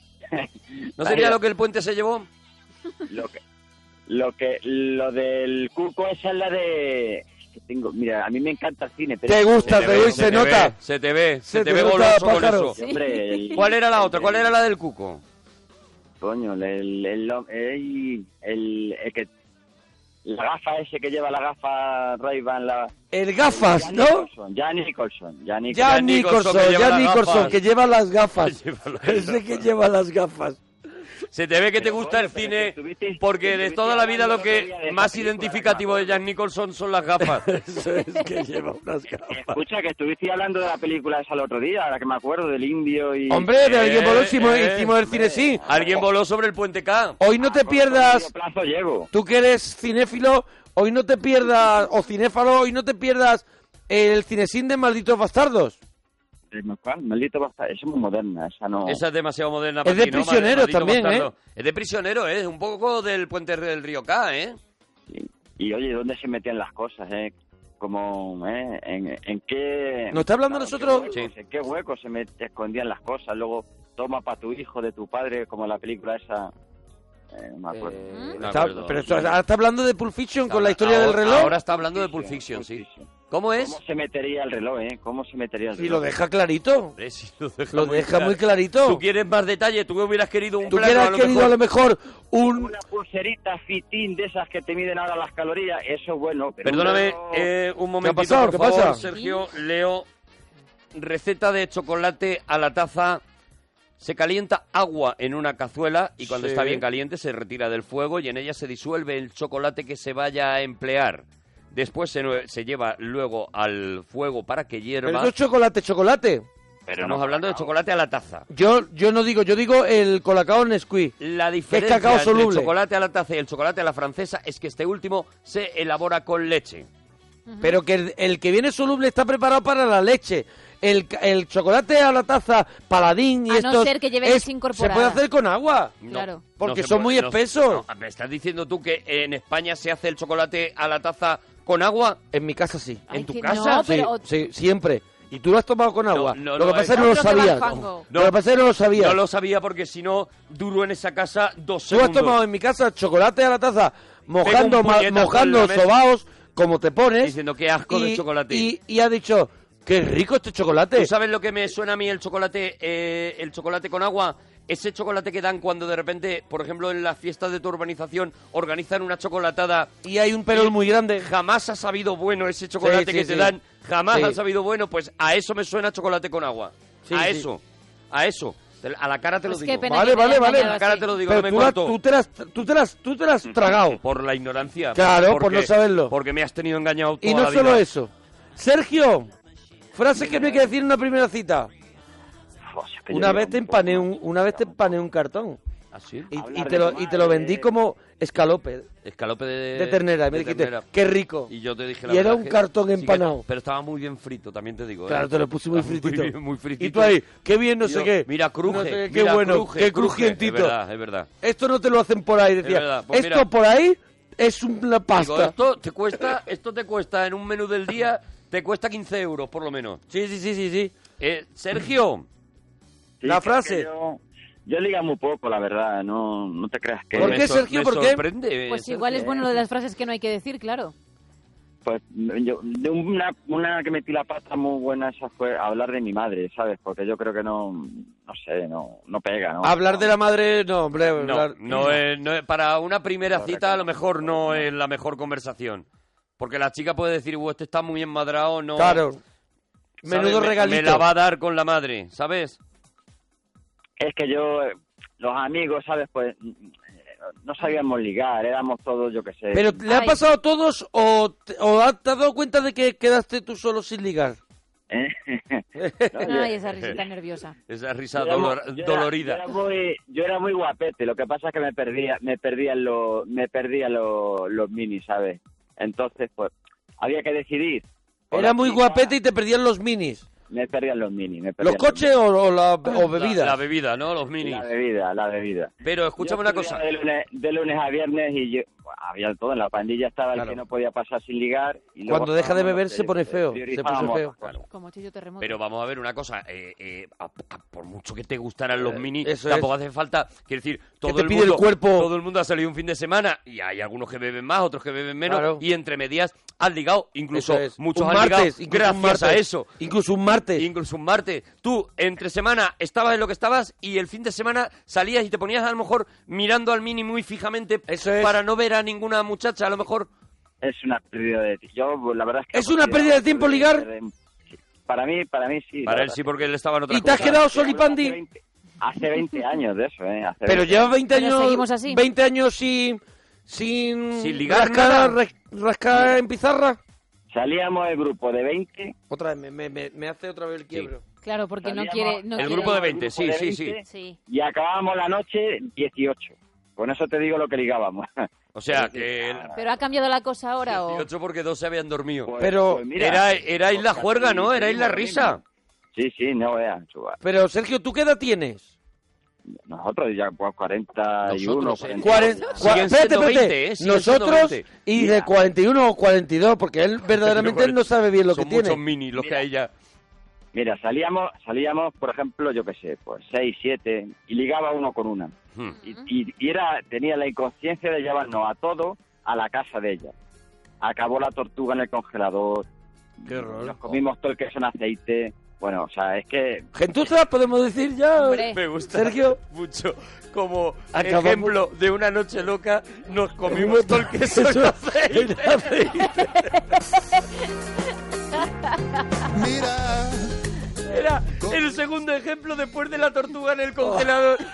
[SPEAKER 3] ¿No sería lo que el puente se llevó?
[SPEAKER 8] lo que lo que lo del cuco esa es la de que tengo mira a mí me encanta el cine pero
[SPEAKER 1] Te gusta, te doy, se
[SPEAKER 3] te ve,
[SPEAKER 1] nota.
[SPEAKER 3] se te ve, se,
[SPEAKER 1] Se
[SPEAKER 3] te,
[SPEAKER 1] te
[SPEAKER 3] ve
[SPEAKER 1] nota,
[SPEAKER 3] goloso con
[SPEAKER 1] pájaro.
[SPEAKER 3] eso.
[SPEAKER 8] Sí, hombre, el-
[SPEAKER 3] ¿Cuál era la otra? ¿Cuál era la del Cuco?
[SPEAKER 8] coño el el el, el- el- el que la gafa ese que lleva la gafa Ray Ban la
[SPEAKER 1] El gafas,
[SPEAKER 8] Jack
[SPEAKER 1] ¿no?
[SPEAKER 8] Nicholson, Jack Nicholson Jack Nicholson.
[SPEAKER 1] Ya
[SPEAKER 3] Jack Nicholson,
[SPEAKER 1] Nicholson,
[SPEAKER 3] que lleva
[SPEAKER 1] ya
[SPEAKER 3] las
[SPEAKER 1] Nicholson,
[SPEAKER 3] gafas.
[SPEAKER 1] que lleva las gafas.
[SPEAKER 3] Lleva las
[SPEAKER 1] Ese que lleva las gafas.
[SPEAKER 3] Se te ve que te
[SPEAKER 8] Pero,
[SPEAKER 3] gusta
[SPEAKER 8] coño,
[SPEAKER 3] el
[SPEAKER 8] pero
[SPEAKER 3] cine
[SPEAKER 8] que estuviste-
[SPEAKER 3] porque de
[SPEAKER 8] estuviste
[SPEAKER 3] toda la vida
[SPEAKER 8] hablando
[SPEAKER 3] lo
[SPEAKER 8] el otro día de
[SPEAKER 3] que
[SPEAKER 8] esa
[SPEAKER 3] más
[SPEAKER 8] película de
[SPEAKER 3] identificativo de
[SPEAKER 8] Batman.
[SPEAKER 3] Jack Nicholson son las gafas.
[SPEAKER 1] Eso es que lleva unas gafas.
[SPEAKER 8] Escucha, que estuviste hablando de la película esa el otro día, ahora que me acuerdo, del indio y...
[SPEAKER 1] Hombre, de alguien
[SPEAKER 3] Eh,
[SPEAKER 1] voló, hicimos,
[SPEAKER 3] eh,
[SPEAKER 1] hicimos el cine sí.
[SPEAKER 3] Alguien voló sobre el puente K.
[SPEAKER 1] Hoy
[SPEAKER 8] Ah,
[SPEAKER 1] no te pierdas,
[SPEAKER 8] plazo llevo.
[SPEAKER 1] tú que eres cinéfilo, hoy no te pierdas, o cinéfalo, hoy no te pierdas el cinesín de Malditos Bastardos.
[SPEAKER 8] ¿Cuál? Maldito basta. Esa es muy moderna, esa no...
[SPEAKER 3] Esa es demasiado moderna.
[SPEAKER 1] Es
[SPEAKER 3] para
[SPEAKER 1] de
[SPEAKER 3] ti, ¿no? Madre-
[SPEAKER 1] prisioneros
[SPEAKER 3] maldito
[SPEAKER 1] también, ¿eh?
[SPEAKER 3] bastardo. Es de prisionero, ¿eh? Un poco del puente del río K, ¿eh?
[SPEAKER 8] Y, y, oye, ¿dónde se metían las cosas, eh? Como, ¿eh? ¿En, en qué...?
[SPEAKER 1] ¿Nos está hablando
[SPEAKER 8] Claro,
[SPEAKER 1] nosotros?
[SPEAKER 8] ¿qué huecos, ¿En qué hueco se met- escondían las cosas? Luego, toma para tu hijo de tu padre, como en la película esa. eh, no me acuerdo.
[SPEAKER 3] Eh, no me
[SPEAKER 1] Está-
[SPEAKER 3] acuerdo.
[SPEAKER 1] pero esto- ahora está hablando de Pulp Fiction con la historia
[SPEAKER 3] Ahora-
[SPEAKER 1] del reloj.
[SPEAKER 3] Ahora está hablando de Pulp Fiction, sí. ¿Cómo es?
[SPEAKER 8] ¿Cómo se metería el reloj, eh? ¿Cómo se metería el reloj?
[SPEAKER 1] Y lo deja clarito.
[SPEAKER 3] Eh, sí, lo deja,
[SPEAKER 1] Lo deja muy clarito.
[SPEAKER 3] Tú quieres más detalle, tú hubieras querido un
[SPEAKER 1] Tú
[SPEAKER 3] plano
[SPEAKER 1] hubieras
[SPEAKER 3] a lo
[SPEAKER 1] querido a
[SPEAKER 3] mejor.
[SPEAKER 1] lo mejor un...
[SPEAKER 8] Una pulserita fitín de esas que te miden ahora las calorías, eso es bueno. pero un
[SPEAKER 3] Perdóname
[SPEAKER 8] reloj-
[SPEAKER 3] eh, un momentito,
[SPEAKER 1] pasado?
[SPEAKER 3] por
[SPEAKER 1] ¿Qué
[SPEAKER 3] favor,
[SPEAKER 1] pasa?
[SPEAKER 3] Sergio, Leo. Receta de chocolate a la taza. Se calienta agua en una cazuela y cuando
[SPEAKER 1] Sí.
[SPEAKER 3] está bien caliente se retira del fuego y en ella se disuelve el chocolate que se vaya a emplear. Después se, nue- se lleva luego al fuego para que hierva.
[SPEAKER 1] Pero eso es chocolate, chocolate.
[SPEAKER 8] Pero
[SPEAKER 3] Estamos
[SPEAKER 8] no,
[SPEAKER 3] hablando de chocolate a la taza.
[SPEAKER 1] Yo, yo no digo, yo digo el colacao Nesquik.
[SPEAKER 3] La
[SPEAKER 1] es
[SPEAKER 3] diferencia
[SPEAKER 1] cacao
[SPEAKER 3] entre el
[SPEAKER 1] soluble.
[SPEAKER 3] chocolate a la taza y el chocolate a la francesa es que este último se elabora con leche.
[SPEAKER 1] Pero que el, el que viene soluble está preparado para la leche. El, ca- el chocolate a la taza, paladín y
[SPEAKER 4] A no
[SPEAKER 1] estos...
[SPEAKER 4] ser que lleve
[SPEAKER 1] es-
[SPEAKER 4] leche incorporada.
[SPEAKER 1] Se puede hacer con agua.
[SPEAKER 3] No,
[SPEAKER 4] Claro.
[SPEAKER 1] Porque
[SPEAKER 3] se
[SPEAKER 1] son
[SPEAKER 3] puede,
[SPEAKER 1] muy espesos.
[SPEAKER 3] no, ¿Me estás diciendo tú que en España se hace el chocolate a la taza con agua?
[SPEAKER 1] En mi casa sí.
[SPEAKER 4] Ay,
[SPEAKER 1] ¿En tu
[SPEAKER 4] que
[SPEAKER 1] casa?
[SPEAKER 4] no,
[SPEAKER 1] sí,
[SPEAKER 4] pero-
[SPEAKER 1] sí, siempre. Y tú lo has tomado con agua.
[SPEAKER 3] no,
[SPEAKER 1] lo que
[SPEAKER 3] no,
[SPEAKER 1] pasa es
[SPEAKER 3] es-
[SPEAKER 1] que no lo
[SPEAKER 4] Yo creo que
[SPEAKER 1] sabías.
[SPEAKER 4] va al fango.
[SPEAKER 1] Lo que pasa es que no lo sabías.
[SPEAKER 3] No lo sabía porque si no, duro en esa casa dos
[SPEAKER 1] Tú has
[SPEAKER 3] segundos.
[SPEAKER 1] tomado en mi casa chocolate a la taza,
[SPEAKER 3] un
[SPEAKER 1] mojando, ma-
[SPEAKER 3] puñetazo
[SPEAKER 1] mojando los
[SPEAKER 3] en la mesa.
[SPEAKER 1] sobaos, como te pones.
[SPEAKER 3] Diciendo, "Qué asco de chocolate".
[SPEAKER 1] Y, y ha dicho, qué rico este chocolate.
[SPEAKER 3] ¿Tú sabes lo que me suena a mí el chocolate, eh, el chocolate con agua? Ese chocolate que dan cuando de repente, por ejemplo, en las fiestas de tu urbanización organizan una chocolatada
[SPEAKER 1] Y hay un perol muy grande.
[SPEAKER 3] jamás ha sabido bueno ese chocolate
[SPEAKER 1] Sí, sí,
[SPEAKER 3] que te
[SPEAKER 1] sí.
[SPEAKER 3] dan, jamás
[SPEAKER 1] Sí.
[SPEAKER 3] ha sabido bueno, pues a eso me suena chocolate con agua.
[SPEAKER 1] Sí,
[SPEAKER 3] a
[SPEAKER 1] sí.
[SPEAKER 3] eso, a eso. Te- A la cara te lo
[SPEAKER 4] Pues qué
[SPEAKER 3] digo.
[SPEAKER 4] pena
[SPEAKER 1] Vale,
[SPEAKER 4] que te
[SPEAKER 1] vale,
[SPEAKER 4] hayan
[SPEAKER 1] vale.
[SPEAKER 3] A
[SPEAKER 4] dañado
[SPEAKER 3] la cara
[SPEAKER 4] así.
[SPEAKER 3] te lo digo,
[SPEAKER 1] Pero
[SPEAKER 3] no me
[SPEAKER 1] tú, la-
[SPEAKER 3] corto.
[SPEAKER 1] tú te las, tú te las, tú te las has tragado.
[SPEAKER 3] Por la ignorancia.
[SPEAKER 1] Claro, por no saberlo.
[SPEAKER 3] Porque me has tenido engañado toda
[SPEAKER 1] Y no
[SPEAKER 3] la vida.
[SPEAKER 1] solo eso. Sergio, frases que no hay que decir en una primera cita.
[SPEAKER 8] Pues es que yo
[SPEAKER 1] Una
[SPEAKER 8] digo,
[SPEAKER 1] vez te empané un, una vez te empané un cartón.
[SPEAKER 3] ¿Ah, sí?
[SPEAKER 1] Y,
[SPEAKER 8] Hablar
[SPEAKER 1] y
[SPEAKER 8] de
[SPEAKER 1] te lo,
[SPEAKER 8] tomar,
[SPEAKER 1] y te lo vendí
[SPEAKER 8] de-
[SPEAKER 1] como escalope
[SPEAKER 3] Escalope de...
[SPEAKER 1] de ternera. Y me
[SPEAKER 3] de
[SPEAKER 1] dijiste,
[SPEAKER 3] ternera.
[SPEAKER 1] qué rico.
[SPEAKER 3] Y yo te dije la
[SPEAKER 1] Y era
[SPEAKER 3] verdad
[SPEAKER 1] un
[SPEAKER 3] que-
[SPEAKER 1] cartón
[SPEAKER 3] sí que-
[SPEAKER 1] empanado.
[SPEAKER 3] pero estaba muy bien frito, también te digo. ¿eh?
[SPEAKER 1] Claro, te lo puse muy
[SPEAKER 3] Estaba
[SPEAKER 1] fritito.
[SPEAKER 3] bien- Muy, fritito.
[SPEAKER 1] Y tú ahí, qué bien, no
[SPEAKER 3] Y
[SPEAKER 1] sé
[SPEAKER 3] yo,
[SPEAKER 1] qué.
[SPEAKER 3] Mira, cruje.
[SPEAKER 1] No sé qué, qué
[SPEAKER 3] mira,
[SPEAKER 1] bueno,
[SPEAKER 3] cruje,
[SPEAKER 1] qué
[SPEAKER 3] cruje.
[SPEAKER 1] crujientito.
[SPEAKER 3] Es verdad, es verdad.
[SPEAKER 1] Esto no te lo hacen por ahí, decía.
[SPEAKER 3] Es verdad, pues
[SPEAKER 1] esto
[SPEAKER 3] mira.
[SPEAKER 1] por ahí es una pasta.
[SPEAKER 3] Digo, esto te cuesta, esto te cuesta en un menú del día, te cuesta 15 euros por lo menos.
[SPEAKER 1] Sí, sí, sí, sí, sí.
[SPEAKER 3] Eh, Sergio,
[SPEAKER 8] Sí,
[SPEAKER 1] La
[SPEAKER 8] que es que
[SPEAKER 1] frase.
[SPEAKER 8] Yo, yo liga muy poco, la verdad. No, no te creas que.
[SPEAKER 1] ¿Por qué,
[SPEAKER 3] me
[SPEAKER 1] Sergio?
[SPEAKER 3] me
[SPEAKER 1] ¿Por qué?
[SPEAKER 3] sorprende, eh,
[SPEAKER 4] Pues
[SPEAKER 3] Sergio.
[SPEAKER 4] igual es bueno lo de las frases que no hay que decir, claro.
[SPEAKER 8] Pues yo, de una, una que metí la pata muy buena esa fue hablar de mi madre, ¿sabes? Porque yo creo que no, no sé, no, no pega, ¿no?
[SPEAKER 1] Hablar de la madre, no, hombre.
[SPEAKER 3] No,
[SPEAKER 1] hablar-
[SPEAKER 3] no es, no es- para una primera cita a lo mejor no es la mejor conversación. Porque la chica puede decir, "Uh, este está muy enmadrado, no...
[SPEAKER 1] Claro.
[SPEAKER 3] ¿sabes?
[SPEAKER 1] Menudo
[SPEAKER 3] Me-
[SPEAKER 1] regalito.
[SPEAKER 3] Me la va a dar con la madre, ¿sabes?
[SPEAKER 8] Es que yo, eh, los amigos, ¿sabes? Pues mm, eh, no sabíamos ligar, éramos todos, yo qué sé.
[SPEAKER 1] ¿Pero le ha
[SPEAKER 4] Ay.
[SPEAKER 1] pasado a todos o te, o has- te has dado cuenta de que quedaste tú solo sin ligar?
[SPEAKER 4] Ay, esa risita nerviosa.
[SPEAKER 3] Esa risa
[SPEAKER 8] Yo era mu-
[SPEAKER 3] dolor-
[SPEAKER 8] yo era-
[SPEAKER 3] dolorida.
[SPEAKER 8] Yo era, muy, yo era muy guapete, lo que pasa es que me perdía, me perdía los, me perdía los, los minis, ¿sabes? Entonces, pues, había que decidir. O
[SPEAKER 1] Era
[SPEAKER 8] la
[SPEAKER 1] muy
[SPEAKER 8] chica-
[SPEAKER 1] guapete y te perdían los minis.
[SPEAKER 8] Me perdían los minis, me
[SPEAKER 1] ¿Los
[SPEAKER 8] perdían
[SPEAKER 1] coches o, o la, o
[SPEAKER 3] La-
[SPEAKER 1] bebidas?
[SPEAKER 3] La, bebida, ¿no? Los
[SPEAKER 8] minis.
[SPEAKER 3] minis.
[SPEAKER 8] La bebida, la bebida.
[SPEAKER 3] Pero escúchame
[SPEAKER 8] Yo
[SPEAKER 3] una
[SPEAKER 8] estudiaba
[SPEAKER 3] cosa.
[SPEAKER 8] De lunes, de lunes a viernes y yo, bueno, había todo, en la pandilla estaba el
[SPEAKER 1] Claro.
[SPEAKER 8] que no podía pasar sin ligar. Y luego
[SPEAKER 1] Cuando deja de
[SPEAKER 8] estábamos
[SPEAKER 1] beber
[SPEAKER 8] los
[SPEAKER 1] se pone feo, se
[SPEAKER 8] priorizábamos
[SPEAKER 1] puso feo.
[SPEAKER 8] otras cosas.
[SPEAKER 4] Como chillo
[SPEAKER 8] eh,
[SPEAKER 4] terremoto.
[SPEAKER 3] Pero vamos a ver una cosa, eh, eh, a- a- por mucho que te gustaran los minis,
[SPEAKER 1] Eh, eso
[SPEAKER 3] tampoco hace falta, quiero decir, todo
[SPEAKER 1] te
[SPEAKER 3] el
[SPEAKER 1] pide el
[SPEAKER 3] mundo,
[SPEAKER 1] cuerpo.
[SPEAKER 3] todo el mundo ha salido un fin de semana y hay algunos que beben más, otros que beben menos
[SPEAKER 1] Claro.
[SPEAKER 3] y entre medias han ligado, incluso
[SPEAKER 1] Eso es.
[SPEAKER 3] muchos
[SPEAKER 1] Un
[SPEAKER 3] han
[SPEAKER 1] martes,
[SPEAKER 3] ligado
[SPEAKER 1] incluso un
[SPEAKER 3] gracias
[SPEAKER 1] martes,
[SPEAKER 3] a eso.
[SPEAKER 1] Incluso un martes.
[SPEAKER 3] Incluso un martes. Tú, entre semana, estabas en lo que estabas y el fin de semana salías y te ponías a lo mejor mirando al mini muy fijamente
[SPEAKER 1] Eso es.
[SPEAKER 3] para no ver a ninguna muchacha, a lo mejor.
[SPEAKER 8] Es una pérdida de tiempo. Yo, pues, la verdad es que...
[SPEAKER 1] ¿Es una pérdida de tiempo ligar?
[SPEAKER 8] Para mí, para mí sí. la
[SPEAKER 3] Para él
[SPEAKER 8] verdad.
[SPEAKER 3] sí, porque él estaba en otra
[SPEAKER 1] ¿Y te has
[SPEAKER 3] cosa.
[SPEAKER 1] quedado
[SPEAKER 8] Hace
[SPEAKER 1] solipandi?
[SPEAKER 8] 20 Hace 20 años de eso, ¿eh? Hace
[SPEAKER 1] Pero
[SPEAKER 8] 20
[SPEAKER 1] llevas 20
[SPEAKER 4] Pero
[SPEAKER 1] años,
[SPEAKER 4] seguimos así.
[SPEAKER 1] 20 años sin, sin,
[SPEAKER 3] Sin ligar
[SPEAKER 1] rascar,
[SPEAKER 3] nada.
[SPEAKER 1] ras- rascar en pizarra.
[SPEAKER 8] Salíamos del grupo de 20.
[SPEAKER 1] Otra vez, me, me- me- me hace otra vez el quiebro.
[SPEAKER 4] Claro, porque no
[SPEAKER 8] salíamos-
[SPEAKER 4] quiere... No
[SPEAKER 3] El
[SPEAKER 4] quiere-
[SPEAKER 3] grupo de 20, sí,
[SPEAKER 8] grupo de
[SPEAKER 3] sí, sí.
[SPEAKER 8] 20,
[SPEAKER 4] Sí.
[SPEAKER 8] Y acabábamos la noche 18. Con eso te digo lo que ligábamos.
[SPEAKER 3] O sea, que él-
[SPEAKER 4] Pero ha cambiado la cosa ahora o...
[SPEAKER 3] 18 porque dos se habían dormido.
[SPEAKER 8] Pues-
[SPEAKER 1] Pero
[SPEAKER 8] pues mira,
[SPEAKER 3] Era, erais la
[SPEAKER 8] pues
[SPEAKER 3] juerga,
[SPEAKER 8] así
[SPEAKER 3] ¿no? Erais la
[SPEAKER 8] seguimos
[SPEAKER 3] risa.
[SPEAKER 8] Sí, sí, no veas, chaval.
[SPEAKER 1] Pero, Sergio, ¿tú qué edad tienes?
[SPEAKER 8] Nosotros ya pues, 41,
[SPEAKER 3] Nosotros, ¿eh?
[SPEAKER 8] 40.
[SPEAKER 1] Cuaren- cua-
[SPEAKER 3] Siguen
[SPEAKER 1] espérate,
[SPEAKER 3] siendo
[SPEAKER 1] espérate.
[SPEAKER 3] 20, eh, siguen siendo
[SPEAKER 1] Nosotros
[SPEAKER 3] 20.
[SPEAKER 1] y de
[SPEAKER 8] Mira.
[SPEAKER 1] 41 o 42, porque él verdaderamente no sabe bien lo
[SPEAKER 3] Son
[SPEAKER 1] que tiene.
[SPEAKER 3] muchos mini los que hay ya.
[SPEAKER 8] Mira, salíamos, salíamos, por ejemplo, yo qué sé, pues seis, siete, y ligaba uno con una.
[SPEAKER 3] Hmm.
[SPEAKER 8] Y, y- y era, tenía la inconsciencia de llevarnos a todo a la casa de ella. Acabó la tortuga en el congelador,
[SPEAKER 1] Qué
[SPEAKER 8] nos
[SPEAKER 1] horror.
[SPEAKER 8] comimos todo el queso en aceite. Bueno, o sea, es que
[SPEAKER 1] Gentuza, podemos decir ya.
[SPEAKER 4] Hombre.
[SPEAKER 3] Me gusta
[SPEAKER 1] Sergio.
[SPEAKER 3] mucho como
[SPEAKER 1] Acabamos-
[SPEAKER 3] ejemplo de una noche loca nos comimos todo el queso en aceite.
[SPEAKER 1] El aceite.
[SPEAKER 5] Mira,
[SPEAKER 3] Era el segundo ejemplo después de la tortuga
[SPEAKER 1] Oh.
[SPEAKER 3] en el congelador.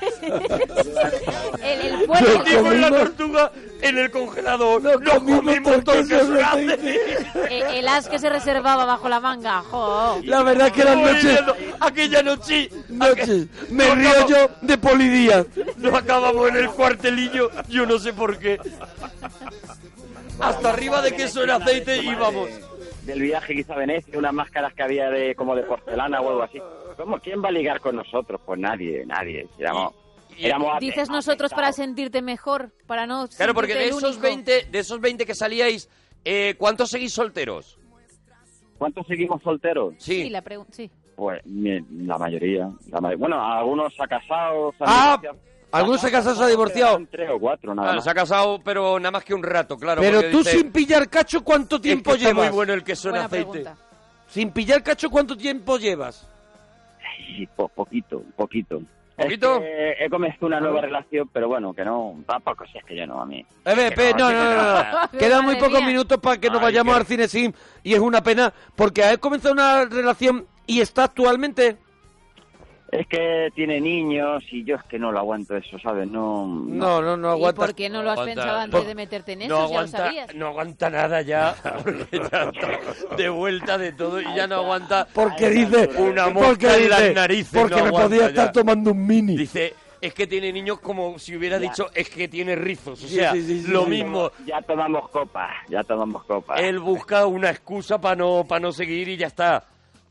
[SPEAKER 4] El, el
[SPEAKER 1] Yo
[SPEAKER 4] fuerte,
[SPEAKER 3] Metimos la
[SPEAKER 1] comimos-
[SPEAKER 3] tortuga en el congelador.
[SPEAKER 1] Nos
[SPEAKER 3] Nos,
[SPEAKER 1] comimos
[SPEAKER 3] comimos todo el queso en aceite.
[SPEAKER 4] eh, el as que se reservaba bajo la manga. jo.
[SPEAKER 1] La verdad que las
[SPEAKER 3] Estamos
[SPEAKER 1] noches,
[SPEAKER 3] viviendo Aquella noche,
[SPEAKER 1] noches, me
[SPEAKER 3] Nos
[SPEAKER 1] río
[SPEAKER 3] acabamos-
[SPEAKER 1] yo de polidías.
[SPEAKER 3] Nos acabamos en el cuartelillo, yo no sé por qué. Hasta arriba de queso en aceite
[SPEAKER 8] Madre,
[SPEAKER 3] íbamos.
[SPEAKER 8] Del viaje quizá a Venecia, unas máscaras que había de como de porcelana o algo así. ¿Cómo? ¿Quién va a ligar con nosotros? Pues nadie, nadie. Éramos,
[SPEAKER 3] Y- y-
[SPEAKER 8] éramos
[SPEAKER 4] Dices
[SPEAKER 8] apestados,
[SPEAKER 4] nosotros para
[SPEAKER 8] apestados.
[SPEAKER 4] sentirte mejor, para no
[SPEAKER 3] Claro, porque de
[SPEAKER 4] sentirte el
[SPEAKER 3] esos
[SPEAKER 4] único.
[SPEAKER 3] 20, de esos 20 que salíais, eh, ¿cuántos seguís solteros?
[SPEAKER 8] ¿Cuántos seguimos solteros?
[SPEAKER 4] Sí, la pregunta, sí.
[SPEAKER 8] Pues mi- la mayoría. la may- bueno, algunos se ha casado. se han
[SPEAKER 1] Ah,
[SPEAKER 8] divorciado.
[SPEAKER 1] algunos se casan, se han divorciado.
[SPEAKER 8] Eran Tres o cuatro, nada
[SPEAKER 3] Claro,
[SPEAKER 8] más.
[SPEAKER 3] Ah, se ha casado, pero nada más que un rato, claro.
[SPEAKER 1] Pero
[SPEAKER 3] porque
[SPEAKER 1] tú
[SPEAKER 3] dice,
[SPEAKER 1] sin pillar cacho, ¿cuánto
[SPEAKER 3] "Es que
[SPEAKER 1] tiempo
[SPEAKER 3] está
[SPEAKER 1] llevas?
[SPEAKER 3] muy bueno el queso en
[SPEAKER 4] Buena
[SPEAKER 3] aceite.
[SPEAKER 4] pregunta.
[SPEAKER 1] Sin pillar cacho, ¿cuánto tiempo llevas?
[SPEAKER 8] Sí, po- poquito, poquito. Es
[SPEAKER 3] ¿Poquito?
[SPEAKER 8] que eh, he comenzado una nueva relación, pero bueno, que no. Tampoco, si es que yo no, a mí.
[SPEAKER 1] A ver,
[SPEAKER 8] Que
[SPEAKER 1] Eh, pe- no,
[SPEAKER 8] que
[SPEAKER 1] no, no, no.
[SPEAKER 4] no.
[SPEAKER 1] Quedan muy
[SPEAKER 4] Madre
[SPEAKER 1] pocos
[SPEAKER 4] mía.
[SPEAKER 1] minutos para que nos
[SPEAKER 8] Ay,
[SPEAKER 1] vayamos
[SPEAKER 8] qué-
[SPEAKER 1] al cine sim y es una pena porque has comenzado una relación y está actualmente.
[SPEAKER 8] Es que tiene niños y yo es que no lo aguanto eso, ¿sabes? No.
[SPEAKER 1] No, no, no
[SPEAKER 4] ¿Y
[SPEAKER 1] aguanta.
[SPEAKER 4] por qué no lo has
[SPEAKER 3] Aguanta.
[SPEAKER 4] pensado antes de meterte en eso?
[SPEAKER 3] No
[SPEAKER 4] ya lo
[SPEAKER 3] aguanta,
[SPEAKER 4] sabías.
[SPEAKER 3] no aguanta nada ya, porque ya está de vuelta de todo y ya no aguanta.
[SPEAKER 1] Porque dice
[SPEAKER 3] Una mosca
[SPEAKER 1] Eh, porque
[SPEAKER 3] en las
[SPEAKER 1] dice,
[SPEAKER 3] narices,
[SPEAKER 1] Porque
[SPEAKER 3] no
[SPEAKER 1] me
[SPEAKER 3] aguanta
[SPEAKER 1] podía
[SPEAKER 3] ya.
[SPEAKER 1] estar tomando un mini.
[SPEAKER 3] Dice, es que tiene niños como si hubiera
[SPEAKER 8] Ya.
[SPEAKER 3] dicho, es que tiene rizos. O
[SPEAKER 1] Sí,
[SPEAKER 3] sea,
[SPEAKER 1] sí, sí, sí,
[SPEAKER 3] lo
[SPEAKER 1] sí.
[SPEAKER 3] mismo.
[SPEAKER 8] Ya tomamos copas, ya tomamos copas.
[SPEAKER 3] Él busca una excusa para no, para no seguir y ya está.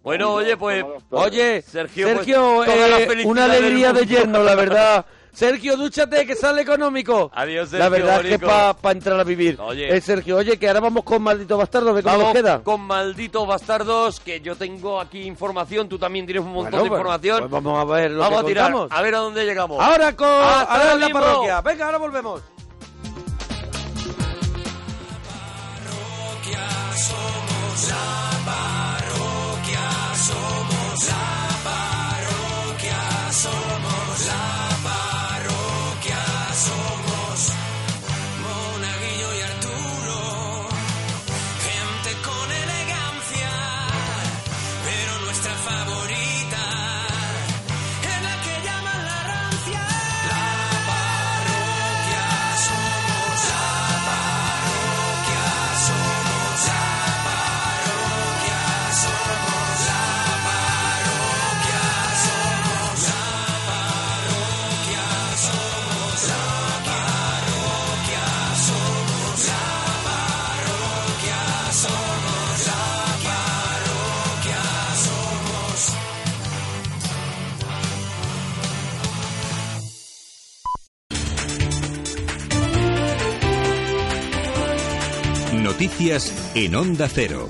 [SPEAKER 3] Bueno, oye, pues...
[SPEAKER 1] Oye, Sergio,
[SPEAKER 3] Sergio, pues, toda la
[SPEAKER 1] eh,
[SPEAKER 3] felicidad
[SPEAKER 1] una alegría
[SPEAKER 3] del
[SPEAKER 1] de
[SPEAKER 3] mundo.
[SPEAKER 1] yerno, la verdad. Sergio, dúchate, que sale económico.
[SPEAKER 3] Adiós,
[SPEAKER 1] La
[SPEAKER 3] Sergio,
[SPEAKER 1] verdad es que
[SPEAKER 3] bonito.
[SPEAKER 1] para entrar a vivir.
[SPEAKER 3] Oye.
[SPEAKER 1] Eh, Sergio, oye, que ahora vamos con Maldito Bastardo, ve cómo
[SPEAKER 3] Vamos
[SPEAKER 1] nos queda.
[SPEAKER 3] con malditos bastardos, que yo tengo aquí información, tú también tienes un montón
[SPEAKER 1] Bueno,
[SPEAKER 3] de
[SPEAKER 1] pues,
[SPEAKER 3] información.
[SPEAKER 1] pues vamos a ver lo
[SPEAKER 3] Vamos
[SPEAKER 1] que
[SPEAKER 3] a tirar,
[SPEAKER 1] contamos.
[SPEAKER 3] a ver a dónde llegamos.
[SPEAKER 1] Ahora con
[SPEAKER 3] Hasta
[SPEAKER 1] ahora
[SPEAKER 3] ahora
[SPEAKER 1] en la
[SPEAKER 3] mismo.
[SPEAKER 1] parroquia. Venga, ahora volvemos.
[SPEAKER 9] Noticias en Onda Cero.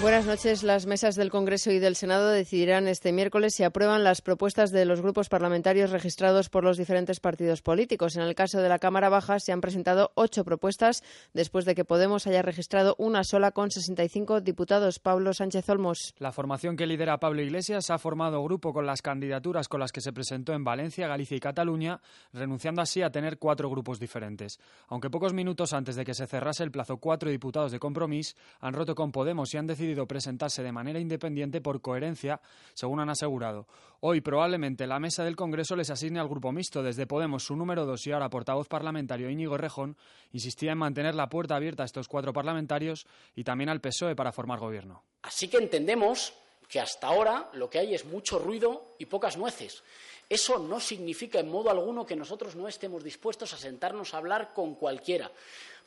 [SPEAKER 10] Buenas noches. Las mesas del Congreso y del Senado decidirán este miércoles si aprueban las propuestas de los grupos parlamentarios registrados por los diferentes partidos políticos. En el caso de la Cámara Baja se han presentado ocho propuestas después de que Podemos haya registrado una sola con 65 diputados. Pablo Sánchez Olmos.
[SPEAKER 11] La formación que lidera Pablo Iglesias ha formado grupo con las candidaturas con las que se presentó en Valencia, Galicia y Cataluña, renunciando así a tener cuatro grupos diferentes. Aunque pocos minutos antes de que se cerrase el plazo, cuatro diputados de Compromís han roto con Podemos y han decidido presentarse de manera independiente por coherencia, según han asegurado. Hoy probablemente la mesa del Congreso les asigne al grupo mixto. Desde Podemos, su número dos y ahora portavoz parlamentario Íñigo Rejón insistía en mantener la puerta abierta a estos cuatro parlamentarios y también al PSOE E para formar gobierno.
[SPEAKER 12] Así que entendemos que hasta ahora lo que hay es mucho ruido y pocas nueces. Eso no significa en modo alguno que nosotros no estemos dispuestos a sentarnos a hablar con cualquiera,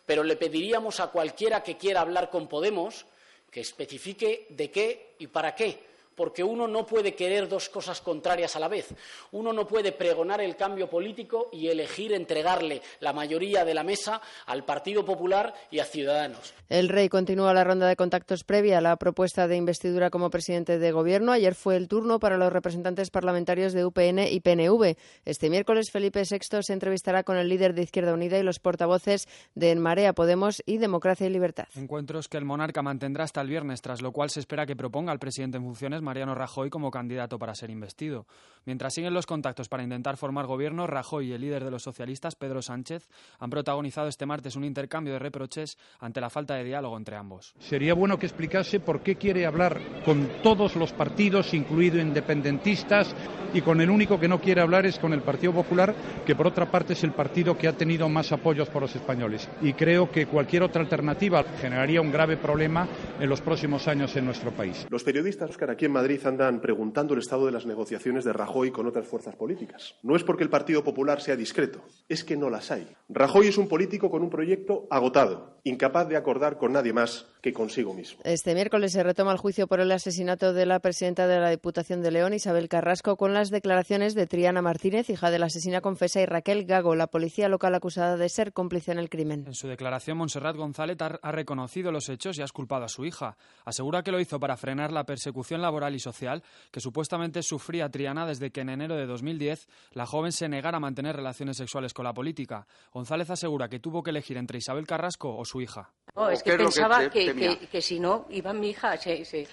[SPEAKER 12] pero le pediríamos a cualquiera que quiera hablar con Podemos que especifique de qué y para qué, porque uno no puede querer dos cosas contrarias a la vez. Uno no puede pregonar el cambio político y elegir entregarle la mayoría de la mesa al Partido Popular y a Ciudadanos.
[SPEAKER 10] El rey continúa la ronda de contactos previa a la propuesta de investidura como presidente de gobierno. Ayer fue el turno para los representantes parlamentarios de UPN y PNV. Este miércoles Felipe VI se entrevistará con el líder de Izquierda Unida y los portavoces de En Marea Podemos y Democracia y Libertad.
[SPEAKER 11] Encuentros que el monarca mantendrá hasta el viernes, tras lo cual se espera que proponga al presidente en funciones Mariano Rajoy como candidato para ser investido. Mientras siguen los contactos para intentar formar gobierno, Rajoy y el líder de los socialistas, Pedro Sánchez, han protagonizado este martes un intercambio de reproches ante la falta de diálogo entre ambos.
[SPEAKER 13] Sería bueno que explicase por qué quiere hablar con todos los partidos, incluido independentistas, y con el único que no quiere hablar es con el Partido Popular, que por otra parte es el partido que ha tenido más apoyos por los españoles. Y creo que cualquier otra alternativa generaría un grave problema en los próximos años en nuestro país.
[SPEAKER 14] Los periodistas, Oscar, aquí en Madrid andan preguntando el estado de las negociaciones de Rajoy con otras fuerzas políticas. No es porque el Partido Popular sea discreto, es que no las hay. Rajoy es un político con un proyecto agotado, incapaz de acordar con nadie más que consigo mismo.
[SPEAKER 10] Este miércoles se retoma el juicio por el asesinato de la presidenta de la Diputación de León, Isabel Carrasco, con las declaraciones de Triana Martínez, hija de la asesina confesa, y Raquel Gago, la policía local acusada de ser cómplice en el crimen.
[SPEAKER 11] En su declaración, Montserrat González ha reconocido los hechos y ha culpado a su hija. Asegura que lo hizo para frenar la persecución laboral y social que supuestamente sufría Triana desde que en enero de 2010 la joven se negara a mantener relaciones sexuales con la política. González asegura que tuvo que elegir entre Isabel Carrasco o su hija.
[SPEAKER 15] No, es que pensaba que, que, que, que, si no iba mi hija, se, se,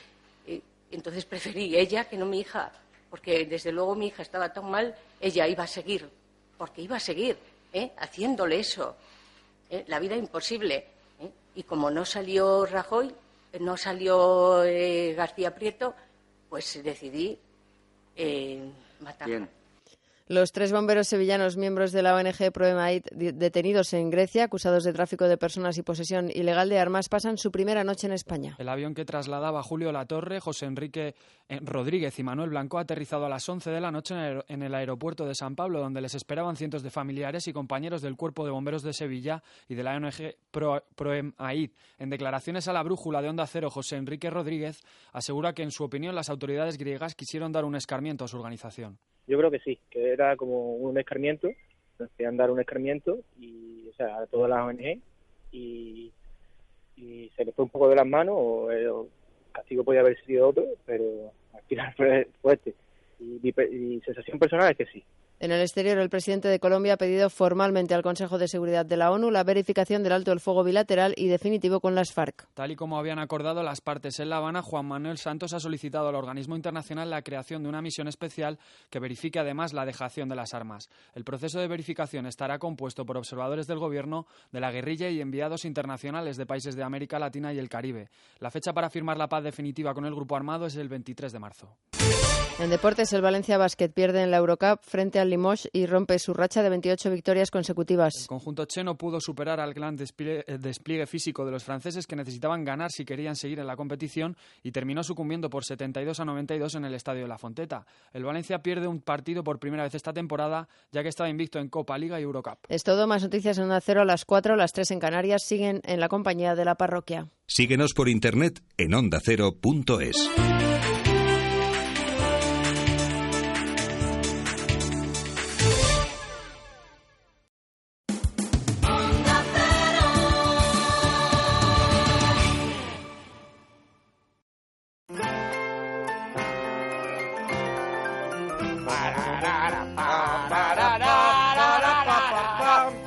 [SPEAKER 15] eh, entonces preferí ella que no mi hija, porque desde luego mi hija estaba tan mal, ella iba a seguir, porque iba a seguir ¿eh? haciéndole eso, ¿eh? la vida imposible. ¿eh? Y como no salió Rajoy, no salió eh, García Prieto, pues decidí eh, matarla. Bien.
[SPEAKER 10] Los tres bomberos sevillanos, miembros de la ONG Proemait, detenidos en Grecia, acusados de tráfico de personas y posesión ilegal de armas, pasan su primera noche en España.
[SPEAKER 11] El avión que trasladaba Julio Latorre, José Enrique eh, Rodríguez y Manuel Blanco ha aterrizado a las 11 de la noche en el aeropuerto de San Pablo, donde les esperaban cientos de familiares y compañeros del Cuerpo de Bomberos de Sevilla y de la ONG Proemait. En declaraciones a la brújula de Onda Cero, José Enrique Rodríguez asegura que, en su opinión, las autoridades griegas quisieron dar un escarmiento a su organización.
[SPEAKER 16] Yo creo que sí, que era como un escarmiento, nos querían dar un escarmiento y, o sea, a todas las ONG y, y se les fue un poco de las manos, o, el castigo podía haber sido otro, pero al final fue, fue este. Y mi, mi sensación personal es que sí,
[SPEAKER 10] en el exterior, el presidente de Colombia ha pedido formalmente al Consejo de Seguridad de la ONU la verificación del alto el fuego bilateral y definitivo con las FARC.
[SPEAKER 11] Tal y como habían acordado las partes en La Habana, Juan Manuel Santos ha solicitado al organismo internacional la creación de una misión especial que verifique además la dejación de las armas. El proceso de verificación estará compuesto por observadores del gobierno, de la guerrilla y enviados internacionales de países de América Latina y el Caribe. La fecha para firmar la paz definitiva con el grupo armado es el 23 de marzo.
[SPEAKER 10] En deportes, el Valencia Basket pierde en la Eurocup frente al Limoges y rompe su racha de 28 victorias consecutivas.
[SPEAKER 11] El conjunto che no pudo superar al gran despliegue, eh, despliegue, físico de los franceses que necesitaban ganar si querían seguir en la competición y terminó sucumbiendo por 72 a 92 en el estadio de la Fonteta. El Valencia pierde un partido por primera vez esta temporada, ya que estaba invicto en Copa, Liga y Eurocup.
[SPEAKER 10] Es todo, más noticias en 1-0 a las 4, las 3 en Canarias. Siguen en la compañía de la parroquia.
[SPEAKER 9] Síguenos por internet en ondacero.es.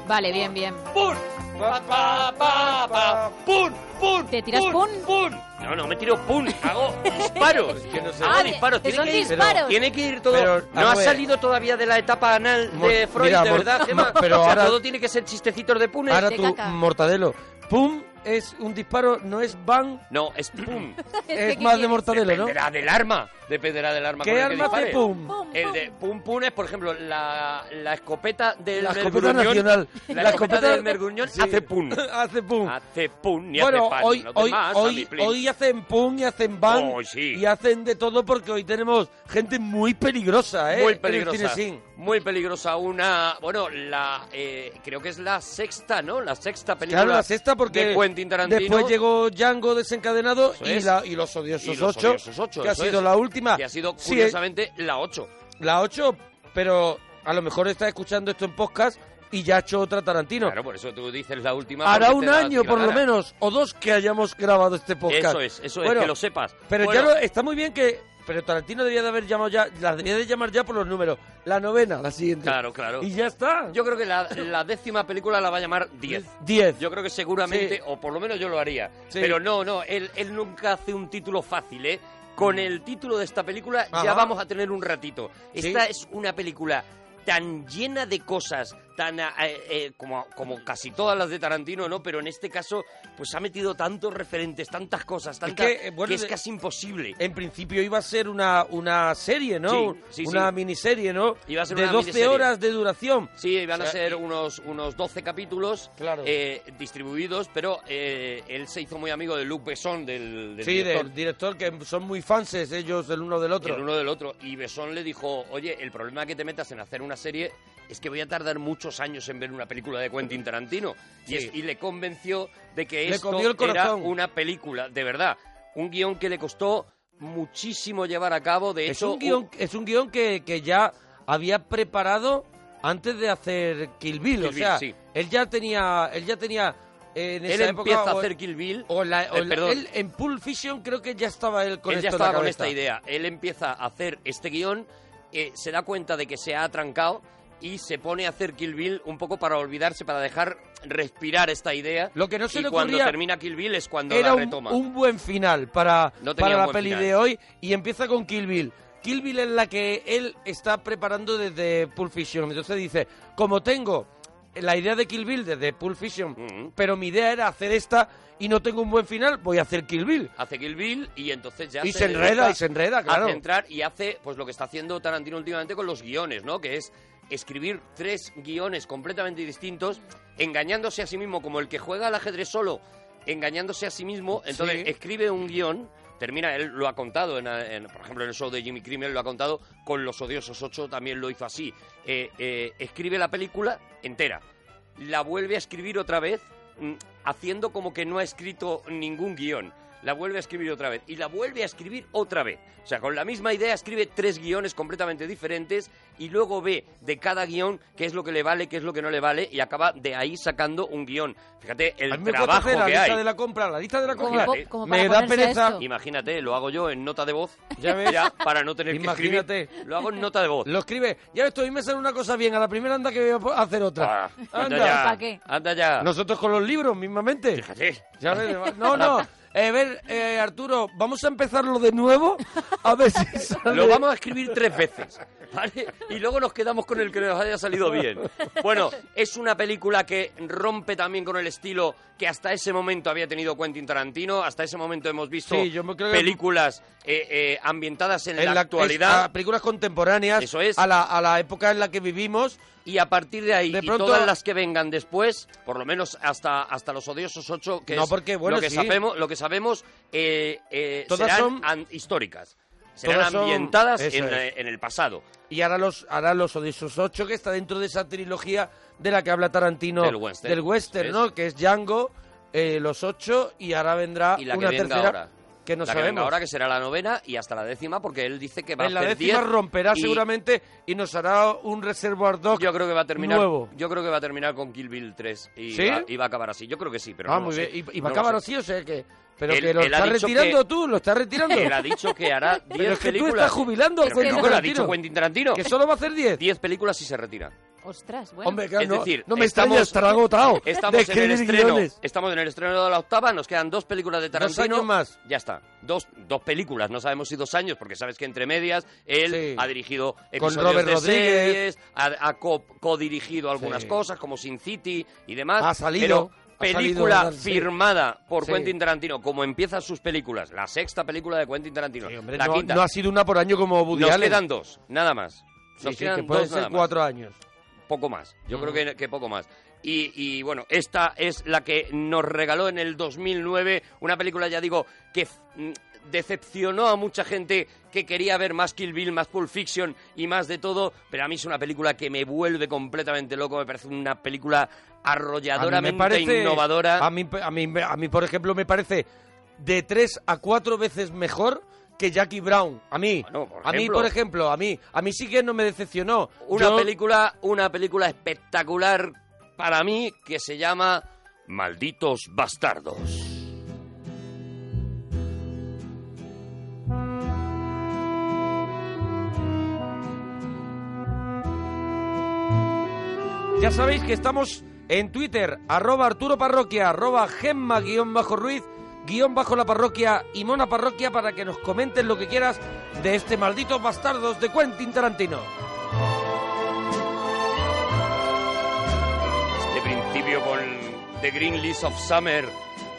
[SPEAKER 4] Vale, bien, bien.
[SPEAKER 3] ¡Pum! Pa, pa, pa, pa. ¡Pum! ¡Pum!
[SPEAKER 4] ¿Te tiras pun?
[SPEAKER 3] pun? ¡Pum! No, no, me tiro pum. Hago disparos. Yo no sé.
[SPEAKER 4] Ah,
[SPEAKER 3] Hago disparos.
[SPEAKER 4] que
[SPEAKER 3] Tiene
[SPEAKER 4] son
[SPEAKER 3] que, ir,
[SPEAKER 4] disparos.
[SPEAKER 3] pero tiene que ir todo.
[SPEAKER 1] Pero,
[SPEAKER 3] no ha
[SPEAKER 1] vamos a ver.
[SPEAKER 3] salido todavía de la etapa anal de
[SPEAKER 1] Mor-
[SPEAKER 3] Freud,
[SPEAKER 1] mira,
[SPEAKER 3] de
[SPEAKER 1] mor-
[SPEAKER 3] verdad, Gemma.
[SPEAKER 1] mor- pero
[SPEAKER 3] o sea,
[SPEAKER 1] ahora-
[SPEAKER 3] todo tiene que ser chistecitos de punes.
[SPEAKER 1] Ahora
[SPEAKER 3] De
[SPEAKER 1] tu
[SPEAKER 3] caca.
[SPEAKER 1] mortadelo. ¡Pum! Es un disparo, no es bang.
[SPEAKER 3] No, es pum.
[SPEAKER 1] Es que más de mortadelo, ¿no?
[SPEAKER 3] Dependerá del arma. Dependerá del arma.
[SPEAKER 1] ¿Qué
[SPEAKER 3] con el
[SPEAKER 1] arma
[SPEAKER 3] que
[SPEAKER 1] hace
[SPEAKER 3] dispare.
[SPEAKER 1] pum?
[SPEAKER 3] El de pum pum es, por ejemplo, la, la escopeta del
[SPEAKER 1] La escopeta
[SPEAKER 3] Merguñón.
[SPEAKER 1] nacional. ¿eh?
[SPEAKER 3] La,
[SPEAKER 1] La
[SPEAKER 3] escopeta
[SPEAKER 1] escopeta-
[SPEAKER 3] del Merguñón
[SPEAKER 1] Sí.
[SPEAKER 3] hace pum.
[SPEAKER 1] Hace pum.
[SPEAKER 3] Hace pum ni
[SPEAKER 1] bueno,
[SPEAKER 3] hace pan.
[SPEAKER 1] hoy,
[SPEAKER 3] no te
[SPEAKER 1] hoy,
[SPEAKER 3] más, Andy,
[SPEAKER 1] hoy,
[SPEAKER 3] please.
[SPEAKER 1] hoy hacen pum y hacen bang
[SPEAKER 3] Oh, sí.
[SPEAKER 1] y hacen de todo porque hoy tenemos gente muy peligrosa, ¿eh?
[SPEAKER 3] Muy
[SPEAKER 1] en el
[SPEAKER 3] peligrosa.
[SPEAKER 1] Cinesín.
[SPEAKER 3] muy peligrosa. Una, bueno, la eh, creo que es la sexta, ¿no? La sexta película.
[SPEAKER 1] Claro, la sexta porque
[SPEAKER 3] de Quentin Tarantino.
[SPEAKER 1] después llegó Django desencadenado
[SPEAKER 3] Eso
[SPEAKER 1] y,
[SPEAKER 3] es.
[SPEAKER 1] la, y Los Odiosos
[SPEAKER 3] Y Los
[SPEAKER 1] 8,
[SPEAKER 3] Odiosos Ocho,
[SPEAKER 1] que ha
[SPEAKER 3] eso
[SPEAKER 1] sido
[SPEAKER 3] es.
[SPEAKER 1] la última.
[SPEAKER 3] Que ha sido,
[SPEAKER 1] Sí,
[SPEAKER 3] curiosamente, la 8.
[SPEAKER 1] La 8, pero a lo mejor está escuchando esto en podcast y ya ha hecho otra Tarantino.
[SPEAKER 3] Claro, por eso tú dices la última.
[SPEAKER 1] Hará
[SPEAKER 3] porque
[SPEAKER 1] un
[SPEAKER 3] te da
[SPEAKER 1] año,
[SPEAKER 3] la
[SPEAKER 1] por lo
[SPEAKER 3] gana.
[SPEAKER 1] menos, o dos que hayamos grabado este podcast.
[SPEAKER 3] Eso es, eso
[SPEAKER 1] Bueno,
[SPEAKER 3] es, que lo sepas.
[SPEAKER 1] Pero
[SPEAKER 3] Bueno,
[SPEAKER 1] ya lo- está muy bien que... Pero Tarantino debía de haber llamado ya... La debía de llamar ya por los números. La novena, la siguiente.
[SPEAKER 3] Claro, claro.
[SPEAKER 1] Y ya está.
[SPEAKER 3] Yo creo que la, la décima película la va a llamar 10.
[SPEAKER 1] 10.
[SPEAKER 3] Yo creo que seguramente,
[SPEAKER 1] Sí.
[SPEAKER 3] o por lo menos yo lo haría.
[SPEAKER 1] Sí.
[SPEAKER 3] Pero no, no, él, él nunca hace un título fácil, ¿eh? Con el título de esta película
[SPEAKER 1] Ajá.
[SPEAKER 3] ya vamos a tener un ratito.
[SPEAKER 1] Sí.
[SPEAKER 3] Esta es una película tan llena de cosas, tan eh, eh, como, como casi todas las de Tarantino, ¿no? Pero en este caso, pues ha metido tantos referentes, tantas cosas, tantas,
[SPEAKER 1] que, eh, bueno,
[SPEAKER 3] que es
[SPEAKER 1] de-
[SPEAKER 3] casi imposible.
[SPEAKER 1] En principio iba a ser una, una serie, ¿no?
[SPEAKER 3] Sí, sí,
[SPEAKER 1] una
[SPEAKER 3] sí.
[SPEAKER 1] miniserie, ¿no?
[SPEAKER 3] Iba a ser
[SPEAKER 1] de
[SPEAKER 3] una
[SPEAKER 1] 12
[SPEAKER 3] miniserie.
[SPEAKER 1] horas de duración.
[SPEAKER 3] Sí, van
[SPEAKER 1] O sea,
[SPEAKER 3] a ser unos, unos 12 capítulos
[SPEAKER 1] Claro.
[SPEAKER 3] eh, distribuidos, pero eh, él se hizo muy amigo de Luc Besson, del, del
[SPEAKER 1] sí,
[SPEAKER 3] director.
[SPEAKER 1] del director, que son muy fanses ellos el uno del otro.
[SPEAKER 3] El uno del otro. Y Besson le dijo, oye, el problema que te metas en hacer una serie es que voy a tardar muchos años en ver una película de Quentin Tarantino. Y, es-
[SPEAKER 1] Sí.
[SPEAKER 3] y le convenció de que
[SPEAKER 1] Le
[SPEAKER 3] esto
[SPEAKER 1] comió el
[SPEAKER 3] era
[SPEAKER 1] corazón.
[SPEAKER 3] una película, de verdad. Un guión que le costó muchísimo llevar a cabo. De
[SPEAKER 1] es,
[SPEAKER 3] hecho,
[SPEAKER 1] un guión, es un guión que, que ya había preparado antes de hacer Kill Bill. o
[SPEAKER 3] Kill Bill,
[SPEAKER 1] sea,
[SPEAKER 3] sí.
[SPEAKER 1] él ya tenía... Él ya tenía eh, en
[SPEAKER 3] Él
[SPEAKER 1] esa época,
[SPEAKER 3] empieza a
[SPEAKER 1] o-
[SPEAKER 3] hacer Kill Bill.
[SPEAKER 1] o la- o
[SPEAKER 3] eh,
[SPEAKER 1] la-
[SPEAKER 3] perdón.
[SPEAKER 1] él en Pulp Fiction creo que ya estaba él con
[SPEAKER 3] él ya
[SPEAKER 1] esto en la
[SPEAKER 3] estaba con
[SPEAKER 1] cabeza.
[SPEAKER 3] esta idea. Él empieza a hacer este guión, eh, se da cuenta de que se ha atrancado y se pone a hacer Kill Bill un poco para olvidarse, para dejar respirar esta idea.
[SPEAKER 1] Lo que no se
[SPEAKER 3] y
[SPEAKER 1] le
[SPEAKER 3] cuando
[SPEAKER 1] ocurría
[SPEAKER 3] termina Kill Bill es cuando
[SPEAKER 1] era
[SPEAKER 3] la
[SPEAKER 1] un,
[SPEAKER 3] retoma.
[SPEAKER 1] un buen final para,
[SPEAKER 3] No
[SPEAKER 1] para
[SPEAKER 3] tenía un
[SPEAKER 1] la
[SPEAKER 3] buen
[SPEAKER 1] peli
[SPEAKER 3] final.
[SPEAKER 1] de hoy y empieza con Kill Bill. Kill Bill es la que él está preparando desde Pulp Fiction. Entonces dice, como tengo la idea de Kill Bill desde Pulp Fiction,
[SPEAKER 3] Mm.
[SPEAKER 1] pero mi idea era hacer esta y no tengo un buen final, voy a hacer Kill Bill.
[SPEAKER 3] Hace Kill Bill y entonces ya
[SPEAKER 1] Y se enreda,
[SPEAKER 3] dedica
[SPEAKER 1] y se enreda, claro.
[SPEAKER 3] A centrar y hace pues lo que está haciendo Tarantino últimamente con los guiones, ¿no? Que es escribir tres guiones completamente distintos, engañándose a sí mismo, como el que juega al ajedrez solo, engañándose a sí mismo.
[SPEAKER 1] Sí.
[SPEAKER 3] Entonces escribe un guión, termina, él lo ha contado, en, en- por ejemplo, en el show de Jimmy Kimmel lo ha contado, con Los Odiosos 8 también lo hizo así. Eh, eh, escribe la película entera, la vuelve a escribir otra vez, mm, haciendo como que no ha escrito ningún guión. La vuelve a escribir otra vez y la vuelve a escribir otra vez. O sea, con la misma idea escribe tres guiones completamente diferentes y luego ve de cada guión qué es lo que le vale, qué es lo que no le vale y acaba de ahí sacando un guión. Fíjate el
[SPEAKER 1] A mí me cuesta
[SPEAKER 3] trabajo
[SPEAKER 1] hacer la
[SPEAKER 3] que
[SPEAKER 1] lista
[SPEAKER 3] hay.
[SPEAKER 1] de la compra, la lista de la
[SPEAKER 3] Como
[SPEAKER 1] compra.
[SPEAKER 3] po- como
[SPEAKER 1] Me da pereza.
[SPEAKER 3] Imagínate, lo hago yo en nota de voz.
[SPEAKER 1] Ya ves.
[SPEAKER 3] Ya, para no tener que
[SPEAKER 1] Imagínate.
[SPEAKER 3] escribir. Lo hago en nota de voz.
[SPEAKER 1] Lo escribe, ya ves, tú, a mí me sale una cosa bien, a la primera anda que voy a hacer otra.
[SPEAKER 3] Ah, anda ya. ¿Para qué? Anda ya.
[SPEAKER 1] Nosotros con los libros mismamente.
[SPEAKER 3] Fíjate.
[SPEAKER 1] Ya ves, no, no. Eh, a ver, eh, Arturo, vamos a empezarlo de nuevo. A ver si sale.
[SPEAKER 3] Lo vamos a escribir tres veces, ¿vale? Y luego nos quedamos con el que nos haya salido bien. Bueno, es una película que rompe también con el estilo que hasta ese momento había tenido Quentin Tarantino. Hasta ese momento hemos visto
[SPEAKER 1] Sí, yo me creo que-
[SPEAKER 3] películas eh, eh, ambientadas en, la,
[SPEAKER 1] la- es-
[SPEAKER 3] actualidad.
[SPEAKER 1] a películas contemporáneas.
[SPEAKER 3] Eso es.
[SPEAKER 1] A la, a la época en la que vivimos.
[SPEAKER 3] Y a partir de ahí,
[SPEAKER 1] de
[SPEAKER 3] y
[SPEAKER 1] pronto-
[SPEAKER 3] todas las que vengan después, por lo menos hasta, hasta los odiosos ocho, que
[SPEAKER 1] No,
[SPEAKER 3] es
[SPEAKER 1] porque, bueno,
[SPEAKER 3] lo que
[SPEAKER 1] sí.
[SPEAKER 3] sabemos, lo que sabemos eh, eh,
[SPEAKER 1] Todas
[SPEAKER 3] serán
[SPEAKER 1] son-
[SPEAKER 3] an- históricas, serán
[SPEAKER 1] todas son-
[SPEAKER 3] ambientadas
[SPEAKER 1] Eso
[SPEAKER 3] en,
[SPEAKER 1] es.
[SPEAKER 3] eh, en el pasado.
[SPEAKER 1] Y ahora los, ahora los odiosos 8, que está dentro de esa trilogía de la que habla Tarantino.
[SPEAKER 3] Del western.
[SPEAKER 1] western,
[SPEAKER 3] Eso es.
[SPEAKER 1] ¿no? Que es Django, eh, los 8, y ahora vendrá
[SPEAKER 3] y la que
[SPEAKER 1] una
[SPEAKER 3] venga
[SPEAKER 1] tercera.
[SPEAKER 3] ahora.
[SPEAKER 1] Que no
[SPEAKER 3] la que
[SPEAKER 1] sabemos.
[SPEAKER 3] venga ahora que será la novena y hasta la décima porque él dice que va
[SPEAKER 1] en
[SPEAKER 3] a
[SPEAKER 1] la
[SPEAKER 3] hacer
[SPEAKER 1] décima
[SPEAKER 3] 10
[SPEAKER 1] romperá
[SPEAKER 3] y
[SPEAKER 1] seguramente y nos hará un Reservoir Dog.
[SPEAKER 3] yo creo que va a terminar
[SPEAKER 1] nuevo.
[SPEAKER 3] yo creo que va a terminar con Kill Bill 3 y,
[SPEAKER 1] ¿Sí?
[SPEAKER 3] va, y va a acabar así yo creo que sí pero
[SPEAKER 1] ah,
[SPEAKER 3] no lo
[SPEAKER 1] muy
[SPEAKER 3] sé.
[SPEAKER 1] bien. Y, y va a
[SPEAKER 3] No lo
[SPEAKER 1] acabar
[SPEAKER 3] sé.
[SPEAKER 1] así, o sea que. Pero
[SPEAKER 3] Él-
[SPEAKER 1] que lo
[SPEAKER 3] él ha
[SPEAKER 1] estás
[SPEAKER 3] dicho
[SPEAKER 1] retirando
[SPEAKER 3] que-
[SPEAKER 1] tú, lo estás retirando.
[SPEAKER 3] él ha dicho que hará 10
[SPEAKER 1] Pero es que tú
[SPEAKER 3] películas
[SPEAKER 1] estás jubilando,
[SPEAKER 3] Pero que
[SPEAKER 1] Quentin
[SPEAKER 3] no, que lo ha
[SPEAKER 1] Tarantino.
[SPEAKER 3] dicho Quentin Tarantino
[SPEAKER 1] Que solo va a hacer 10.
[SPEAKER 3] 10 películas y se retira
[SPEAKER 4] Ostras, bueno.
[SPEAKER 1] Hombre, claro,
[SPEAKER 3] es
[SPEAKER 1] no-
[SPEAKER 3] decir,
[SPEAKER 1] no, me
[SPEAKER 3] estamos,
[SPEAKER 1] extraña, estará agotado. de
[SPEAKER 3] Estamos en, el
[SPEAKER 1] escribir
[SPEAKER 3] estreno,
[SPEAKER 1] guiones.
[SPEAKER 3] estamos en el estreno de la octava, nos quedan dos películas de Tarantino.
[SPEAKER 1] años más.
[SPEAKER 3] Ya está. Dos, dos películas, no sabemos si dos años, porque sabes que entre medias él
[SPEAKER 1] Sí.
[SPEAKER 3] ha dirigido
[SPEAKER 1] Con
[SPEAKER 3] episodios
[SPEAKER 1] Robert
[SPEAKER 3] de
[SPEAKER 1] Rodríguez.
[SPEAKER 3] series, ha, ha co- codirigido algunas
[SPEAKER 1] Sí.
[SPEAKER 3] cosas, como Sin City y demás.
[SPEAKER 1] Ha salido,
[SPEAKER 3] Pero
[SPEAKER 1] ha
[SPEAKER 3] película
[SPEAKER 1] salido, sí.
[SPEAKER 3] firmada por
[SPEAKER 1] Sí.
[SPEAKER 3] Quentin Tarantino, como empiezan sus películas. La sexta película de Quentin Tarantino.
[SPEAKER 1] Hombre,
[SPEAKER 3] la
[SPEAKER 1] no,
[SPEAKER 3] quinta.
[SPEAKER 1] no ha sido una por año como Woody
[SPEAKER 3] nos
[SPEAKER 1] Allen.
[SPEAKER 3] quedan dos, nada más.
[SPEAKER 1] Sí,
[SPEAKER 3] Nos
[SPEAKER 1] sí,
[SPEAKER 3] quedan
[SPEAKER 1] que pueden
[SPEAKER 3] dos nada
[SPEAKER 1] ser
[SPEAKER 3] más
[SPEAKER 1] cuatro años. Mm.
[SPEAKER 3] poco más. Yo
[SPEAKER 1] Ujú.
[SPEAKER 3] creo que, que poco más. Y, y, bueno, esta es la que nos regaló en el 2009 una película, ya digo, que f- mm, decepcionó a mucha gente que quería ver más Kill Bill, más Pulp Fiction y más de todo, pero a mí es una película que me vuelve completamente loco, me parece una película arrolladoramente
[SPEAKER 1] me parece-
[SPEAKER 3] innovadora.
[SPEAKER 1] A mí, a, mí, a mí, por ejemplo, me parece de tres a cuatro veces mejor que Jackie Brown. A mí, a mí,
[SPEAKER 3] ejemplo.
[SPEAKER 1] por ejemplo, a mí, a mí sí que no me decepcionó.
[SPEAKER 3] Una
[SPEAKER 1] Yo-
[SPEAKER 3] película, una película espectacular para mí que se llama Malditos bastardos.
[SPEAKER 1] Ya sabéis que estamos en Twitter, arroba Arturo Parroquia, arroba Gemma guión bajo Ruiz, guión bajo la parroquia y Mona Parroquia para que nos comentes lo que quieras de este maldito bastardos de Quentin Tarantino.
[SPEAKER 3] de principio con The Green Leaves of Summer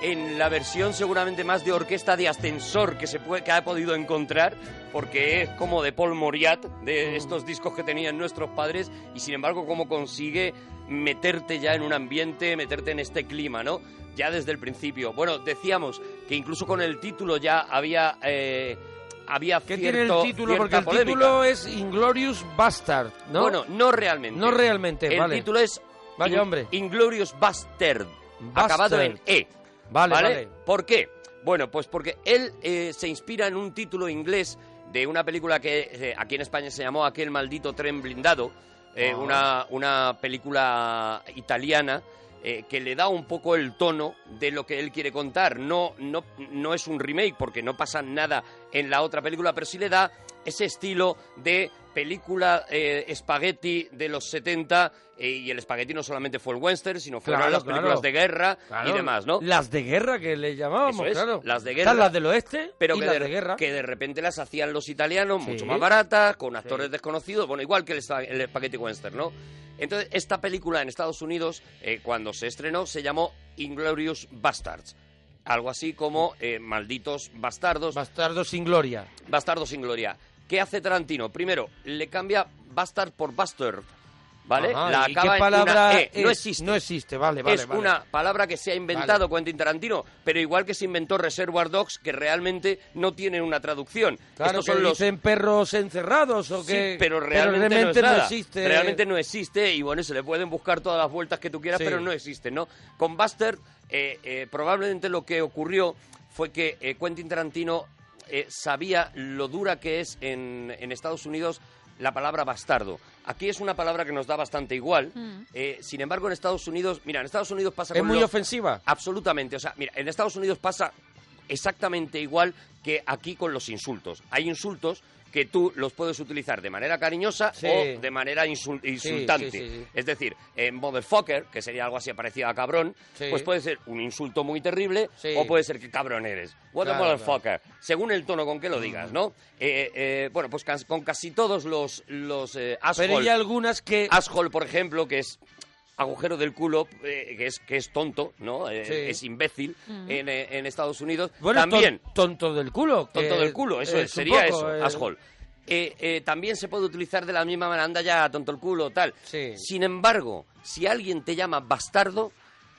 [SPEAKER 3] en la versión seguramente más de orquesta de ascensor que se puede, que ha podido encontrar porque es como de Paul Moriat
[SPEAKER 1] Mm.
[SPEAKER 3] de estos discos que tenían nuestros padres y sin embargo cómo consigue meterte ya en un ambiente, meterte en este clima, ¿no? Ya desde el principio. Bueno, decíamos que incluso con el título ya había eh, había
[SPEAKER 1] ¿Qué tiene el
[SPEAKER 3] cierto-
[SPEAKER 1] título?
[SPEAKER 3] cierta
[SPEAKER 1] Porque el
[SPEAKER 3] polémica.
[SPEAKER 1] título es Inglorious Bastard, ¿no?
[SPEAKER 3] Bueno, no realmente.
[SPEAKER 1] No realmente,
[SPEAKER 3] El
[SPEAKER 1] vale.
[SPEAKER 3] título es
[SPEAKER 1] Vaya
[SPEAKER 3] In-
[SPEAKER 1] hombre.
[SPEAKER 3] Inglorious Bastard, acabado en E.
[SPEAKER 1] Vale, vale.
[SPEAKER 3] ¿Por qué? Bueno, pues porque él eh, se inspira en un título inglés de una película que eh, aquí en España se llamó Aquel maldito tren blindado, eh,
[SPEAKER 1] Ah.
[SPEAKER 3] una, una película italiana eh, que le da un poco el tono de lo que él quiere contar. No, no, no es un remake porque no pasa nada en la otra película, pero sí le da ese estilo de película eh, espagueti de los 70 eh, y el espagueti no solamente fue el western, sino fueron
[SPEAKER 1] Claro,
[SPEAKER 3] las
[SPEAKER 1] claro.
[SPEAKER 3] películas de guerra
[SPEAKER 1] Claro,
[SPEAKER 3] y demás, ¿no?
[SPEAKER 1] Las de guerra que le
[SPEAKER 3] Eso
[SPEAKER 1] llamábamos,
[SPEAKER 3] es,
[SPEAKER 1] claro.
[SPEAKER 3] Las de guerra.
[SPEAKER 1] Están las del oeste
[SPEAKER 3] pero
[SPEAKER 1] y
[SPEAKER 3] que
[SPEAKER 1] las
[SPEAKER 3] de,
[SPEAKER 1] de guerra.
[SPEAKER 3] Que de repente las hacían los italianos,
[SPEAKER 1] Sí.
[SPEAKER 3] mucho más baratas, con actores desconocidos, bueno, igual que el, espa- el Spaghetti Western, ¿no? Entonces, esta película en Estados Unidos, eh, cuando se estrenó, se llamó Inglorious Bastards. Algo así como eh, Malditos Bastardos.
[SPEAKER 1] Bastardos sin gloria.
[SPEAKER 3] Bastardos sin gloria. ¿Qué hace Tarantino? Primero, le cambia Bastard por Bastard, ¿vale?
[SPEAKER 1] Ajá,
[SPEAKER 3] La
[SPEAKER 1] ¿y
[SPEAKER 3] acaba
[SPEAKER 1] qué
[SPEAKER 3] en una
[SPEAKER 1] palabra
[SPEAKER 3] E, No
[SPEAKER 1] es?
[SPEAKER 3] existe
[SPEAKER 1] No existe, vale, vale.
[SPEAKER 3] es
[SPEAKER 1] vale.
[SPEAKER 3] una palabra que se ha inventado Quentin Tarantino, pero igual que se inventó Reservoir Dogs, que realmente no tiene una traducción.
[SPEAKER 1] Claro,
[SPEAKER 3] Estos son
[SPEAKER 1] que
[SPEAKER 3] los
[SPEAKER 1] dicen perros encerrados o
[SPEAKER 3] Sí,
[SPEAKER 1] que...
[SPEAKER 3] pero realmente,
[SPEAKER 1] realmente
[SPEAKER 3] no, es nada.
[SPEAKER 1] existe.
[SPEAKER 3] Realmente no existe y bueno, se le pueden buscar todas las vueltas que tú quieras,
[SPEAKER 1] Sí.
[SPEAKER 3] pero no existe, ¿no? Con Buster, eh, eh, probablemente lo que ocurrió fue que eh, Quentin Tarantino eh, sabía lo dura que es en, en Estados Unidos la palabra bastardo. Aquí es una palabra que nos da bastante igual.
[SPEAKER 1] Mm.
[SPEAKER 3] eh, sin embargo, en Estados Unidos, mira, en Estados Unidos pasa
[SPEAKER 1] Es
[SPEAKER 3] con
[SPEAKER 1] muy
[SPEAKER 3] lo-
[SPEAKER 1] ofensiva.
[SPEAKER 3] Absolutamente. O sea, mira, en Estados Unidos pasa exactamente igual que aquí con los insultos. Hay insultos que tú los puedes utilizar de manera cariñosa
[SPEAKER 1] Sí.
[SPEAKER 3] o de manera insul- insultante.
[SPEAKER 1] sí, sí, sí.
[SPEAKER 3] Es decir, en motherfucker, que sería algo así parecido a cabrón,
[SPEAKER 1] Sí.
[SPEAKER 3] pues puede ser un insulto muy terrible
[SPEAKER 1] Sí.
[SPEAKER 3] o puede ser que cabrón eres. What a
[SPEAKER 1] Claro, Mm.
[SPEAKER 3] motherfucker. Según el tono con que lo digas, ¿no? Eh, eh, bueno, pues cas- con casi todos los, los eh,
[SPEAKER 1] Pero
[SPEAKER 3] asshole-
[SPEAKER 1] hay algunas que...
[SPEAKER 3] Asshole, por ejemplo, que es agujero del culo, eh, que, es, que es tonto, ¿no? Eh,
[SPEAKER 1] Sí.
[SPEAKER 3] Es imbécil
[SPEAKER 1] Mm.
[SPEAKER 3] en, eh, en Estados Unidos.
[SPEAKER 1] Bueno, ton-
[SPEAKER 3] también,
[SPEAKER 1] tonto del culo. que
[SPEAKER 3] tonto del culo, eso
[SPEAKER 1] es
[SPEAKER 3] es,
[SPEAKER 1] un
[SPEAKER 3] sería
[SPEAKER 1] poco,
[SPEAKER 3] eso,
[SPEAKER 1] eh,
[SPEAKER 3] asshole. Eh, eh, también se puede utilizar de la misma manera, anda ya, tonto el culo, tal. Sin embargo, si alguien te llama bastardo,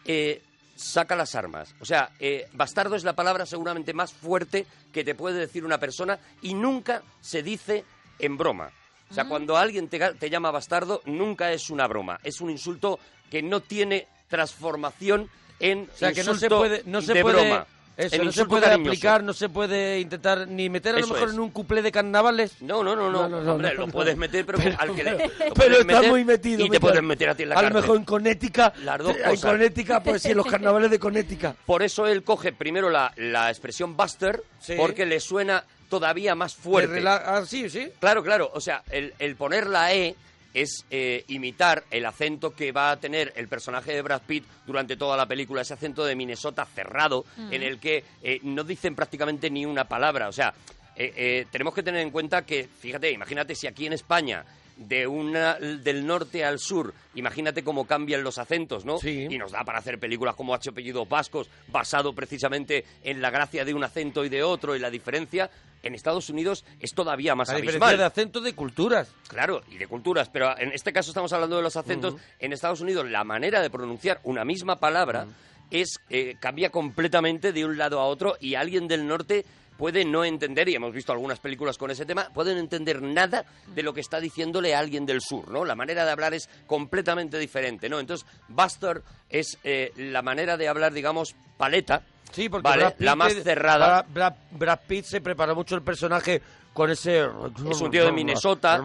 [SPEAKER 3] eh, saca las armas. O sea, eh, bastardo es la palabra seguramente más fuerte que te puede decir una persona y nunca se dice en broma. O
[SPEAKER 1] Mm.
[SPEAKER 3] sea, cuando alguien te, ga- te llama bastardo, nunca es una broma. Es un insulto que no tiene transformación en
[SPEAKER 1] O sea, que no se
[SPEAKER 3] insulto
[SPEAKER 1] puede... No se
[SPEAKER 3] de
[SPEAKER 1] puede
[SPEAKER 3] broma.
[SPEAKER 1] eso, no
[SPEAKER 3] en
[SPEAKER 1] se
[SPEAKER 3] insulto
[SPEAKER 1] puede
[SPEAKER 3] cariñoso.
[SPEAKER 1] aplicar, no se puede intentar ni meter a lo
[SPEAKER 3] Eso
[SPEAKER 1] mejor
[SPEAKER 3] es.
[SPEAKER 1] en un cuplé de carnavales.
[SPEAKER 3] No, no, no, no. hombre, lo puedes meter, pero, al que le. lo
[SPEAKER 1] Pero
[SPEAKER 3] puedes
[SPEAKER 1] está
[SPEAKER 3] meter
[SPEAKER 1] muy metido.
[SPEAKER 3] Y te puedes meter a ti en la
[SPEAKER 1] A
[SPEAKER 3] cárcel.
[SPEAKER 1] lo mejor en Conética.
[SPEAKER 3] Las dos
[SPEAKER 1] En
[SPEAKER 3] cosas.
[SPEAKER 1] Conética, pues sí, en los carnavales de Conética.
[SPEAKER 3] Por eso él coge primero la, la expresión buster,
[SPEAKER 1] Sí.
[SPEAKER 3] porque le suena todavía más fuerte.
[SPEAKER 1] Ah, sí, sí.
[SPEAKER 3] Claro, claro. O sea, el, el poner la E es eh, imitar el acento que va a tener el personaje de Brad Pitt durante toda la película, ese acento de Minnesota cerrado,
[SPEAKER 1] Mm.
[SPEAKER 3] en el que eh, no dicen prácticamente ni una palabra. O sea, eh, eh, tenemos que tener en cuenta que, fíjate, imagínate si aquí en España de una del norte al sur, imagínate cómo cambian los acentos, ¿no? Y nos da para hacer películas como H apellidos vascos, basado precisamente en la gracia de un acento y de otro y la diferencia. En Estados Unidos es todavía más
[SPEAKER 1] La diferencia
[SPEAKER 3] abismal.
[SPEAKER 1] de acento de culturas.
[SPEAKER 3] Claro, y de culturas, pero en este caso estamos hablando de los acentos. En Estados Unidos la manera de pronunciar una misma palabra es eh, cambia completamente de un lado a otro y alguien del norte puede no entender, y hemos visto algunas películas con ese tema, pueden entender nada de lo que está diciéndole a alguien del sur, ¿no? La manera de hablar es completamente diferente, ¿no? Entonces, Buster es eh, la manera de hablar, digamos, paleta,
[SPEAKER 1] Sí, porque
[SPEAKER 3] ¿vale?
[SPEAKER 1] Brad Pitt
[SPEAKER 3] la más
[SPEAKER 1] es-
[SPEAKER 3] cerrada.
[SPEAKER 1] Brad, Brad- Brad Pitt se preparó mucho el personaje con ese...
[SPEAKER 3] Es un tío de Minnesota.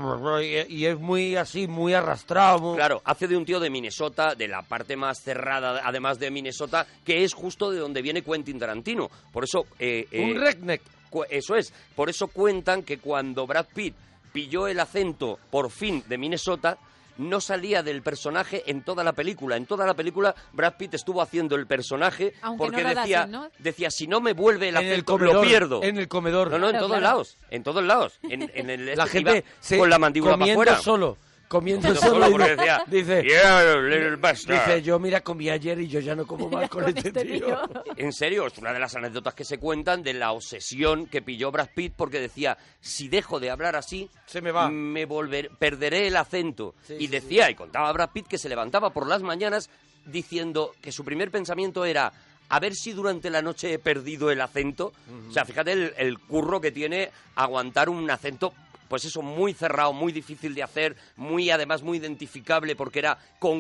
[SPEAKER 1] Y, y es muy así, muy arrastrado. muy-
[SPEAKER 3] Claro, hace de un tío de Minnesota, de la parte más cerrada, además de Minnesota, que es justo de donde viene Quentin Tarantino. Por eso... eh, eh,
[SPEAKER 1] Un redneck.
[SPEAKER 3] Cu- Eso es. Por eso cuentan que cuando Brad Pitt pilló el acento, por fin, de Minnesota, no salía del personaje en toda la película. En toda la película, Brad Pitt estuvo haciendo el personaje
[SPEAKER 4] Aunque
[SPEAKER 3] porque
[SPEAKER 4] no lo
[SPEAKER 3] decía,
[SPEAKER 4] dasen, ¿no?
[SPEAKER 3] decía, si no me vuelve el
[SPEAKER 1] En el
[SPEAKER 3] acento, lo
[SPEAKER 1] comedor,
[SPEAKER 3] pierdo.
[SPEAKER 1] en el comedor.
[SPEAKER 3] No, no, en
[SPEAKER 1] Claro,
[SPEAKER 3] todos
[SPEAKER 1] claro.
[SPEAKER 3] lados. En todos lados. En, en el, este,
[SPEAKER 1] La
[SPEAKER 3] iba
[SPEAKER 1] gente se
[SPEAKER 3] con la mandíbula para
[SPEAKER 1] comiendo
[SPEAKER 3] afuera.
[SPEAKER 1] solo. Comiendo
[SPEAKER 3] Comiendo
[SPEAKER 1] solo,
[SPEAKER 3] solo, porque
[SPEAKER 1] digo,
[SPEAKER 3] decía,
[SPEAKER 1] dice,
[SPEAKER 3] "Yeah, little bastard".
[SPEAKER 1] dice, yo mira, comí ayer y yo ya no como más con este tío.
[SPEAKER 3] En serio, es una de las anécdotas que se cuentan de la obsesión que pilló Brad Pitt porque decía, si dejo de hablar así,
[SPEAKER 1] se me va.
[SPEAKER 3] Me volver, perderé el acento.
[SPEAKER 1] Sí,
[SPEAKER 3] y
[SPEAKER 1] sí,
[SPEAKER 3] decía, y contaba Brad Pitt que se levantaba por las mañanas diciendo que su primer pensamiento era a ver si durante la noche he perdido el acento. O sea, fíjate el, el curro que tiene aguantar un acento pues eso, muy cerrado, muy difícil de hacer, muy además muy identificable porque era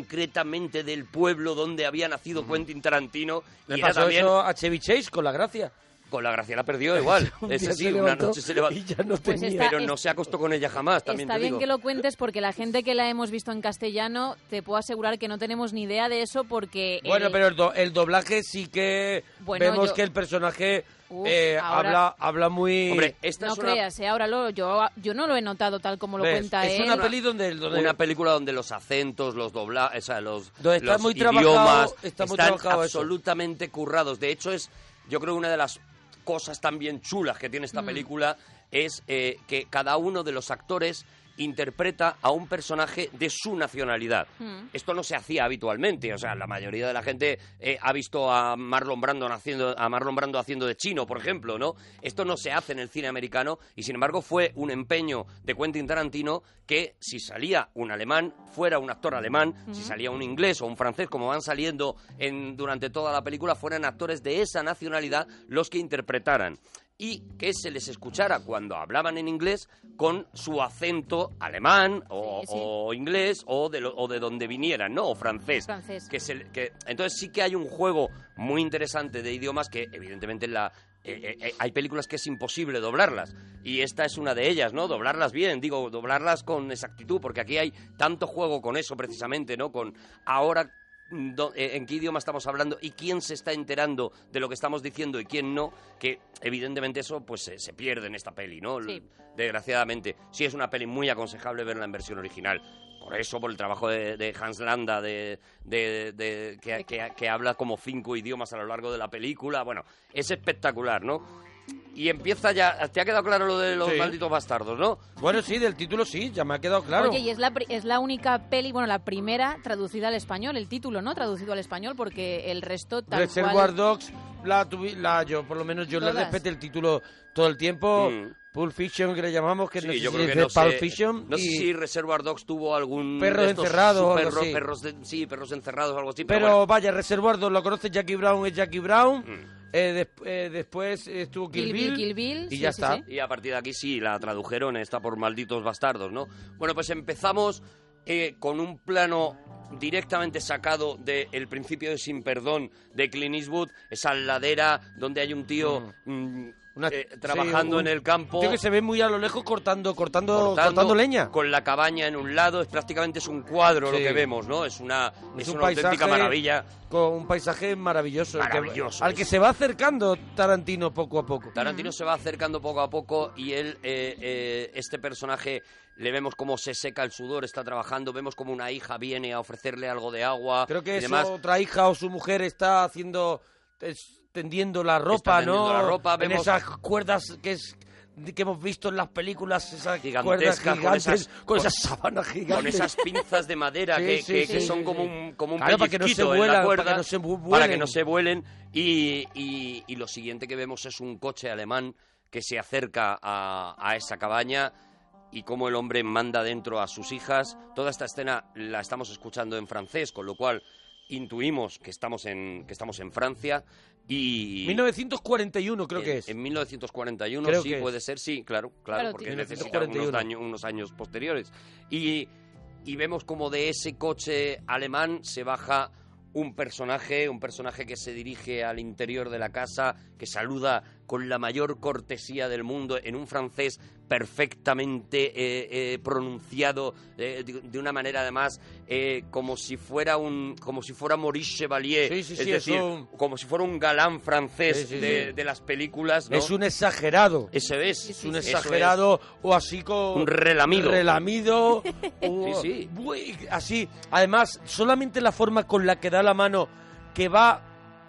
[SPEAKER 3] concretamente del pueblo donde había nacido Quentin Tarantino
[SPEAKER 1] Le
[SPEAKER 3] y era
[SPEAKER 1] pasó
[SPEAKER 3] también
[SPEAKER 1] eso a Chevy Chase con la gracia.
[SPEAKER 3] con la gracia la perdió igual.
[SPEAKER 1] Un día
[SPEAKER 3] Ese sí,
[SPEAKER 1] se
[SPEAKER 3] una
[SPEAKER 1] levantó
[SPEAKER 3] noche se levantó.
[SPEAKER 4] Pues tenía. está-
[SPEAKER 3] pero no se acostó con ella jamás, también
[SPEAKER 4] Está
[SPEAKER 3] te
[SPEAKER 4] bien
[SPEAKER 3] digo.
[SPEAKER 4] que lo cuentes porque la gente que la hemos visto en castellano te puedo asegurar que no tenemos ni idea de eso porque eh, el-
[SPEAKER 1] Bueno, pero el, do- el doblaje sí que
[SPEAKER 4] Bueno,
[SPEAKER 1] vemos
[SPEAKER 4] yo-
[SPEAKER 1] que el personaje
[SPEAKER 4] Uf,
[SPEAKER 1] eh,
[SPEAKER 4] ahora-
[SPEAKER 1] habla, habla muy...
[SPEAKER 3] Hombre, este, esta
[SPEAKER 4] no
[SPEAKER 3] es una-
[SPEAKER 4] creas, eh, ahora lo, yo, yo no lo he notado tal como lo
[SPEAKER 3] ¿Ves?
[SPEAKER 4] cuenta
[SPEAKER 3] Es
[SPEAKER 4] él.
[SPEAKER 3] una peli
[SPEAKER 1] donde,
[SPEAKER 3] una película donde los acentos, los doblajes, o sea, los,
[SPEAKER 1] Donde está
[SPEAKER 3] los
[SPEAKER 1] muy trabajado-
[SPEAKER 3] idiomas
[SPEAKER 1] está muy
[SPEAKER 3] están
[SPEAKER 1] trabajado eso.
[SPEAKER 3] absolutamente currados. De hecho, es yo creo una de las cosas también chulas que tiene esta
[SPEAKER 1] Mm.
[SPEAKER 3] película es eh, que cada uno de los actores interpreta a un personaje de su nacionalidad.
[SPEAKER 1] Mm.
[SPEAKER 3] Esto no se hacía habitualmente, o sea, la mayoría de la gente eh, ha visto a Marlon Brando haciendo a Marlon Brando haciendo de chino, por ejemplo, ¿no? Esto no se hace en el cine americano y sin embargo fue un empeño de Quentin Tarantino que si salía un alemán fuera un actor alemán, si salía un inglés o un francés como van saliendo en- durante toda la película fueran actores de esa nacionalidad los que interpretaran y que se les escuchara cuando hablaban en inglés con su acento alemán o,
[SPEAKER 1] Sí, sí.
[SPEAKER 3] o inglés o de, lo- o de donde vinieran, ¿no? O francés.
[SPEAKER 1] Francés.
[SPEAKER 3] Que se le- que- entonces sí que hay un juego muy interesante de idiomas que evidentemente en la... eh, eh, eh, hay películas que es imposible doblarlas y esta es una de ellas, ¿no? Doblarlas bien, digo, doblarlas con exactitud, porque aquí hay tanto juego con eso precisamente, ¿no? Con ahora mm, do- eh, en qué idioma estamos hablando y quién se está enterando de lo que estamos diciendo y quién no, que evidentemente eso pues se, se pierde en esta peli, ¿no?
[SPEAKER 4] Sí.
[SPEAKER 3] Desgraciadamente, sí es una peli muy aconsejable verla en versión original. Por eso, por el trabajo de, de Hans Landa, de, de- de- que, que- que habla como cinco idiomas a lo largo de la película, bueno, es espectacular, ¿no? Y empieza ya, te ha quedado claro lo de los
[SPEAKER 1] Sí.
[SPEAKER 3] malditos bastardos, ¿no?
[SPEAKER 1] Bueno, sí, del título sí, ya me ha quedado claro.
[SPEAKER 4] Oye, y es la, pri- es la única peli, bueno, la primera traducida al español, el título, ¿no? Traducido al español porque el resto tal
[SPEAKER 1] Reservoir
[SPEAKER 4] cual...
[SPEAKER 1] Dogs, la, tuvi- la- yo por lo menos yo le
[SPEAKER 4] Todas.
[SPEAKER 1] respeto el título todo el tiempo.
[SPEAKER 3] Mm.
[SPEAKER 1] Pulp Fiction que le llamamos, que
[SPEAKER 3] Sí,
[SPEAKER 1] no sé
[SPEAKER 3] yo
[SPEAKER 1] si
[SPEAKER 3] creo que
[SPEAKER 1] dice
[SPEAKER 3] no sé-
[SPEAKER 1] Pulp Fiction.
[SPEAKER 3] no sé
[SPEAKER 1] y-
[SPEAKER 3] si Reservoir Dogs tuvo algún... de
[SPEAKER 1] Perros
[SPEAKER 3] estos
[SPEAKER 1] encerrados o algo
[SPEAKER 3] perro-
[SPEAKER 1] así.
[SPEAKER 3] perros de- sí, perros encerrados o algo así. Pero,
[SPEAKER 1] Pero
[SPEAKER 3] bueno, Mm.
[SPEAKER 1] vaya, Reservoir Dogs lo conoce Jackie Brown, es Jackie Brown. Eh, des- eh, después estuvo Kill, Bill, y ya está.
[SPEAKER 3] Y a partir de aquí sí, la tradujeron, está por malditos bastardos, ¿no? Bueno, pues empezamos eh, con un plano directamente sacado del principio de Sin Perdón de Clint Eastwood, esa ladera donde hay un tío mm, eh, trabajando
[SPEAKER 1] Sí, un
[SPEAKER 3] en el campo.
[SPEAKER 1] tío que se ve muy a lo lejos cortando, cortando, cortando, leña.
[SPEAKER 3] Con la cabaña en un lado, es prácticamente es un cuadro lo
[SPEAKER 1] Sí.
[SPEAKER 3] que vemos, ¿no? Es una, es
[SPEAKER 1] un
[SPEAKER 3] una auténtica
[SPEAKER 1] paisaje
[SPEAKER 3] maravilla.
[SPEAKER 1] Con un paisaje maravilloso. el que-
[SPEAKER 3] Maravilloso,
[SPEAKER 1] al
[SPEAKER 3] es.
[SPEAKER 1] que se va acercando Tarantino poco a poco.
[SPEAKER 3] Tarantino se va acercando poco a poco y él, eh, eh, este personaje, le vemos cómo se seca el sudor, está trabajando, vemos como una hija viene a ofrecerle algo de agua.
[SPEAKER 1] Creo que
[SPEAKER 3] y
[SPEAKER 1] es
[SPEAKER 3] demás.
[SPEAKER 1] otra hija o su mujer está haciendo es- tendiendo la ropa,
[SPEAKER 3] tendiendo
[SPEAKER 1] ¿no?
[SPEAKER 3] la ropa,
[SPEAKER 1] en
[SPEAKER 3] vemos-
[SPEAKER 1] esas cuerdas que es que hemos visto en las películas, esas cuerdas
[SPEAKER 3] Gigantesca,
[SPEAKER 1] gigantes,
[SPEAKER 3] con esas,
[SPEAKER 1] con esas sábanas gigantes.
[SPEAKER 3] Con esas pinzas de madera
[SPEAKER 1] Sí,
[SPEAKER 3] que,
[SPEAKER 1] sí,
[SPEAKER 3] que-
[SPEAKER 1] sí,
[SPEAKER 3] que
[SPEAKER 1] sí,
[SPEAKER 3] son
[SPEAKER 1] sí.
[SPEAKER 3] como un, como un
[SPEAKER 1] Claro, para que no se
[SPEAKER 3] pellizquito en la
[SPEAKER 1] vuelan, para
[SPEAKER 3] cuerda,
[SPEAKER 1] que no se vu-
[SPEAKER 3] para que
[SPEAKER 1] vuelen.
[SPEAKER 3] no se vuelen. Y, y- y lo siguiente que vemos es un coche alemán que se acerca a, a esa cabaña y cómo el hombre manda dentro a sus hijas. Toda esta escena la estamos escuchando en francés, con lo cual intuimos que estamos en, que estamos en Francia y...
[SPEAKER 1] 1941 creo que es.
[SPEAKER 3] En 1941
[SPEAKER 1] Creo
[SPEAKER 3] sí
[SPEAKER 1] que es.
[SPEAKER 3] puede ser, sí, claro, claro,
[SPEAKER 1] Claro,
[SPEAKER 3] porque
[SPEAKER 1] tiene
[SPEAKER 3] necesita unos
[SPEAKER 1] 1941.
[SPEAKER 3] años, unos años posteriores. Y, y vemos como de ese coche alemán se baja un personaje, un personaje que se dirige al interior de la casa, que saluda con la mayor cortesía del mundo en un francés perfectamente eh, eh, pronunciado, eh, de, de una manera además eh, como si fuera un como si fuera Maurice Chevalier,
[SPEAKER 1] Sí, sí,
[SPEAKER 3] es
[SPEAKER 1] sí, es
[SPEAKER 3] decir,
[SPEAKER 1] un-
[SPEAKER 3] como si fuera un galán francés
[SPEAKER 1] Sí, sí,
[SPEAKER 3] de,
[SPEAKER 1] sí.
[SPEAKER 3] de las películas. ¿no?
[SPEAKER 1] Es un exagerado.
[SPEAKER 3] Eso es.
[SPEAKER 1] Es un
[SPEAKER 3] Eso es.
[SPEAKER 1] exagerado o así con...
[SPEAKER 3] Un relamido.
[SPEAKER 1] Relamido. o-
[SPEAKER 3] Sí, sí.
[SPEAKER 1] Uy, Así. Además, solamente la forma con la que da la mano, que va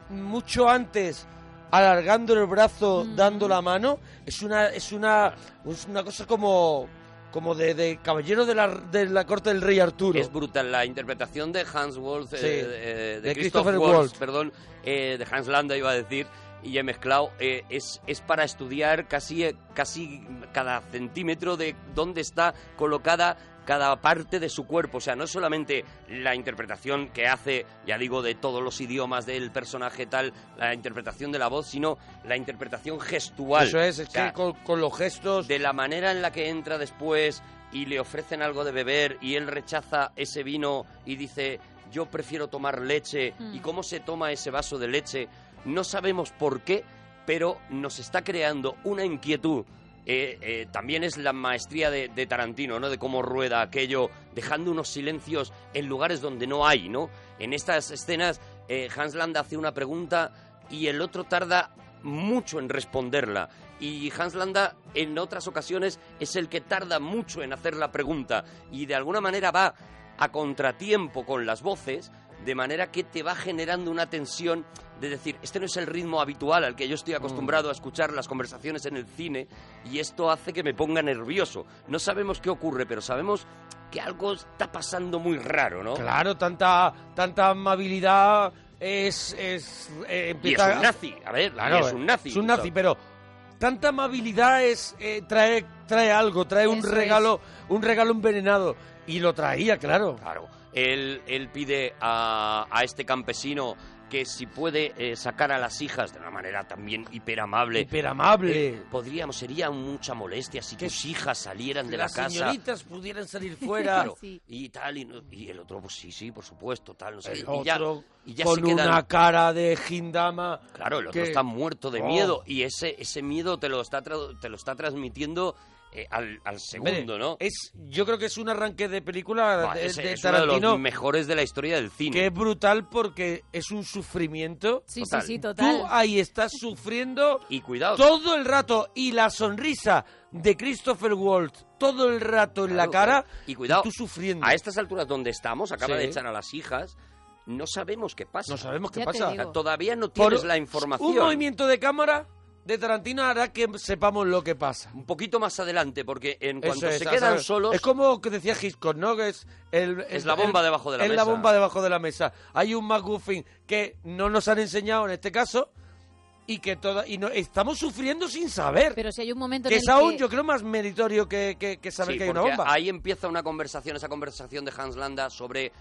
[SPEAKER 1] mucho antes alargando el brazo, dando la mano, es una, es una, es una cosa como, como de, de caballero de la, de la corte del rey Arturo.
[SPEAKER 3] Es brutal la interpretación de Hans Wolf, eh,
[SPEAKER 1] Sí,
[SPEAKER 3] eh, de,
[SPEAKER 1] de
[SPEAKER 3] Christopher,
[SPEAKER 1] Christopher
[SPEAKER 3] Waltz,
[SPEAKER 1] Waltz.
[SPEAKER 3] perdón, eh, de Hans Landa iba a decir, y he mezclado, eh, es, es para estudiar casi, eh, casi cada centímetro de dónde está colocada cada parte de su cuerpo, o sea, no es solamente la interpretación que hace, ya digo, de todos los idiomas del personaje tal, la interpretación de la voz, sino la interpretación gestual.
[SPEAKER 1] Eso es, es
[SPEAKER 3] O sea,
[SPEAKER 1] que con, con los gestos.
[SPEAKER 3] de la manera en la que entra después y le ofrecen algo de beber y él rechaza ese vino y dice yo prefiero tomar leche
[SPEAKER 1] Mm.
[SPEAKER 3] y cómo se toma ese vaso de leche no sabemos por qué pero nos está creando una inquietud Eh, eh, también es la maestría de, de Tarantino no de cómo rueda aquello dejando unos silencios en lugares donde no hay no en estas escenas eh, Hans Land hace una pregunta y el otro tarda mucho en responderla. Y Hans Landa en otras ocasiones es el que tarda mucho en hacer la pregunta y de alguna manera va a contratiempo con las voces, de manera que te va generando una tensión de decir, este no es el ritmo habitual al que yo estoy acostumbrado a escuchar las conversaciones en el cine y esto hace que me ponga nervioso. No sabemos qué ocurre, pero sabemos que algo está pasando muy raro, ¿no?
[SPEAKER 1] Claro, tanta, tanta amabilidad es. es, eh,
[SPEAKER 3] Y es
[SPEAKER 1] empieza-
[SPEAKER 3] un nazi, a ver, y
[SPEAKER 1] Claro,
[SPEAKER 3] es un nazi.
[SPEAKER 1] Es un
[SPEAKER 3] o
[SPEAKER 1] nazi,
[SPEAKER 3] sea,
[SPEAKER 1] pero tanta amabilidad es eh, trae, trae algo, trae un
[SPEAKER 3] Eso
[SPEAKER 1] regalo, un regalo envenenado. Y lo traía, claro.
[SPEAKER 3] Claro. Él, él pide a, a este campesino que si puede eh, sacar a las hijas de una manera también hiperamable.
[SPEAKER 1] Hiperamable.
[SPEAKER 3] Eh, podríamos, sería mucha molestia si tus hijas salieran de la
[SPEAKER 1] las
[SPEAKER 3] casa.
[SPEAKER 1] señoritas pudieran salir fuera.
[SPEAKER 3] Claro, Y tal, y, no- y el otro, pues sí, sí, por supuesto, tal, no sé.
[SPEAKER 1] El
[SPEAKER 3] qué. y ya,
[SPEAKER 1] otro
[SPEAKER 3] y ya
[SPEAKER 1] con
[SPEAKER 3] se quedan-
[SPEAKER 1] una cara de Gindama.
[SPEAKER 3] Claro, el otro
[SPEAKER 1] que-
[SPEAKER 3] está muerto de
[SPEAKER 1] Oh.
[SPEAKER 3] miedo y ese, ese miedo te lo está, tra- te lo está transmitiendo eh, al, al segundo, ¿no?
[SPEAKER 1] Es, yo creo que es un arranque de película
[SPEAKER 3] Buah,
[SPEAKER 1] de,
[SPEAKER 3] ese
[SPEAKER 1] de
[SPEAKER 3] es uno de
[SPEAKER 1] Tarantino.
[SPEAKER 3] los mejores de la historia del cine.
[SPEAKER 1] que es brutal porque es un sufrimiento.
[SPEAKER 4] Sí, sí, Total. sí, total.
[SPEAKER 1] Tú ahí estás sufriendo
[SPEAKER 3] y cuidado
[SPEAKER 1] todo el rato y la sonrisa de Christopher Waltz todo el rato en la
[SPEAKER 3] Claro,
[SPEAKER 1] cara
[SPEAKER 3] claro. Y cuidado,
[SPEAKER 1] tú sufriendo.
[SPEAKER 3] a estas alturas donde estamos, acaba
[SPEAKER 1] Sí.
[SPEAKER 3] de echar a las hijas, no sabemos qué pasa.
[SPEAKER 1] No sabemos qué Ya te pasa. digo.
[SPEAKER 3] O sea, todavía no tienes
[SPEAKER 1] Por
[SPEAKER 3] la información.
[SPEAKER 1] Un movimiento de cámara de Tarantino hará que sepamos lo que pasa.
[SPEAKER 3] Un poquito más adelante, porque en cuanto
[SPEAKER 1] Eso es,
[SPEAKER 3] se
[SPEAKER 1] a
[SPEAKER 3] quedan
[SPEAKER 1] saber.
[SPEAKER 3] solos,
[SPEAKER 1] Es como que decía Hitchcock, ¿no? Que es, el,
[SPEAKER 3] Es la bomba debajo de la
[SPEAKER 1] Es
[SPEAKER 3] mesa.
[SPEAKER 1] la bomba debajo de la mesa. Hay un McGuffin que no nos han enseñado en este caso y que toda, y no, estamos sufriendo sin saber.
[SPEAKER 4] Pero si hay un momento
[SPEAKER 1] que
[SPEAKER 4] en el
[SPEAKER 1] es aún,
[SPEAKER 4] que...
[SPEAKER 1] yo creo, más meritorio que, que- que saber
[SPEAKER 3] Sí,
[SPEAKER 1] que hay una
[SPEAKER 3] porque
[SPEAKER 1] bomba.
[SPEAKER 3] Ahí empieza una conversación, esa conversación de Hans Landa sobre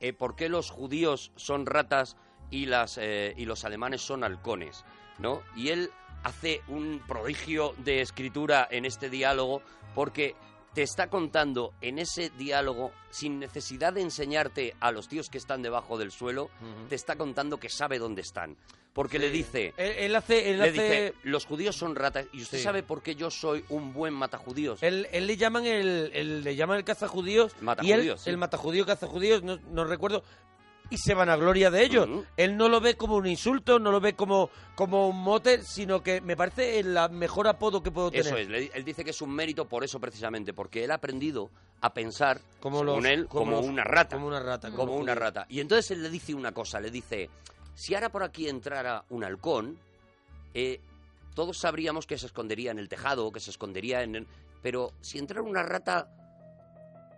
[SPEAKER 3] eh, por qué los judíos son ratas y, las, eh, y los alemanes son halcones, ¿no? Y él hace un prodigio de escritura en este diálogo porque te está contando en ese diálogo, sin necesidad de enseñarte a los tíos que están debajo del suelo, te está contando que sabe dónde están. Porque le dice...
[SPEAKER 1] Él, él hace... Él
[SPEAKER 3] le
[SPEAKER 1] hace-
[SPEAKER 3] dice, los judíos son ratas y usted
[SPEAKER 1] Sí.
[SPEAKER 3] sabe por qué yo soy un buen matajudíos.
[SPEAKER 1] él- él le llaman el, el- le llaman el cazajudíos y él,
[SPEAKER 3] Matajudíos, sí.
[SPEAKER 1] el matajudío cazajudíos no, no recuerdo y se van a gloria de ellos él no lo ve como un insulto no lo ve como como un mote sino que me parece el la- mejor apodo que puedo tener
[SPEAKER 3] Eso es, le- él dice que es un mérito por eso precisamente, porque él ha aprendido a pensar, como
[SPEAKER 1] los-
[SPEAKER 3] él, como,
[SPEAKER 1] como los-
[SPEAKER 3] una rata.
[SPEAKER 1] como una rata, como
[SPEAKER 3] Como
[SPEAKER 1] los
[SPEAKER 3] una
[SPEAKER 1] judíos.
[SPEAKER 3] rata. Y entonces él le dice una cosa, le dice, si ahora por aquí entrara un halcón, eh, todos sabríamos que se escondería en el tejado, que se escondería en... el- Pero si entrara una rata...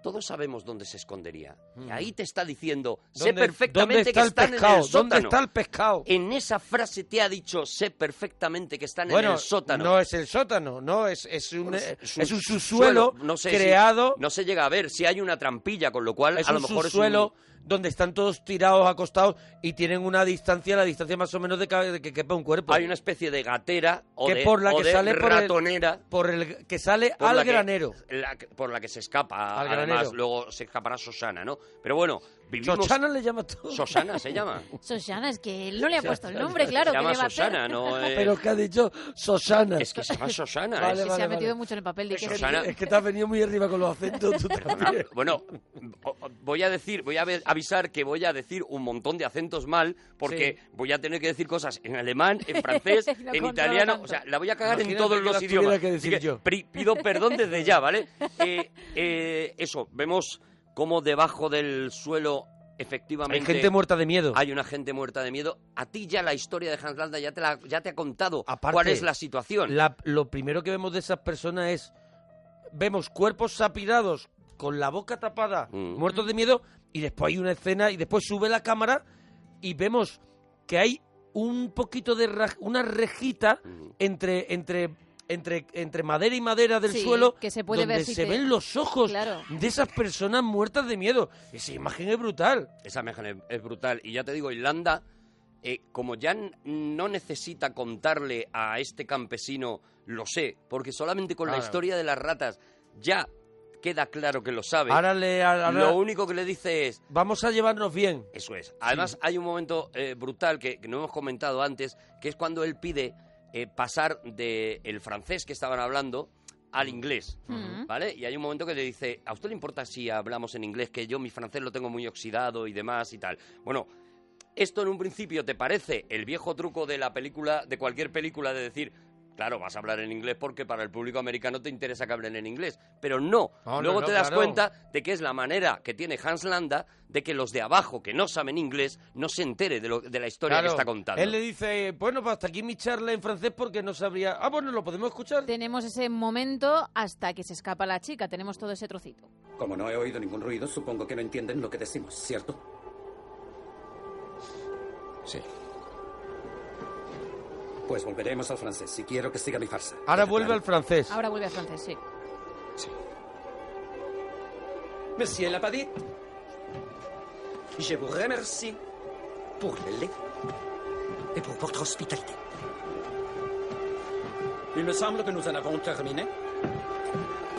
[SPEAKER 3] Todos sabemos dónde se escondería. Y ahí te está diciendo, sé
[SPEAKER 1] Mm. ¿Dónde-
[SPEAKER 3] perfectamente
[SPEAKER 1] dónde está
[SPEAKER 3] que
[SPEAKER 1] el
[SPEAKER 3] están
[SPEAKER 1] pescado?
[SPEAKER 3] en el
[SPEAKER 1] ¿Dónde
[SPEAKER 3] sótano.
[SPEAKER 1] está el pescado?
[SPEAKER 3] En esa frase te ha dicho, sé perfectamente que están en el sótano.
[SPEAKER 1] no es el sótano no es es un,
[SPEAKER 3] Bueno,
[SPEAKER 1] eh, es un subsuelo
[SPEAKER 3] no sé si-
[SPEAKER 1] creado
[SPEAKER 3] no se llega a ver si hay una trampilla, con lo cual
[SPEAKER 1] es
[SPEAKER 3] a lo
[SPEAKER 1] un
[SPEAKER 3] mejor
[SPEAKER 1] subsuelo
[SPEAKER 3] es un-
[SPEAKER 1] donde están todos tirados, acostados y tienen una distancia, la distancia más o menos de que, de que quepa un cuerpo.
[SPEAKER 3] Hay una especie de gatera o
[SPEAKER 1] que
[SPEAKER 3] de,
[SPEAKER 1] por la
[SPEAKER 3] o
[SPEAKER 1] que
[SPEAKER 3] de
[SPEAKER 1] sale por el-
[SPEAKER 3] ratonera
[SPEAKER 1] por el que sale
[SPEAKER 3] por
[SPEAKER 1] al
[SPEAKER 3] la que-
[SPEAKER 1] granero.
[SPEAKER 3] la que- por la que se escapa.
[SPEAKER 1] Al
[SPEAKER 3] además,
[SPEAKER 1] granero.
[SPEAKER 3] luego se escapará Susana, ¿no? Pero bueno, vivimos...
[SPEAKER 1] Chochana le llama todo.
[SPEAKER 3] Sosana se llama.
[SPEAKER 4] Susana, es que él no le ha puesto el
[SPEAKER 3] Susana,
[SPEAKER 4] nombre, claro,
[SPEAKER 3] se
[SPEAKER 4] que
[SPEAKER 3] llama
[SPEAKER 4] le va a hacer?
[SPEAKER 3] Susana, no es-
[SPEAKER 1] Pero que ha dicho Sosana. ¿eh?
[SPEAKER 3] Es que se llama Sosana.
[SPEAKER 1] Vale,
[SPEAKER 3] es-
[SPEAKER 4] Que se ha metido mucho en el papel de que
[SPEAKER 3] Susana-
[SPEAKER 1] Es que te has venido muy arriba con los acentos. tú también.
[SPEAKER 3] Bueno, o- o- voy a decir, voy a ave- avisar que voy a decir un montón de acentos mal porque voy a tener que decir cosas en alemán, en francés,
[SPEAKER 1] No
[SPEAKER 3] en
[SPEAKER 1] controlo
[SPEAKER 3] italiano,
[SPEAKER 1] tanto.
[SPEAKER 3] o sea, la voy a cagar en
[SPEAKER 1] Imagínate
[SPEAKER 3] todos
[SPEAKER 1] que
[SPEAKER 3] los
[SPEAKER 1] las tuviera
[SPEAKER 3] idiomas.
[SPEAKER 1] que decir
[SPEAKER 3] Así
[SPEAKER 1] yo.
[SPEAKER 3] pri- pido perdón desde ya, ¿vale? Eh, eh, eso, vemos cómo debajo del suelo
[SPEAKER 1] Hay
[SPEAKER 3] efectivamente
[SPEAKER 1] gente muerta de miedo.
[SPEAKER 3] hay una gente muerta de miedo. A ti ya la historia de Hans Landa ya te, la- ya te ha contado
[SPEAKER 1] Aparte,
[SPEAKER 3] cuál es la situación.
[SPEAKER 1] la- lo primero que vemos de esas personas es. Vemos cuerpos sapirados con la boca tapada,
[SPEAKER 3] Mm.
[SPEAKER 1] muertos de miedo, y después hay una escena, y después sube la cámara y vemos que hay un poquito de. raj- una rejita
[SPEAKER 3] Mm.
[SPEAKER 1] entre. entre entre, entre madera y madera del
[SPEAKER 4] Sí,
[SPEAKER 1] suelo,
[SPEAKER 4] que se puede
[SPEAKER 1] donde
[SPEAKER 4] ver si
[SPEAKER 1] se
[SPEAKER 4] te-
[SPEAKER 1] ven los ojos
[SPEAKER 4] Claro.
[SPEAKER 1] de esas personas muertas de miedo. Esa imagen es brutal.
[SPEAKER 3] Esa imagen es, es brutal. Y ya te digo, Irlanda, eh, como ya n- no necesita contarle a este campesino, lo sé, porque solamente con la
[SPEAKER 1] Claro.
[SPEAKER 3] historia de las ratas ya queda claro que lo sabe.
[SPEAKER 1] Ahora le- ahora-
[SPEAKER 3] Lo único que le dice es...
[SPEAKER 1] Vamos a llevarnos bien.
[SPEAKER 3] Eso es. Además, hay un momento eh, brutal que, que no hemos comentado antes, que es cuando él pide eh, pasar del francés que estaban hablando al inglés,
[SPEAKER 1] Ujú.
[SPEAKER 3] ¿vale? Y hay un momento que le dice, ¿a usted le importa si hablamos en inglés? Que yo mi francés lo tengo muy oxidado y demás y tal. Bueno, esto en un principio te parece el viejo truco de la película, de cualquier película, de decir, claro, vas a hablar en inglés porque para el público americano te interesa que hablen en inglés. Pero no,
[SPEAKER 1] No, no,
[SPEAKER 3] luego
[SPEAKER 1] no,
[SPEAKER 3] te das
[SPEAKER 1] claro.
[SPEAKER 3] cuenta de que es la manera que tiene Hans Landa de que los de abajo que no saben inglés no se entere de, lo- de la historia
[SPEAKER 1] Claro.
[SPEAKER 3] que está contando.
[SPEAKER 1] Él le dice, bueno, pues hasta aquí mi charla en francés porque no sabría. Ah, bueno, lo podemos escuchar.
[SPEAKER 4] Tenemos ese momento hasta que se escapa la chica, tenemos todo ese trocito.
[SPEAKER 17] Como no he oído ningún ruido, supongo que no entienden lo que decimos, ¿cierto? Sí. Pues volveremos al francés y quiero que siga mi farsa.
[SPEAKER 1] Ahora vuelve al francés.
[SPEAKER 4] Ahora vuelve a francés, sí.
[SPEAKER 17] Monsieur Lapadit, je vous remercie pour le lait et pour votre hospitalité. Il me semble que nous en avons terminé.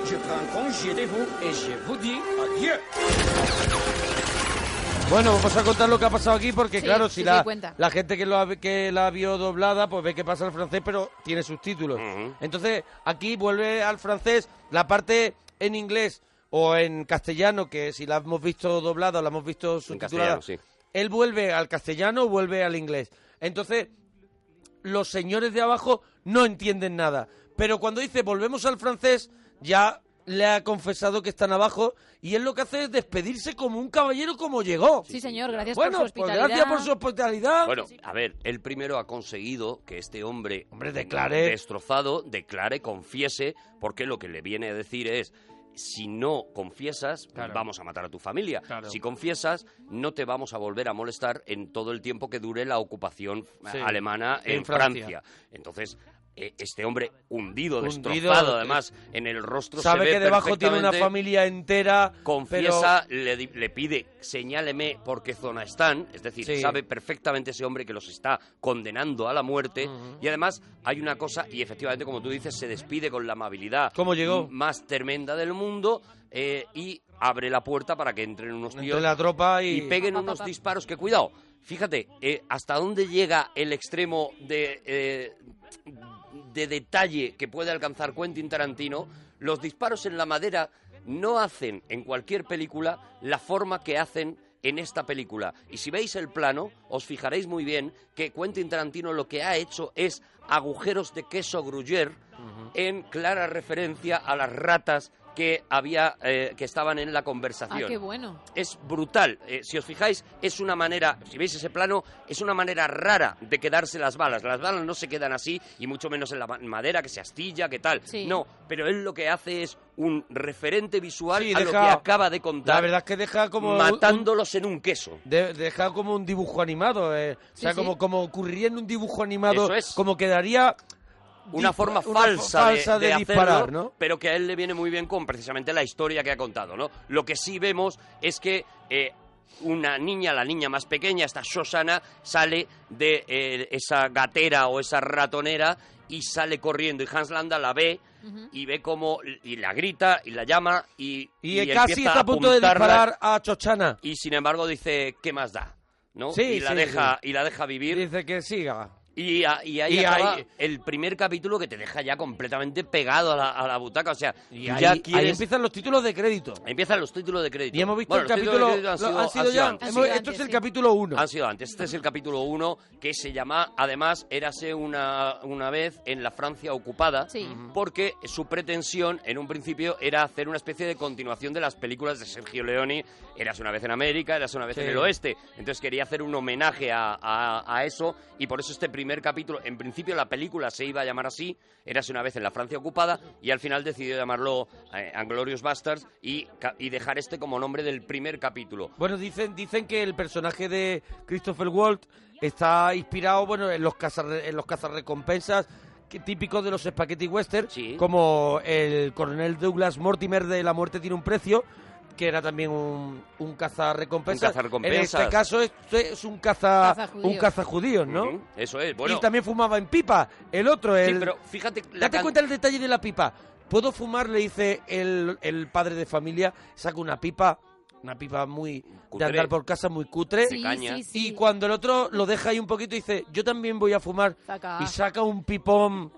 [SPEAKER 17] Je prends congé de vous et je vous dis adieu.
[SPEAKER 1] Bueno, vamos a contar lo que ha pasado aquí porque,
[SPEAKER 4] Sí,
[SPEAKER 1] claro,
[SPEAKER 4] sí,
[SPEAKER 1] si
[SPEAKER 4] sí,
[SPEAKER 1] la,
[SPEAKER 4] cuenta.
[SPEAKER 1] la gente que, lo ha- que la vio doblada, pues ve que pasa al francés, pero tiene subtítulos. Entonces, aquí vuelve al francés la parte en inglés o en castellano, que si la hemos visto doblada o la hemos visto subtitulada,
[SPEAKER 3] castellano, sí.
[SPEAKER 1] él vuelve al castellano o vuelve al inglés. Entonces, los señores de abajo no entienden nada. Pero cuando dice volvemos al francés, ya le ha confesado que están abajo y él lo que hace es despedirse como un caballero como llegó.
[SPEAKER 4] Sí, señor, gracias
[SPEAKER 1] bueno,
[SPEAKER 4] por su
[SPEAKER 1] pues
[SPEAKER 4] hospitalidad.
[SPEAKER 1] gracias por su hospitalidad.
[SPEAKER 3] Bueno, a ver, él primero ha conseguido que este hombre, hombre
[SPEAKER 1] declare.
[SPEAKER 3] destrozado, declare, confiese, porque lo que le viene a decir es, si no confiesas,
[SPEAKER 1] Claro.
[SPEAKER 3] vamos a matar a tu familia.
[SPEAKER 1] Claro.
[SPEAKER 3] Si confiesas, no te vamos a volver a molestar en todo el tiempo que dure la ocupación eh,
[SPEAKER 1] Sí.
[SPEAKER 3] alemana en,
[SPEAKER 1] En Francia.
[SPEAKER 3] Francia. Entonces... eh, Este hombre hundido,
[SPEAKER 1] Hundido,
[SPEAKER 3] destrozado,
[SPEAKER 1] eh,
[SPEAKER 3] además, en el rostro se
[SPEAKER 1] Sabe
[SPEAKER 3] ve
[SPEAKER 1] que debajo tiene una
[SPEAKER 3] perfectamente
[SPEAKER 1] familia entera.
[SPEAKER 3] confiesa, le, di- le pide, señáleme por qué zona están, es decir,
[SPEAKER 1] Sí.
[SPEAKER 3] sabe perfectamente ese hombre que los está condenando a la muerte y además hay una cosa, y efectivamente como tú dices, se despide con la amabilidad
[SPEAKER 1] ¿Cómo llegó?
[SPEAKER 3] m- más tremenda del mundo eh, y abre la puerta para que entren unos
[SPEAKER 1] Entre
[SPEAKER 3] tíos
[SPEAKER 1] la tropa y-
[SPEAKER 3] peguen
[SPEAKER 1] Pa, pa,
[SPEAKER 3] unos
[SPEAKER 1] pa.
[SPEAKER 3] disparos que cuidado, fíjate, eh, hasta dónde llega el extremo de... eh, de detalle que puede alcanzar Quentin Tarantino, los disparos en la madera no hacen en cualquier película la forma que hacen en esta película. Y si veis el plano, os fijaréis muy bien que Quentin Tarantino lo que ha hecho es agujeros de queso gruyer en clara referencia a las ratas que había eh, que estaban en la
[SPEAKER 4] Ah,
[SPEAKER 3] conversación
[SPEAKER 4] qué bueno.
[SPEAKER 3] es brutal. Eh, si os fijáis, es una manera, si veis ese plano, es una manera rara de quedarse las balas. Las balas no se quedan así, y mucho menos en la ma- madera que se astilla, que tal.
[SPEAKER 1] Sí.
[SPEAKER 3] No, pero él lo que hace es un referente visual
[SPEAKER 1] Sí,
[SPEAKER 3] a lo que
[SPEAKER 1] deja-
[SPEAKER 3] acaba de contar.
[SPEAKER 1] La verdad es que deja como un-
[SPEAKER 3] matándolos en un queso.
[SPEAKER 1] De- deja como un dibujo animado. eh. o
[SPEAKER 3] Sí,
[SPEAKER 1] sea,
[SPEAKER 3] sí.
[SPEAKER 1] como, como ocurriría en un dibujo animado.
[SPEAKER 3] Eso es.
[SPEAKER 1] Como quedaría.
[SPEAKER 3] Una
[SPEAKER 1] di-
[SPEAKER 3] forma
[SPEAKER 1] una
[SPEAKER 3] falsa,
[SPEAKER 1] fa-
[SPEAKER 3] de-
[SPEAKER 1] falsa
[SPEAKER 3] de,
[SPEAKER 1] de
[SPEAKER 3] hacerlo,
[SPEAKER 1] disparar, ¿no?
[SPEAKER 3] pero que a él le viene muy bien con precisamente la historia que ha contado, ¿no? Lo que sí vemos es que eh, una niña, la niña más pequeña, esta Shosana, sale de eh, esa gatera o esa ratonera y sale corriendo. Y Hans Landa la ve y ve cómo y la grita y la llama y
[SPEAKER 1] Y, casi
[SPEAKER 3] empieza
[SPEAKER 1] está a punto de
[SPEAKER 3] apuntarla.
[SPEAKER 1] disparar a Chochana.
[SPEAKER 3] y sin embargo dice qué más da no
[SPEAKER 1] Sí,
[SPEAKER 3] y la
[SPEAKER 1] sí,
[SPEAKER 3] deja
[SPEAKER 1] sí.
[SPEAKER 3] y la deja vivir
[SPEAKER 1] dice que siga
[SPEAKER 3] y, a- y ahí
[SPEAKER 1] Y
[SPEAKER 3] acaba
[SPEAKER 1] ahí-
[SPEAKER 3] el primer capítulo que te deja ya completamente pegado a la, a la butaca o sea
[SPEAKER 1] Y
[SPEAKER 3] tú
[SPEAKER 1] ahí-
[SPEAKER 3] ya
[SPEAKER 1] ahí
[SPEAKER 3] quieres
[SPEAKER 1] empiezan los títulos de crédito
[SPEAKER 3] empiezan los títulos de crédito
[SPEAKER 1] Y hemos visto
[SPEAKER 3] Bueno,
[SPEAKER 1] el
[SPEAKER 3] los títulos de
[SPEAKER 1] capítulo-
[SPEAKER 3] crédito han
[SPEAKER 1] lo-
[SPEAKER 3] sido,
[SPEAKER 1] han sido
[SPEAKER 3] han sido
[SPEAKER 1] ya.
[SPEAKER 3] antes.
[SPEAKER 1] Hemos- esto es el capítulo 1
[SPEAKER 3] han sido antes este es el capítulo 1 que se llama además érase una una vez en la Francia ocupada
[SPEAKER 4] Sí.
[SPEAKER 3] porque su pretensión en un principio era hacer una especie de continuación de las películas de Sergio Leone, Eras una vez en América, Eras una vez
[SPEAKER 1] Sí.
[SPEAKER 3] en el Oeste. Entonces quería hacer un homenaje a, a- a eso y por eso este primer capítulo, en principio la película se iba a llamar así, Eras una vez en la Francia ocupada y al final decidió llamarlo eh, Anglorious Bastards y, ca- y dejar este como nombre del primer capítulo.
[SPEAKER 1] Bueno, dicen, dicen que el personaje de Christopher Walt está inspirado bueno, en los, cazar- en los cazarrecompensas que- típicos de los spaghetti western, como el coronel Douglas Mortimer de La muerte tiene un precio, que era también un, un cazarrecompensas.
[SPEAKER 3] Un cazarrecompensas.
[SPEAKER 1] En este caso esto es, un caza,
[SPEAKER 3] Cazajudíos.
[SPEAKER 1] un cazajudíos, ¿no?
[SPEAKER 3] Ujú, Eso es, bueno.
[SPEAKER 1] Y también fumaba en pipa. El otro,
[SPEAKER 3] Sí,
[SPEAKER 1] el...
[SPEAKER 3] pero fíjate la
[SPEAKER 1] Date
[SPEAKER 3] can-
[SPEAKER 1] cuenta el detalle de la pipa. ¿Puedo fumar? Le dice el, el padre de familia. Saca una pipa, una pipa muy...
[SPEAKER 3] Cutre.
[SPEAKER 1] De andar por casa muy cutre.
[SPEAKER 3] Sí, De caña. sí,
[SPEAKER 1] Y cuando el otro lo deja ahí un poquito dice, yo también voy a fumar.
[SPEAKER 3] Saca.
[SPEAKER 1] Y saca un pipón.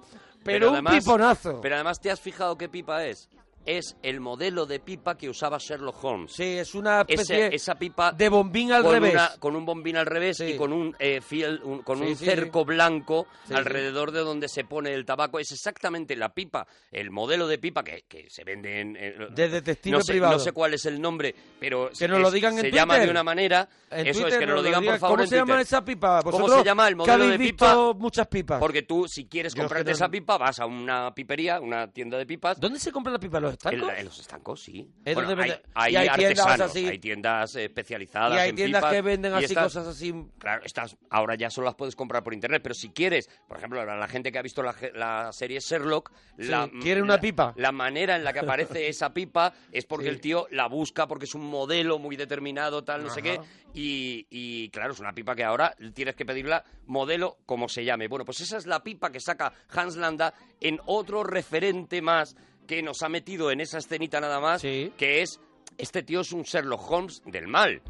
[SPEAKER 1] Pero, un
[SPEAKER 3] además-
[SPEAKER 1] piponazo.
[SPEAKER 3] Pero además, ¿te has fijado qué pipa es? Es el modelo de pipa que usaba Sherlock Holmes.
[SPEAKER 1] Sí, es una especie
[SPEAKER 3] Ese- esa pipa
[SPEAKER 1] de bombín al
[SPEAKER 3] con
[SPEAKER 1] revés.
[SPEAKER 3] una- con un bombín al revés y con un eh, fiel- un- con
[SPEAKER 1] Sí,
[SPEAKER 3] un
[SPEAKER 1] sí,
[SPEAKER 3] cerco
[SPEAKER 1] sí.
[SPEAKER 3] blanco
[SPEAKER 1] Sí,
[SPEAKER 3] alrededor de donde se pone el tabaco. Es exactamente la pipa, el modelo de pipa que, que se vende en... eh,
[SPEAKER 1] De detective
[SPEAKER 3] no sé,
[SPEAKER 1] privado.
[SPEAKER 3] No sé cuál es el nombre, pero...
[SPEAKER 1] Que nos
[SPEAKER 3] es-
[SPEAKER 1] lo digan en
[SPEAKER 3] Se
[SPEAKER 1] Twitter.
[SPEAKER 3] llama de una manera...
[SPEAKER 1] En
[SPEAKER 3] eso es,
[SPEAKER 1] Twitter
[SPEAKER 3] que nos
[SPEAKER 1] nos
[SPEAKER 3] lo digan, por favor,
[SPEAKER 1] ¿Cómo
[SPEAKER 3] en
[SPEAKER 1] se llama
[SPEAKER 3] Twitter.
[SPEAKER 1] esa pipa?
[SPEAKER 3] ¿Cómo
[SPEAKER 1] Vosotros
[SPEAKER 3] se llama el
[SPEAKER 1] que
[SPEAKER 3] modelo
[SPEAKER 1] habéis
[SPEAKER 3] de
[SPEAKER 1] visto
[SPEAKER 3] pipa?
[SPEAKER 1] muchas pipas.
[SPEAKER 3] Porque tú, si quieres
[SPEAKER 1] Yo es que
[SPEAKER 3] comprarte
[SPEAKER 1] no-
[SPEAKER 3] esa pipa, vas a una pipería, una tienda de pipas.
[SPEAKER 1] ¿Dónde se compra la pipa? ¿Los
[SPEAKER 3] En,
[SPEAKER 1] estancos?
[SPEAKER 3] la- en los estancos, sí.
[SPEAKER 1] Es
[SPEAKER 3] Bueno,
[SPEAKER 1] donde
[SPEAKER 3] hay,
[SPEAKER 1] venden-
[SPEAKER 3] hay
[SPEAKER 1] y hay tiendas
[SPEAKER 3] artesanos,
[SPEAKER 1] así.
[SPEAKER 3] hay tiendas eh, especializadas.
[SPEAKER 1] Y hay
[SPEAKER 3] en
[SPEAKER 1] tiendas
[SPEAKER 3] pipas,
[SPEAKER 1] que venden
[SPEAKER 3] y
[SPEAKER 1] así
[SPEAKER 3] estas-
[SPEAKER 1] cosas así.
[SPEAKER 3] Claro, estas ahora ya solo las puedes comprar por internet, pero si quieres, por ejemplo, la, la gente que ha visto la, ge- la serie Sherlock,
[SPEAKER 1] Sí,
[SPEAKER 3] la,
[SPEAKER 1] quiere una
[SPEAKER 3] la-
[SPEAKER 1] pipa.
[SPEAKER 3] La manera en la que aparece esa pipa es porque
[SPEAKER 1] Sí.
[SPEAKER 3] el tío la busca, porque es un modelo muy determinado, tal, no sé qué.
[SPEAKER 1] Ajá.
[SPEAKER 3] Y, y, claro, es una pipa que ahora tienes que pedirla modelo como se llame. Bueno, pues esa es la pipa que saca Hans Landa en otro referente más que nos ha metido en esa escenita nada más, que es este tío es un Sherlock Holmes del mal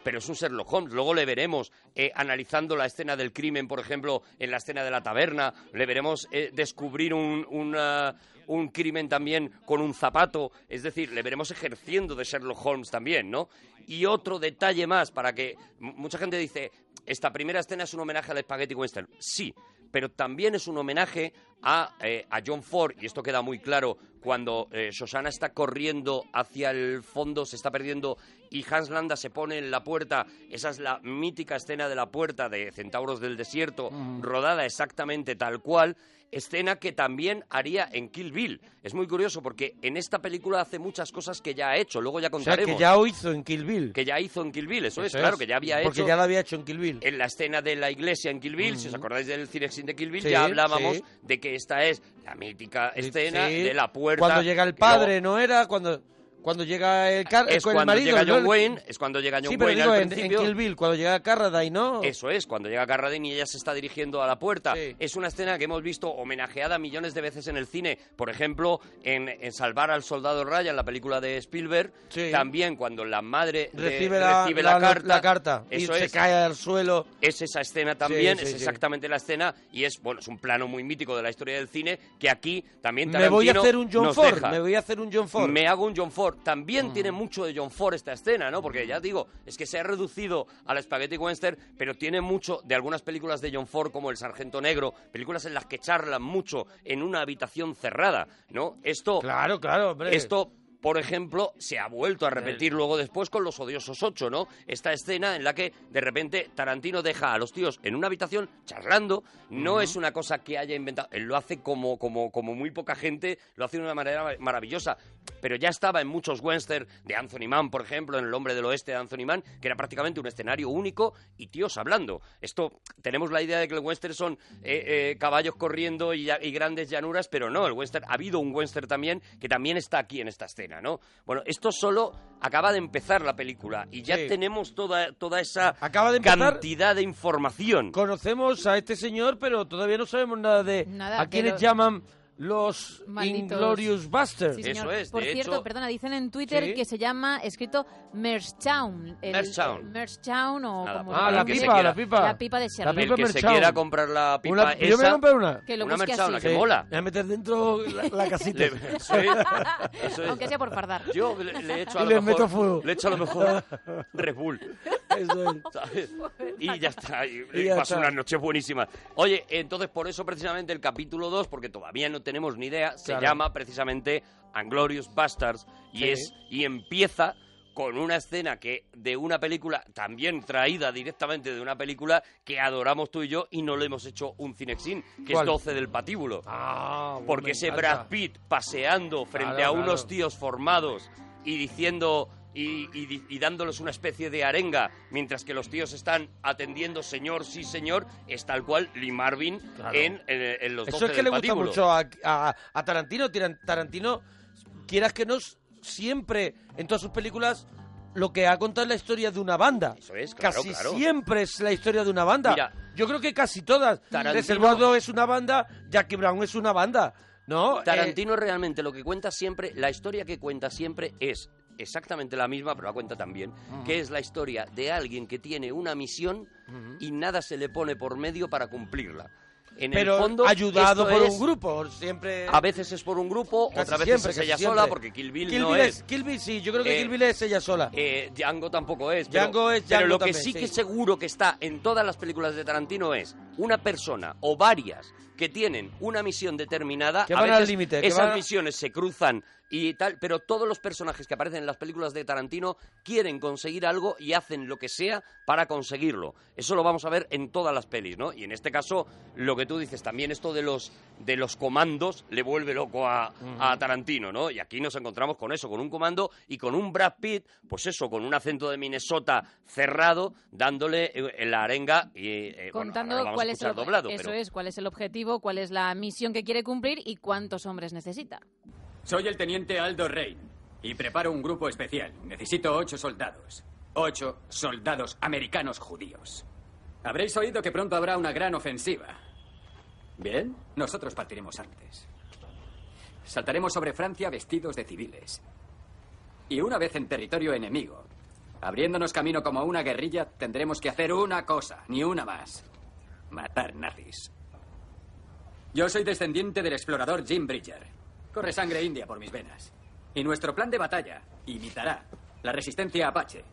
[SPEAKER 3] pero es un Sherlock Holmes. Luego le veremos eh, analizando la escena del crimen, por ejemplo, en la escena de la taberna. Le veremos eh, descubrir un, una- un crimen también con un zapato. Es decir, le veremos ejerciendo de Sherlock Holmes también, ¿no? Y otro detalle más para que... m- Mucha gente dice, esta primera escena es un homenaje al Spaghetti Western. Sí, pero también es un homenaje a, eh, a John Ford, y esto queda muy claro cuando eh, Shoshana está corriendo hacia el fondo, se está perdiendo, y Hans Landa se pone en la puerta. Esa es la mítica escena de la puerta de Centauros del Desierto,
[SPEAKER 1] Mm.
[SPEAKER 3] rodada exactamente tal cual. Escena que también haría en Kill Bill. Es muy curioso porque en esta película hace muchas cosas que ya ha hecho, luego ya
[SPEAKER 1] O sea,
[SPEAKER 3] contaremos.
[SPEAKER 1] que ya lo hizo en Kill Bill.
[SPEAKER 3] que ya hizo en Kill Bill, eso, es,
[SPEAKER 1] Eso
[SPEAKER 3] claro,
[SPEAKER 1] es,
[SPEAKER 3] que ya había
[SPEAKER 1] Porque
[SPEAKER 3] hecho
[SPEAKER 1] ya lo había hecho en Kill Bill.
[SPEAKER 3] en la escena de la iglesia en Kill Bill, si os acordáis del Cinexin de Kill Bill,
[SPEAKER 1] Sí,
[SPEAKER 3] ya hablábamos
[SPEAKER 1] sí.
[SPEAKER 3] de que esta es la mítica escena
[SPEAKER 1] Sí.
[SPEAKER 3] de la puerta.
[SPEAKER 1] Cuando llega el padre, ¿no era? Cuando, cuando llega el, car-
[SPEAKER 3] Luego, es
[SPEAKER 1] con el
[SPEAKER 3] cuando
[SPEAKER 1] marido.
[SPEAKER 3] llega
[SPEAKER 1] ¿no?
[SPEAKER 3] John Wayne, eh, es cuando llega John
[SPEAKER 1] sí, pero
[SPEAKER 3] Wayne
[SPEAKER 1] digo,
[SPEAKER 3] al
[SPEAKER 1] en, en
[SPEAKER 3] principio.
[SPEAKER 1] Kill Bill, cuando llega Carradine, ¿no?
[SPEAKER 3] Eso es, cuando llega Carradine y ella se está dirigiendo a la puerta. Es una escena que hemos visto homenajeada millones de veces en el cine. Por ejemplo, en, en Salvar al Soldado Ryan, la película de Spielberg. También cuando la madre de-
[SPEAKER 1] Recibe, la,
[SPEAKER 3] recibe
[SPEAKER 1] la-
[SPEAKER 3] la,
[SPEAKER 1] la-
[SPEAKER 3] carta.
[SPEAKER 1] la carta y
[SPEAKER 3] Eso
[SPEAKER 1] se
[SPEAKER 3] es.
[SPEAKER 1] cae al suelo.
[SPEAKER 3] Es esa escena también,
[SPEAKER 1] Sí,
[SPEAKER 3] es
[SPEAKER 1] sí, sí.
[SPEAKER 3] exactamente la escena y es bueno, es un plano muy mítico de la historia del cine que aquí también
[SPEAKER 1] Me voy a
[SPEAKER 3] Tarantino
[SPEAKER 1] hacer un John
[SPEAKER 3] nos
[SPEAKER 1] Ford,
[SPEAKER 3] deja.
[SPEAKER 1] me voy a hacer un John Ford. Mm.
[SPEAKER 3] Me hago un John Ford. También tiene mucho de John Ford esta escena, ¿no? Porque ya digo, es que se ha reducido a la Spaghetti Western, pero tiene mucho de algunas películas de John Ford, como El Sargento Negro, películas en las que charlan mucho en una habitación cerrada, ¿no? Esto.
[SPEAKER 1] Claro, claro, hombre.
[SPEAKER 3] Esto. Por ejemplo, se ha vuelto a repetir luego después con Los Odiosos 8, ¿no? Esta escena en la que de repente Tarantino deja a los tíos en una habitación charlando. No
[SPEAKER 1] Ujú.
[SPEAKER 3] es una cosa que haya inventado. Él lo hace como, como, como muy poca gente, lo hace de una manera maravillosa. pero ya estaba en muchos western de Anthony Mann, por ejemplo, en El Hombre del Oeste de Anthony Mann, que era prácticamente un escenario único y tíos hablando. Esto, tenemos la idea de que el western son eh, eh, caballos corriendo y, y, grandes llanuras, pero no, el western, ha habido un western también que también está aquí en esta escena, ¿no? Bueno, esto solo acaba de empezar la película y ya sí. tenemos toda, toda esa
[SPEAKER 1] acaba de
[SPEAKER 3] cantidad de información.
[SPEAKER 1] Conocemos a este señor, pero todavía no sabemos nada de nada, a quienes pero... llaman los Malditos. Inglorious Busters.
[SPEAKER 4] Sí, Eso es, Por de cierto, hecho... perdona, dicen en Twitter ¿Sí? que se llama, escrito Merchtown.
[SPEAKER 3] Merchtown. pues
[SPEAKER 4] Merchtown o Nada, como...
[SPEAKER 1] Ah, la pipa, la pipa.
[SPEAKER 4] La pipa de Sherlock.
[SPEAKER 3] La pipa el que Merchtown. se quiera comprar la pipa
[SPEAKER 1] una,
[SPEAKER 3] esa,
[SPEAKER 1] Yo me voy a comprar una.
[SPEAKER 4] Que lo
[SPEAKER 3] una
[SPEAKER 4] Merchtown,
[SPEAKER 3] la que sí. mola.
[SPEAKER 1] Me voy a meter dentro la casita. Le,
[SPEAKER 4] Eso es. Aunque sea por fardar.
[SPEAKER 3] Yo le, le echo a lo mejor... Le echo a lo mejor Red Bull. Eso es. ¿sabes? Y ya está. Y, eh, y ya pasó está. unas noches buenísimas. Oye, entonces por eso precisamente el capítulo 2, porque todavía no tenemos ni idea, claro. se llama precisamente Anglorious Bastards y, sí. es, y empieza con una escena que de una película también traída directamente de una película que adoramos tú y yo y no le hemos hecho un cinexin que ¿Cuál? es 12 del patíbulo.
[SPEAKER 1] Ah,
[SPEAKER 3] porque ese Brad Pitt paseando frente claro, a unos claro. tíos formados y diciendo y, y, y, dándoles una especie de arenga, mientras que los tíos están atendiendo señor, sí señor, es tal cual Lee Marvin claro. en, en, en, los 12
[SPEAKER 1] Eso es que
[SPEAKER 3] del
[SPEAKER 1] le
[SPEAKER 3] patíbulo.
[SPEAKER 1] gusta mucho a, a, a, Tarantino. Tarantino, quieras que no, siempre en todas sus películas lo que ha contado es la historia de una banda.
[SPEAKER 3] Eso es,
[SPEAKER 1] claro, Casi
[SPEAKER 3] claro.
[SPEAKER 1] siempre es la historia de una banda. Mira, Yo creo que casi todas. Tarantino... Reservado es una banda, Jackie Brown es una banda. No,
[SPEAKER 3] Tarantino eh... realmente lo que cuenta siempre, la historia que cuenta siempre es exactamente la misma, pero la cuenta también, uh -huh. que es la historia de alguien que tiene una misión uh -huh. y nada se le pone por medio para cumplirla. En
[SPEAKER 1] pero
[SPEAKER 3] el fondo,
[SPEAKER 1] ayudado por es, un grupo, siempre.
[SPEAKER 3] A veces es por un grupo, casi otra vez
[SPEAKER 1] siempre,
[SPEAKER 3] es ella
[SPEAKER 1] siempre.
[SPEAKER 3] sola, porque Kill Bill,
[SPEAKER 1] Kill
[SPEAKER 3] no
[SPEAKER 1] Bill
[SPEAKER 3] es.
[SPEAKER 1] Kill Bill sí, yo creo que eh, Kill Bill es ella sola.
[SPEAKER 3] Eh, Django tampoco es.
[SPEAKER 1] Django
[SPEAKER 3] pero,
[SPEAKER 1] es
[SPEAKER 3] Django Pero lo
[SPEAKER 1] también,
[SPEAKER 3] que sí,
[SPEAKER 1] sí
[SPEAKER 3] que seguro que está en todas las películas de Tarantino es una persona o varias que tienen una misión determinada.
[SPEAKER 1] Que
[SPEAKER 3] a
[SPEAKER 1] van
[SPEAKER 3] veces
[SPEAKER 1] al límite.
[SPEAKER 3] Esas
[SPEAKER 1] van...
[SPEAKER 3] misiones se cruzan y tal, pero todos los personajes que aparecen en las películas de Tarantino quieren conseguir algo y hacen lo que sea para conseguirlo. Eso lo vamos a ver en todas las pelis, ¿no? Y en este caso, lo que tú dices, también esto de los, de los comandos le vuelve loco a, uh -huh. a Tarantino, ¿no? Y aquí nos encontramos con eso, con un comando y con un Brad Pitt, pues eso, con un acento de Minnesota cerrado, dándole eh, la arenga y... Eh,
[SPEAKER 4] Contando
[SPEAKER 3] bueno,
[SPEAKER 4] cuál es el,
[SPEAKER 3] doblado,
[SPEAKER 4] eso
[SPEAKER 3] pero...
[SPEAKER 4] es, cuál es el objetivo, cuál es la misión que quiere cumplir y cuántos hombres necesita.
[SPEAKER 18] Soy el teniente Aldo Rey y preparo un grupo especial. Necesito ocho soldados. Ocho soldados americanos judíos. Habréis oído que pronto habrá una gran ofensiva. Bien, nosotros partiremos antes. Saltaremos sobre Francia vestidos de civiles. Y una vez en territorio enemigo, abriéndonos camino como una guerrilla, tendremos que hacer una cosa, ni una más. Matar nazis. Yo soy descendiente del explorador Jim Bridger. Corre sangre india por mis venas. Y nuestro plan de batalla imitará la resistencia apache.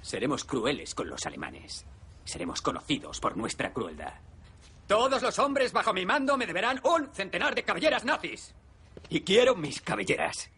[SPEAKER 18] Seremos crueles con los alemanes. Seremos conocidos por nuestra crueldad. Todos los hombres bajo mi mando me deberán un centenar de cabelleras nazis. Y quiero mis cabelleras.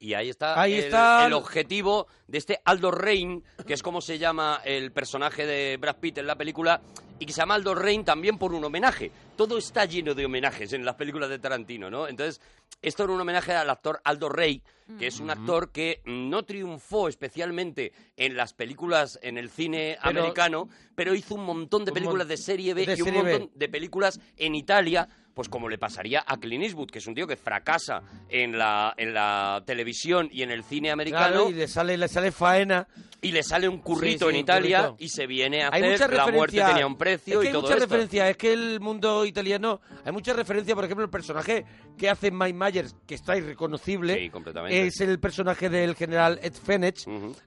[SPEAKER 3] Y ahí está,
[SPEAKER 1] ahí
[SPEAKER 3] el,
[SPEAKER 1] está
[SPEAKER 3] el, objetivo de este Aldo Rain, que es como se llama el personaje de Brad Pitt en la película, y que se llama Aldo Rain también por un homenaje. Todo está lleno de homenajes en las películas de Tarantino, ¿no? Entonces, esto era un homenaje al actor Aldo Rey, que es un actor que no triunfó especialmente en las películas, en el cine
[SPEAKER 1] Pero-
[SPEAKER 3] americano, pero hizo un montón de
[SPEAKER 1] Un
[SPEAKER 3] películas
[SPEAKER 1] mon-
[SPEAKER 3] de serie B
[SPEAKER 1] de
[SPEAKER 3] y un
[SPEAKER 1] serie B.
[SPEAKER 3] montón de películas en Italia, pues como le pasaría a Clint Eastwood, que es un tío que fracasa en la, en la televisión y en el cine americano
[SPEAKER 1] Claro, y le sale, le sale faena.
[SPEAKER 3] y le sale un currito
[SPEAKER 1] Sí, sí,
[SPEAKER 3] en
[SPEAKER 1] un
[SPEAKER 3] Italia
[SPEAKER 1] currito.
[SPEAKER 3] y se viene a
[SPEAKER 1] Hay
[SPEAKER 3] hacer
[SPEAKER 1] muchas
[SPEAKER 3] la muerte
[SPEAKER 1] referencias.
[SPEAKER 3] tenía un precio
[SPEAKER 1] es que
[SPEAKER 3] y
[SPEAKER 1] hay
[SPEAKER 3] todo
[SPEAKER 1] muchas
[SPEAKER 3] esto.
[SPEAKER 1] referencias. Es que el mundo italiano. Hay muchas referencias. Por ejemplo, el personaje que hace Mike Myers, que está irreconocible,
[SPEAKER 3] Sí, completamente.
[SPEAKER 1] es el personaje del general Ed Fenech.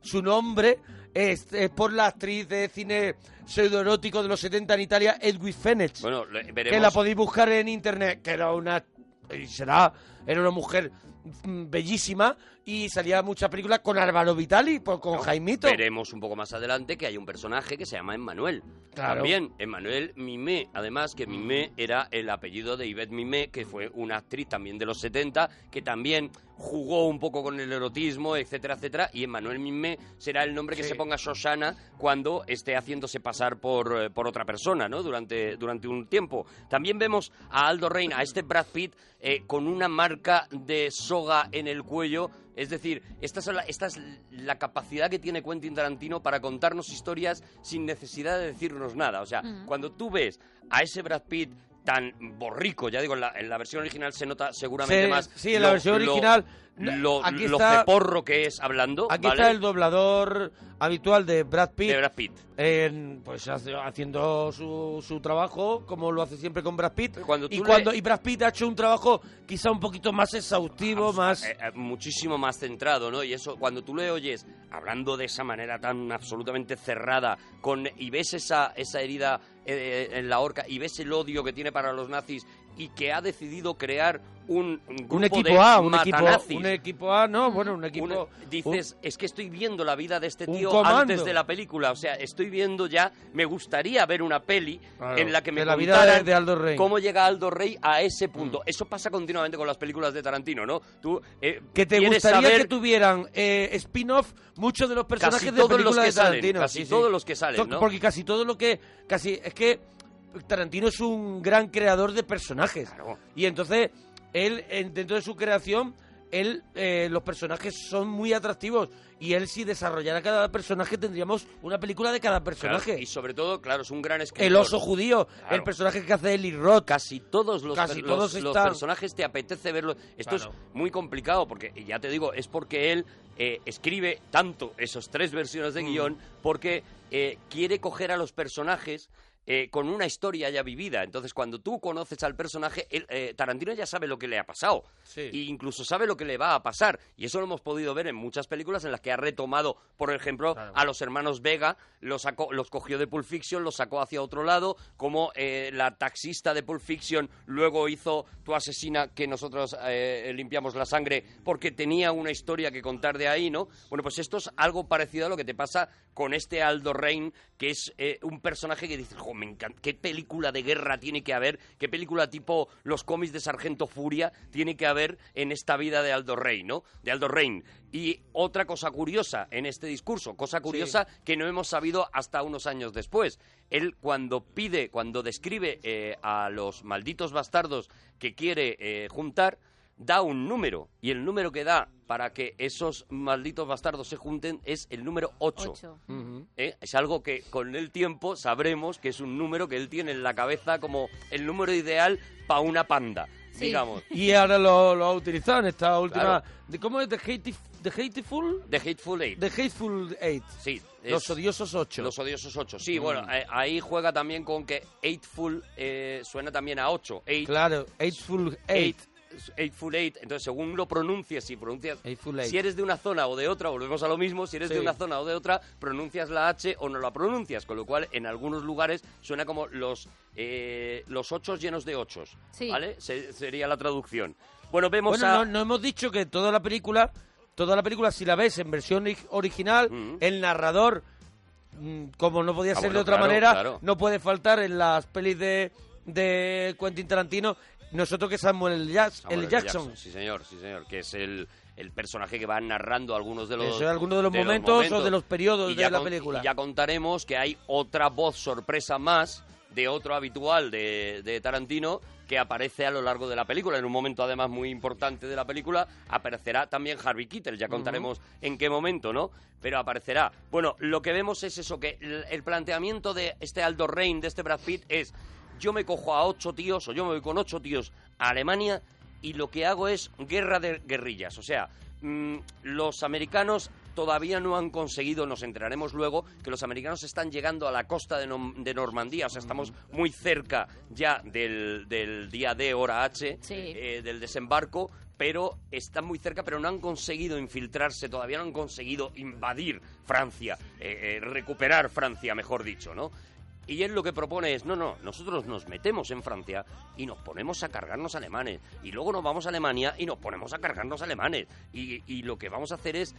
[SPEAKER 1] Su nombre es, es por la actriz de cine pseudoerótico de los 70 en Italia, Edwin Fenech.
[SPEAKER 3] Bueno, le- veremos.
[SPEAKER 1] que la podéis buscar en internet, que era una. y será. Era una mujer mm, bellísima y salía muchas películas con Álvaro Vitali, por- con Jaimito.
[SPEAKER 3] Veremos un poco más adelante que hay un personaje que se llama Emmanuel.
[SPEAKER 1] Claro.
[SPEAKER 3] También, Emmanuel Mimé. Además, que Mimé era el apellido de Yvette Mimé, que fue una actriz también de los 70, que también jugó un poco con el erotismo, etcétera, etcétera. Y Emmanuel Mimé será el nombre que
[SPEAKER 1] Sí.
[SPEAKER 3] se ponga Shoshana cuando esté haciéndose pasar por, eh, por otra persona, ¿no? Durante, durante un tiempo. También vemos a Aldo Reina, a este Brad Pitt, eh, con una marca de soga en el cuello. Es decir, esta es, la, esta es la capacidad que tiene Quentin Tarantino para contarnos historias sin necesidad de decirnos nada. O sea,
[SPEAKER 1] Ujú.
[SPEAKER 3] cuando tú ves a ese Brad Pitt tan borrico, ya digo, en la, en la versión original se nota seguramente
[SPEAKER 1] Se-
[SPEAKER 3] más.
[SPEAKER 1] sí, en la versión original,
[SPEAKER 3] Lo,
[SPEAKER 1] aquí
[SPEAKER 3] lo
[SPEAKER 1] está-
[SPEAKER 3] ceporro que es hablando.
[SPEAKER 1] Aquí
[SPEAKER 3] ¿vale?
[SPEAKER 1] está el doblador habitual de Brad Pitt.
[SPEAKER 3] De Brad Pitt.
[SPEAKER 1] en- pues hace- haciendo su, su trabajo, como lo hace siempre con Brad Pitt.
[SPEAKER 3] tú
[SPEAKER 1] y,
[SPEAKER 3] le-
[SPEAKER 1] cuando, y Brad Pitt ha hecho un trabajo quizá un poquito más exhaustivo, más...
[SPEAKER 3] eh, eh, muchísimo más centrado, ¿no? Y eso, cuando tú le oyes hablando de esa manera tan absolutamente cerrada, con y ves esa, esa herida eh, eh, en la horca, y ves el odio que tiene para los nazis, y que ha decidido crear un, un grupo
[SPEAKER 1] un
[SPEAKER 3] de
[SPEAKER 1] equipo A, un equipo,
[SPEAKER 3] matanazis.
[SPEAKER 1] un equipo A, no, bueno, un equipo...
[SPEAKER 3] Un- dices, es que estoy viendo la vida de este
[SPEAKER 1] un
[SPEAKER 3] tío
[SPEAKER 1] comando.
[SPEAKER 3] antes de la película. O sea, estoy viendo ya. Me gustaría ver una peli
[SPEAKER 1] Claro,
[SPEAKER 3] en la que me
[SPEAKER 1] de la vida de-
[SPEAKER 3] contaran
[SPEAKER 1] de Aldo Rey. Mm.
[SPEAKER 3] cómo llega Aldo Rey a ese punto. Eso pasa continuamente con las películas de Tarantino, ¿no? Tú eh,
[SPEAKER 1] que te
[SPEAKER 3] quieres
[SPEAKER 1] gustaría
[SPEAKER 3] saber
[SPEAKER 1] que tuvieran eh, spin-off muchos de los personajes
[SPEAKER 3] Casi
[SPEAKER 1] de
[SPEAKER 3] todos los
[SPEAKER 1] películas
[SPEAKER 3] que
[SPEAKER 1] de
[SPEAKER 3] salen,
[SPEAKER 1] Tarantino.
[SPEAKER 3] casi todos los que salen,
[SPEAKER 1] Son-
[SPEAKER 3] ¿no?
[SPEAKER 1] Porque casi todo lo que... casi Es que Tarantino es un gran creador de personajes. Y entonces, él, en- dentro de su creación, él eh, los personajes son muy atractivos. Y él, si desarrollara cada personaje, tendríamos una película de cada
[SPEAKER 3] Claro,
[SPEAKER 1] personaje.
[SPEAKER 3] y sobre todo, claro, es un gran escritor.
[SPEAKER 1] el oso judío,
[SPEAKER 3] Claro.
[SPEAKER 1] el personaje que hace Eli Roth.
[SPEAKER 3] Casi todos los,
[SPEAKER 1] Casi
[SPEAKER 3] per-
[SPEAKER 1] todos
[SPEAKER 3] los- los
[SPEAKER 1] están-
[SPEAKER 3] personajes te apetece verlos. Esto
[SPEAKER 1] Claro.
[SPEAKER 3] es muy complicado porque, y ya te digo, es porque él eh, escribe tanto esas tres versiones
[SPEAKER 1] Mm.
[SPEAKER 3] de guión porque eh, quiere coger a los personajes eh, con una historia ya vivida. Entonces, cuando tú conoces al personaje, él, eh, Tarantino ya sabe lo que le ha pasado.
[SPEAKER 1] Sí.
[SPEAKER 3] E incluso sabe lo que le va a pasar. Y eso lo hemos podido ver en muchas películas en las que ha retomado, por ejemplo, a los hermanos Vega, los, sacó- los cogió de Pulp Fiction, los sacó hacia otro lado, como eh, la taxista de Pulp Fiction luego hizo Tu asesina que nosotros eh, limpiamos la sangre porque tenía una historia que contar de ahí, ¿no? Bueno, pues esto es algo parecido a lo que te pasa con este Aldo Rein, que es eh, un personaje que dices, "Jo, me encanta, qué película de guerra tiene que haber, qué película tipo los cómics de Sargento Furia tiene que haber en esta vida de Aldo Rein, ¿no? De Aldo Rein. Y otra cosa curiosa en este discurso, cosa curiosa que no hemos sabido hasta unos años después. Él cuando pide, cuando describe eh, a los malditos bastardos que quiere eh, juntar, da un número. Y el número que da para que esos malditos bastardos se junten es el número 8.
[SPEAKER 4] Ocho.
[SPEAKER 3] ¿eh? Es algo que con el tiempo sabremos que es un número que él tiene en la cabeza como el número ideal para una panda,
[SPEAKER 1] Sí.
[SPEAKER 3] digamos.
[SPEAKER 1] Y ahora lo, lo ha utilizado en esta última...
[SPEAKER 3] Claro.
[SPEAKER 1] de ¿Cómo es? The, Hatif- The Hateful...
[SPEAKER 3] The Hateful Eight.
[SPEAKER 1] The Hateful Eight.
[SPEAKER 3] Sí.
[SPEAKER 1] Los
[SPEAKER 3] es-
[SPEAKER 1] odiosos ocho.
[SPEAKER 3] Los odiosos 8, sí,
[SPEAKER 1] Mm.
[SPEAKER 3] bueno, eh, ahí juega también con que Eightful eh, suena también a 8. Eight,
[SPEAKER 1] Claro, Hateful Eight.
[SPEAKER 3] Eight. Eightful Eight, entonces según lo pronuncies, si pronuncias,
[SPEAKER 1] Eightful Eight.
[SPEAKER 3] si eres de una zona o de otra, volvemos a lo mismo, si eres de
[SPEAKER 1] Sí.
[SPEAKER 3] una zona o de otra, pronuncias la H o no la pronuncias, con lo cual en algunos lugares suena como los, eh, los ochos llenos de ochos,
[SPEAKER 1] Sí.
[SPEAKER 3] ¿vale? Se- sería la traducción. Bueno, vemos
[SPEAKER 1] bueno,
[SPEAKER 3] a...
[SPEAKER 1] no, no hemos dicho que toda la película, toda la película, si la ves en versión ori- original, el narrador, mm, como no podía
[SPEAKER 3] Ah,
[SPEAKER 1] ser
[SPEAKER 3] bueno,
[SPEAKER 1] de otra
[SPEAKER 3] claro,
[SPEAKER 1] manera,
[SPEAKER 3] claro.
[SPEAKER 1] no puede faltar en las pelis de, de Quentin Tarantino, nosotros que Samuel, Jack-
[SPEAKER 3] Samuel
[SPEAKER 1] el
[SPEAKER 3] L.
[SPEAKER 1] Jackson.
[SPEAKER 3] Sí, señor, sí, señor. Que es el, el personaje que va narrando algunos de los,
[SPEAKER 1] Eso es alguno de los momentos o de los periodos
[SPEAKER 3] Y
[SPEAKER 1] de
[SPEAKER 3] ya
[SPEAKER 1] la
[SPEAKER 3] con-
[SPEAKER 1] película.
[SPEAKER 3] y ya contaremos que hay otra voz sorpresa más de otro habitual de, de Tarantino que aparece a lo largo de la película. En un momento, además, muy importante de la película, aparecerá también Harvey Keitel. Ya contaremos en qué momento, ¿no? Pero aparecerá. Bueno, lo que vemos es eso, que el, el planteamiento de este Aldo Rein, de este Brad Pitt, es yo me cojo a ocho tíos o yo me voy con ocho tíos a Alemania y lo que hago es guerra de guerrillas. O sea, mm, los americanos todavía no han conseguido, nos enteraremos luego, que los americanos están llegando a la costa de, Nom- de Normandía. O sea, estamos muy cerca ya del, del día D, hora H, eh, del desembarco. Pero están muy cerca, pero no han conseguido infiltrarse, todavía no han conseguido invadir Francia, eh, eh, recuperar Francia, mejor dicho, ¿no? Y él lo que propone es, no, no, nosotros nos metemos en Francia y nos ponemos a cargarnos alemanes. Y luego nos vamos a Alemania y nos ponemos a cargarnos alemanes. Y, y lo que vamos a hacer es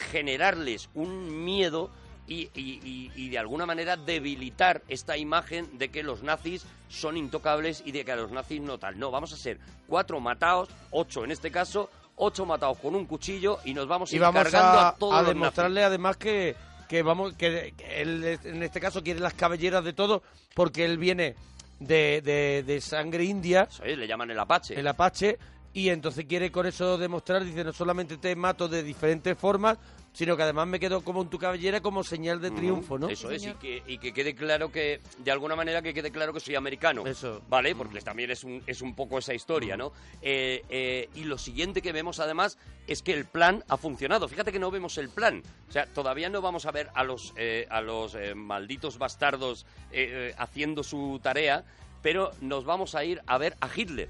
[SPEAKER 3] generarles un miedo y, y- y- y de alguna manera debilitar esta imagen de que los nazis son intocables y de que a los nazis no tal. No, vamos a ser cuatro matados, ocho en este caso, ocho matados con un cuchillo y nos vamos a
[SPEAKER 1] y
[SPEAKER 3] ir
[SPEAKER 1] vamos
[SPEAKER 3] cargando
[SPEAKER 1] a,
[SPEAKER 3] a, todos
[SPEAKER 1] a
[SPEAKER 3] los nazis.
[SPEAKER 1] demostrarle además que, que vamos que, que él es- en este caso quiere las cabelleras de todo porque él viene de, de- de sangre india
[SPEAKER 3] Eh, Le llaman el Apache.
[SPEAKER 1] el apache y entonces quiere con eso demostrar dice no solamente te mato de diferentes formas sino que además me quedo como en tu cabellera como señal de triunfo no
[SPEAKER 3] Eso es, y que, y que quede claro que, de alguna manera, que quede claro que soy americano.
[SPEAKER 1] Eso. Mm.
[SPEAKER 3] ¿Vale? Porque también es un, es un poco esa historia, ¿no? Eh, eh, y lo siguiente que vemos, además, es que el plan ha funcionado. Fíjate que no vemos el plan. O sea, todavía no vamos a ver a los, eh, a los eh, malditos bastardos eh, eh, haciendo su tarea, pero nos vamos a ir a ver a Hitler.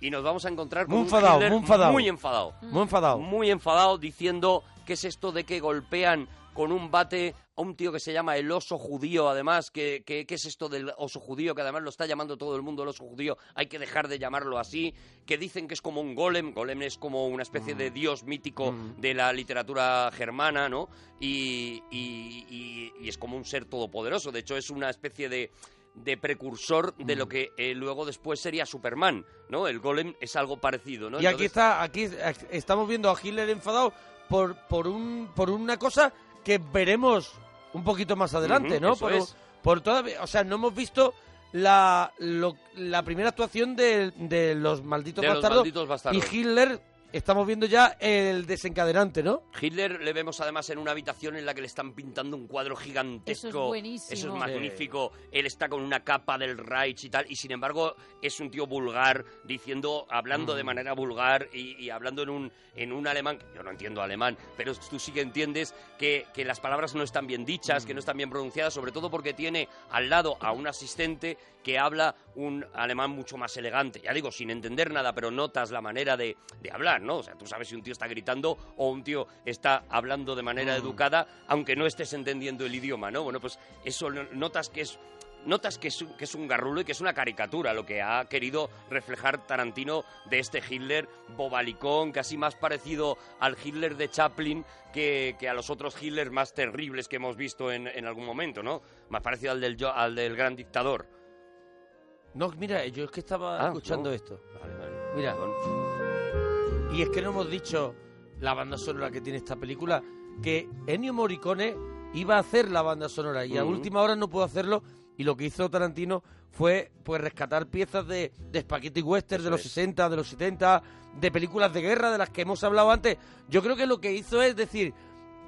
[SPEAKER 3] Y nos vamos a encontrar con
[SPEAKER 1] Muy
[SPEAKER 3] un
[SPEAKER 1] enfadado,
[SPEAKER 3] Hitler
[SPEAKER 1] muy enfadado.
[SPEAKER 3] muy enfadado.
[SPEAKER 1] Muy enfadado.
[SPEAKER 3] Muy enfadado diciendo que es esto de que golpean con un bate a un tío que se llama el oso judío, además, que, que- que es esto del oso judío, que además lo está llamando todo el mundo el oso judío, hay que dejar de llamarlo así, que dicen que es como un golem, golem es como una especie
[SPEAKER 1] Mm.
[SPEAKER 3] de dios mítico de la literatura germana, ¿no? Y, y- y- y es como un ser todopoderoso, de hecho es una especie de de precursor de
[SPEAKER 1] Mm.
[SPEAKER 3] lo que eh, luego después sería Superman, ¿no? El golem es algo parecido, ¿no?
[SPEAKER 1] y aquí
[SPEAKER 3] Entonces-
[SPEAKER 1] está aquí aquí estamos viendo a Hitler enfadado por por un por una cosa que veremos un poquito más adelante
[SPEAKER 3] Ujú,
[SPEAKER 1] no
[SPEAKER 3] eso
[SPEAKER 1] por,
[SPEAKER 3] es.
[SPEAKER 1] por todavía o sea no hemos visto la lo- la primera actuación de, de los malditos
[SPEAKER 3] De los
[SPEAKER 1] bastardos
[SPEAKER 3] malditos bastardos.
[SPEAKER 1] y Hitler estamos viendo ya el desencadenante no
[SPEAKER 3] Hitler le vemos además en una habitación en la que le están pintando un cuadro gigantesco.
[SPEAKER 1] Eso es buenísimo.
[SPEAKER 3] Eso es
[SPEAKER 1] Sí.
[SPEAKER 3] magnífico. Él está con una capa del Reich y tal. Y sin embargo, es un tío vulgar, diciendo, hablando de manera vulgar y, y hablando en un, en un alemán. que Yo no entiendo alemán, pero tú sí que entiendes que, que las palabras no están bien dichas, que no están bien pronunciadas, sobre todo porque tiene al lado a un asistente que habla un alemán mucho más elegante. Ya digo, sin entender nada, pero notas la manera de, de hablar, ¿no? O sea, tú sabes si un tío está gritando o un tío está hablando de manera
[SPEAKER 1] Mm.
[SPEAKER 3] educada, aunque no estés entendiendo el idioma, ¿no? Bueno, pues eso no- notas que es. Notas que es, un- que es un garrulo y que es una caricatura lo que ha querido reflejar Tarantino de este Hitler bobalicón, casi más parecido al Hitler de Chaplin que, que a los otros Hitler más terribles que hemos visto en, en algún momento, ¿no? Más parecido al del, yo- al del gran dictador.
[SPEAKER 1] no mira yo es que estaba
[SPEAKER 3] Ah,
[SPEAKER 1] escuchando
[SPEAKER 3] no.
[SPEAKER 1] esto
[SPEAKER 3] Vale, vale.
[SPEAKER 1] mira
[SPEAKER 3] Perdón.
[SPEAKER 1] Y es que no hemos dicho la banda sonora que tiene esta película, que Ennio Morricone iba a hacer la banda sonora y a
[SPEAKER 3] Ujú.
[SPEAKER 1] última hora no pudo hacerlo y lo que hizo Tarantino fue pues rescatar piezas de, de Spaghetti Western de los 60, de los 70, de películas de guerra de las que hemos hablado antes. Yo creo que lo que hizo es decir,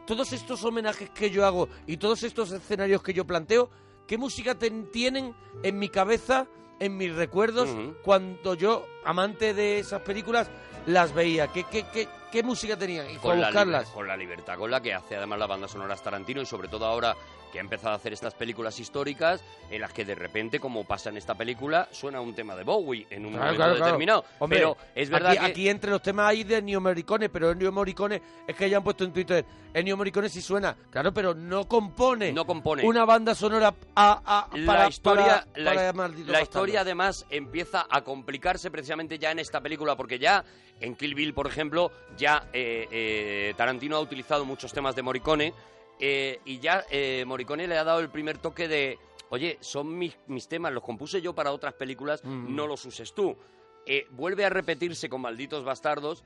[SPEAKER 1] todos estos homenajes que yo hago y todos estos escenarios que yo planteo, ¿qué música ten- tienen en mi cabeza, en mis recuerdos, cuando yo, amante de esas películas, las veía? ¿Qué, qué, qué, qué música tenían? Y fue a
[SPEAKER 3] con la,
[SPEAKER 1] buscarlas.
[SPEAKER 3] liber- con la libertad con la que hace además las bandas sonoras Tarantino y sobre todo ahora que ha empezado a hacer estas películas históricas en las que de repente, como pasa en esta película, suena un tema de Bowie en un momento determinado.
[SPEAKER 1] Hombre,
[SPEAKER 3] Pero es verdad
[SPEAKER 1] aquí,
[SPEAKER 3] que...
[SPEAKER 1] aquí entre los temas hay de Ennio Morricone, pero Ennio Morricone es que ya han puesto en Twitter, Ennio Morricone sí suena, claro, pero no compone, no
[SPEAKER 3] compone.
[SPEAKER 1] una banda sonora a, a- para
[SPEAKER 3] la historia,
[SPEAKER 1] para-
[SPEAKER 3] la,
[SPEAKER 1] para
[SPEAKER 3] his-
[SPEAKER 1] Malditos
[SPEAKER 3] la historia
[SPEAKER 1] Bastardos.
[SPEAKER 3] además empieza a complicarse precisamente ya en esta película, porque ya en Kill Bill, por ejemplo, ya eh, eh, Tarantino ha utilizado muchos temas de Morricone eh, y ya eh, Morricone le ha dado el primer toque de, oye, son mis, mis temas, los compuse yo para otras películas,
[SPEAKER 1] Mm.
[SPEAKER 3] no los uses tú. Eh, vuelve a repetirse con Malditos Bastardos.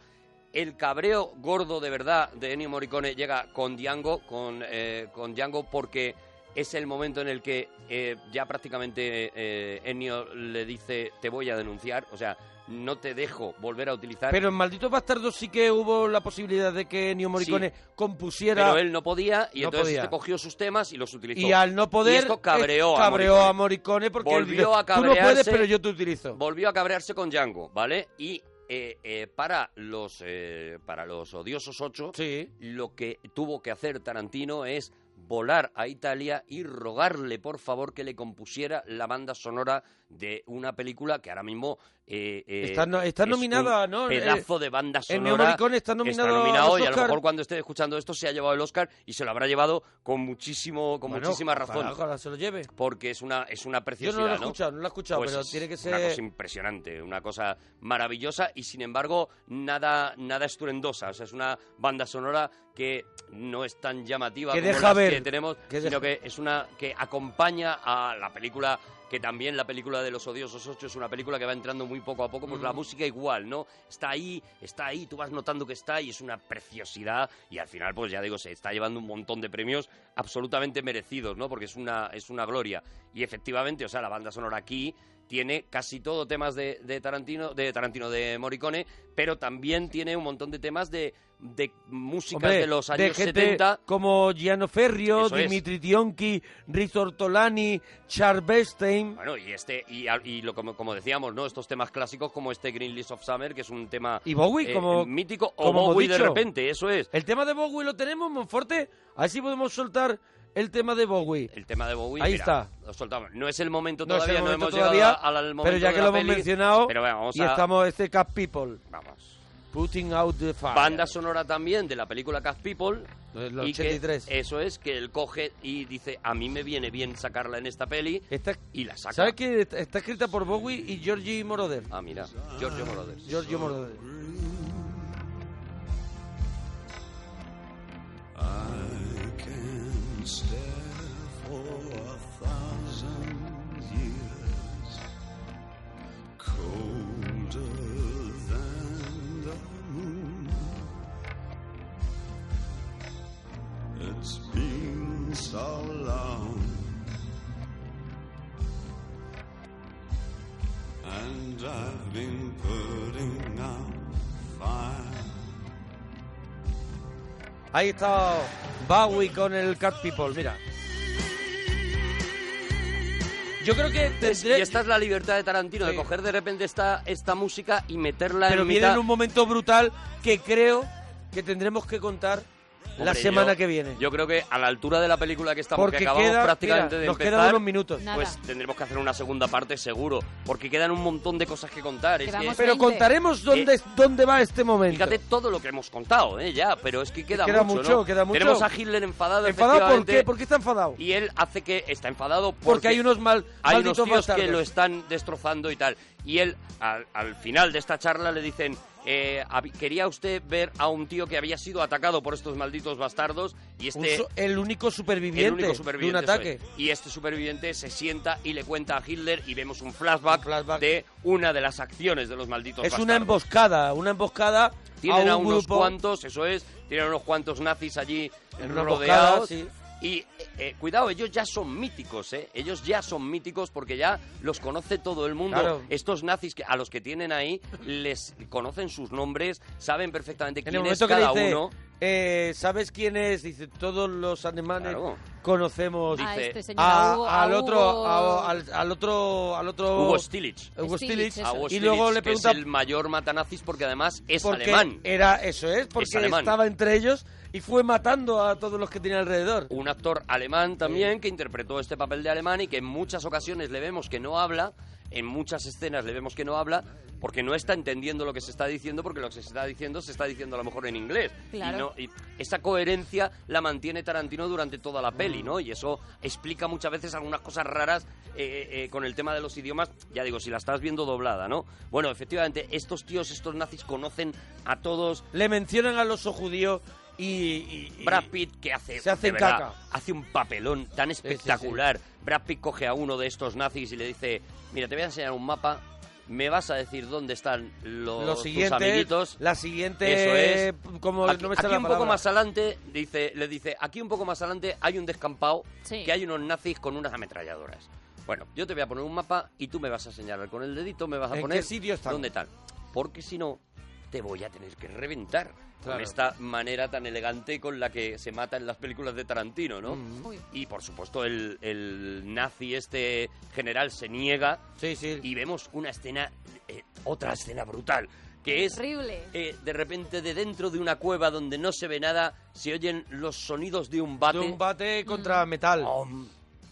[SPEAKER 3] El cabreo gordo de verdad de Ennio Morricone llega con Django, con, eh, con Django porque es el momento en el que eh, ya prácticamente eh, Ennio le dice te voy a denunciar, o sea, no te dejo volver a utilizar.
[SPEAKER 1] Pero en Malditos Bastardos sí que hubo la posibilidad de que Ennio Morricone
[SPEAKER 3] Sí.
[SPEAKER 1] compusiera...
[SPEAKER 3] Pero él no podía y
[SPEAKER 1] No
[SPEAKER 3] entonces
[SPEAKER 1] podía.
[SPEAKER 3] se cogió sus temas y los utilizó.
[SPEAKER 1] Y al no poder,
[SPEAKER 3] Y esto cabreó,
[SPEAKER 1] es-
[SPEAKER 3] a
[SPEAKER 1] cabreó
[SPEAKER 3] Morricone.
[SPEAKER 1] a Morricone porque él
[SPEAKER 3] Volvió
[SPEAKER 1] dice,
[SPEAKER 3] a
[SPEAKER 1] tú no puedes,
[SPEAKER 3] cabrearse".
[SPEAKER 1] pero yo te utilizo.
[SPEAKER 3] Volvió a cabrearse con Django, ¿vale? Y eh, eh, para los eh, para los odiosos ocho, lo que tuvo que hacer Tarantino es volar a Italia y rogarle por favor que le compusiera la banda sonora de una película que ahora mismo eh, eh,
[SPEAKER 1] Está no- está
[SPEAKER 3] es un
[SPEAKER 1] nominada, ¿no?
[SPEAKER 3] pedazo
[SPEAKER 1] Eh,
[SPEAKER 3] de banda
[SPEAKER 1] Ennio
[SPEAKER 3] sonora
[SPEAKER 1] Morricone está nominado a los
[SPEAKER 3] y a lo
[SPEAKER 1] Oscar.
[SPEAKER 3] mejor cuando esté escuchando esto se ha llevado el Oscar y se lo habrá llevado con muchísimo con
[SPEAKER 1] Bueno,
[SPEAKER 3] muchísima
[SPEAKER 1] ojalá-
[SPEAKER 3] razón
[SPEAKER 1] ojalá se lo lleve
[SPEAKER 3] porque es una es una
[SPEAKER 1] Yo
[SPEAKER 3] preciosidad
[SPEAKER 1] no lo he
[SPEAKER 3] ¿no?
[SPEAKER 1] escuchado, no lo he escuchado,
[SPEAKER 3] Pues
[SPEAKER 1] pero
[SPEAKER 3] es
[SPEAKER 1] tiene que
[SPEAKER 3] una
[SPEAKER 1] ser...
[SPEAKER 3] cosa impresionante, una cosa maravillosa y sin embargo nada nada estruendosa, o sea, es una banda sonora que no es tan llamativa
[SPEAKER 1] Que
[SPEAKER 3] como
[SPEAKER 1] deja
[SPEAKER 3] las
[SPEAKER 1] ver,
[SPEAKER 3] que tenemos,
[SPEAKER 1] que
[SPEAKER 3] sino
[SPEAKER 1] deja-
[SPEAKER 3] que es una que acompaña a la película que también la película de los odiosos ocho es una película que va entrando muy poco a poco, pues
[SPEAKER 1] Mm.
[SPEAKER 3] la música igual, ¿no? Está ahí, está ahí, tú vas notando que está y es una preciosidad y al final pues ya digo, se está llevando un montón de premios absolutamente merecidos, ¿no? Porque es una es una gloria y efectivamente, o sea, la banda sonora aquí tiene casi todo temas de, de Tarantino, de Tarantino de Morricone, pero también tiene un montón de temas de, de música
[SPEAKER 1] Hombre,
[SPEAKER 3] de los años
[SPEAKER 1] gente
[SPEAKER 3] 70.
[SPEAKER 1] como Giano Ferrio,
[SPEAKER 3] Eso es.
[SPEAKER 1] Dimitri Tionchi, Riz Ortolani, Charles Bestein.
[SPEAKER 3] Bueno, y este y, a- y lo como, como decíamos, ¿no? Estos temas clásicos como este Green Leaves of Summer, que es un tema
[SPEAKER 1] Y Bowie
[SPEAKER 3] eh,
[SPEAKER 1] como
[SPEAKER 3] mítico o
[SPEAKER 1] como hemos
[SPEAKER 3] Bowie de
[SPEAKER 1] dicho.
[SPEAKER 3] repente, eso es.
[SPEAKER 1] El tema de Bowie lo tenemos, Monforte. Así podemos soltar el tema de Bowie.
[SPEAKER 3] El tema de Bowie,
[SPEAKER 1] Ahí
[SPEAKER 3] mira,
[SPEAKER 1] está.
[SPEAKER 3] lo soltamos. No es el momento
[SPEAKER 1] No es el
[SPEAKER 3] todavía, no,
[SPEAKER 1] momento
[SPEAKER 3] hemos
[SPEAKER 1] todavía,
[SPEAKER 3] llegado al, al momento
[SPEAKER 1] pero ya
[SPEAKER 3] de
[SPEAKER 1] que
[SPEAKER 3] la
[SPEAKER 1] lo hemos
[SPEAKER 3] peli,
[SPEAKER 1] mencionado
[SPEAKER 3] pero bueno, vamos
[SPEAKER 1] y
[SPEAKER 3] a-
[SPEAKER 1] estamos este Cat People.
[SPEAKER 3] Vamos.
[SPEAKER 1] Putting out the fire.
[SPEAKER 3] banda sonora también de la película Cat People.
[SPEAKER 1] Del
[SPEAKER 3] y que
[SPEAKER 1] 83.
[SPEAKER 3] eso es, que él coge y dice, a mí me viene bien sacarla en esta peli, y la saca.
[SPEAKER 1] ¿Sabes que está, está escrita por Bowie y Georgie Moroder?
[SPEAKER 3] Ah, mira, Giorgio Moroder.
[SPEAKER 1] Giorgio Moroder.
[SPEAKER 5] I can stare for a thousand years, colder than the moon. It's been so long, and I've been putting out fire.
[SPEAKER 1] Ahí está Bowie con el Cat People, mira. Yo creo que
[SPEAKER 3] Y esta es la libertad de Tarantino, de coger de repente esta, esta música y meterla
[SPEAKER 1] Pero
[SPEAKER 3] en
[SPEAKER 1] viene
[SPEAKER 3] mitad...
[SPEAKER 1] en un momento brutal que creo que tendremos que contar la
[SPEAKER 3] Hombre,
[SPEAKER 1] semana
[SPEAKER 3] yo-
[SPEAKER 1] que viene.
[SPEAKER 3] Yo creo que a la altura de la película que estamos,
[SPEAKER 1] Porque
[SPEAKER 3] que acabamos
[SPEAKER 1] queda-
[SPEAKER 3] prácticamente
[SPEAKER 1] mira,
[SPEAKER 3] de
[SPEAKER 1] nos quedan
[SPEAKER 3] empezar...
[SPEAKER 1] unos minutos. Nada.
[SPEAKER 3] Pues tendremos que hacer una segunda parte seguro, porque quedan un montón de cosas que contar. es que-
[SPEAKER 1] Pero contaremos dónde, es- dónde va este momento.
[SPEAKER 3] eh, Fíjate todo lo que hemos contado, ¿eh? Ya, pero es que queda,
[SPEAKER 1] Queda
[SPEAKER 3] mucho,
[SPEAKER 1] mucho,
[SPEAKER 3] ¿no?
[SPEAKER 1] queda mucho.
[SPEAKER 3] Tenemos a Hitler enfadado,
[SPEAKER 1] ¿Enfadado por
[SPEAKER 3] efectivamente,
[SPEAKER 1] qué? ¿Por qué está enfadado?
[SPEAKER 3] Y él hace que está enfadado porque,
[SPEAKER 1] Porque hay unos mal-
[SPEAKER 3] hay
[SPEAKER 1] malditos
[SPEAKER 3] unos tíos que
[SPEAKER 1] bastardos.
[SPEAKER 3] lo están destrozando y tal. Y él, al, al final de esta charla, le dicen... eh, hab- quería usted ver a un tío que había sido atacado por estos malditos bastardos y
[SPEAKER 1] Un
[SPEAKER 3] este
[SPEAKER 1] so- el único superviviente,
[SPEAKER 3] el único superviviente
[SPEAKER 1] de un ataque.
[SPEAKER 3] soy. Y este superviviente se sienta y le cuenta a Hitler y vemos un flashback, de una de las acciones de los malditos
[SPEAKER 1] Es una
[SPEAKER 3] bastardos.
[SPEAKER 1] emboscada, una emboscada
[SPEAKER 3] Tienen
[SPEAKER 1] a,
[SPEAKER 3] a,
[SPEAKER 1] un
[SPEAKER 3] unos
[SPEAKER 1] grupo.
[SPEAKER 3] cuantos, eso es, tienen a unos cuantos nazis allí
[SPEAKER 1] En una
[SPEAKER 3] rodeados.
[SPEAKER 1] emboscada, sí.
[SPEAKER 3] Y eh, eh, cuidado, ellos ya son míticos, ¿eh? Ellos ya son míticos porque ya los conoce todo el mundo.
[SPEAKER 1] Claro.
[SPEAKER 3] Estos nazis que, a los que tienen ahí les conocen sus nombres, saben perfectamente
[SPEAKER 1] En
[SPEAKER 3] quién
[SPEAKER 1] el
[SPEAKER 3] es
[SPEAKER 1] momento que le
[SPEAKER 3] cada
[SPEAKER 1] dice,
[SPEAKER 3] uno.
[SPEAKER 1] eh, ¿sabes quién es? Dice, todos los alemanes
[SPEAKER 3] Claro.
[SPEAKER 1] conocemos
[SPEAKER 3] A este
[SPEAKER 4] señor,
[SPEAKER 1] a-
[SPEAKER 4] a Hugo- a
[SPEAKER 1] al otro,
[SPEAKER 4] Hugo-
[SPEAKER 1] a- al, al otro, al otro
[SPEAKER 3] Hugo Stilich.
[SPEAKER 1] Hugo Stilich.
[SPEAKER 3] A Hugo
[SPEAKER 1] y
[SPEAKER 3] Stilich,
[SPEAKER 1] luego le
[SPEAKER 3] que
[SPEAKER 1] pregunta
[SPEAKER 3] es el mayor matanazis porque además es
[SPEAKER 1] porque
[SPEAKER 3] alemán.
[SPEAKER 1] era eso es, porque
[SPEAKER 3] alemán.
[SPEAKER 1] estaba entre ellos y fue matando a todos los que tenía alrededor.
[SPEAKER 3] Un actor alemán también que interpretó este papel de alemán y que en muchas ocasiones le vemos que no habla, en muchas escenas le vemos que no habla porque no está entendiendo lo que se está diciendo porque lo que se está diciendo se está diciendo a lo mejor en inglés.
[SPEAKER 1] Claro.
[SPEAKER 3] Y, no- y esa coherencia la mantiene Tarantino durante toda la peli, ¿no? Y eso explica muchas veces algunas cosas raras eh, eh, con el tema de los idiomas, ya digo, si la estás viendo doblada, ¿no? Bueno, efectivamente, estos tíos, estos nazis conocen a todos
[SPEAKER 1] Le mencionan al oso judío y, y- y-
[SPEAKER 3] Brad Pitt que hace
[SPEAKER 1] Se hace
[SPEAKER 3] de verdad,
[SPEAKER 1] caca.
[SPEAKER 3] hace un papelón tan espectacular. Brad Pitt coge a uno de estos nazis y le dice, "Mira, te voy a enseñar un mapa, me vas a decir dónde están los
[SPEAKER 1] lo
[SPEAKER 3] tus
[SPEAKER 1] siguiente,
[SPEAKER 3] amiguitos."
[SPEAKER 1] la siguiente,
[SPEAKER 3] Eso
[SPEAKER 1] Eh, como
[SPEAKER 3] Aquí,
[SPEAKER 1] no me sale
[SPEAKER 3] aquí
[SPEAKER 1] la
[SPEAKER 3] un poco
[SPEAKER 1] palabra.
[SPEAKER 3] más adelante dice, le dice, "Aquí un poco más adelante hay un descampado
[SPEAKER 1] Sí.
[SPEAKER 3] que hay unos nazis con unas ametralladoras." Bueno, yo te voy a poner un mapa y tú me vas a señalar con el dedito, me vas a
[SPEAKER 1] ¿En
[SPEAKER 3] poner
[SPEAKER 1] qué sitio están?
[SPEAKER 3] dónde tal, porque si no te voy a tener que reventar
[SPEAKER 1] Claro.
[SPEAKER 3] con esta manera tan elegante con la que se mata en las películas de Tarantino, ¿no?
[SPEAKER 1] Mm. Uy.
[SPEAKER 3] Y por supuesto el, el nazi este general se niega y vemos una escena, eh, otra escena brutal, que es
[SPEAKER 4] Horrible.
[SPEAKER 3] eh, de repente de dentro de una cueva donde no se ve nada se oyen los sonidos de un bate.
[SPEAKER 4] Mm.
[SPEAKER 1] De un bate contra metal.
[SPEAKER 3] ¡Pom!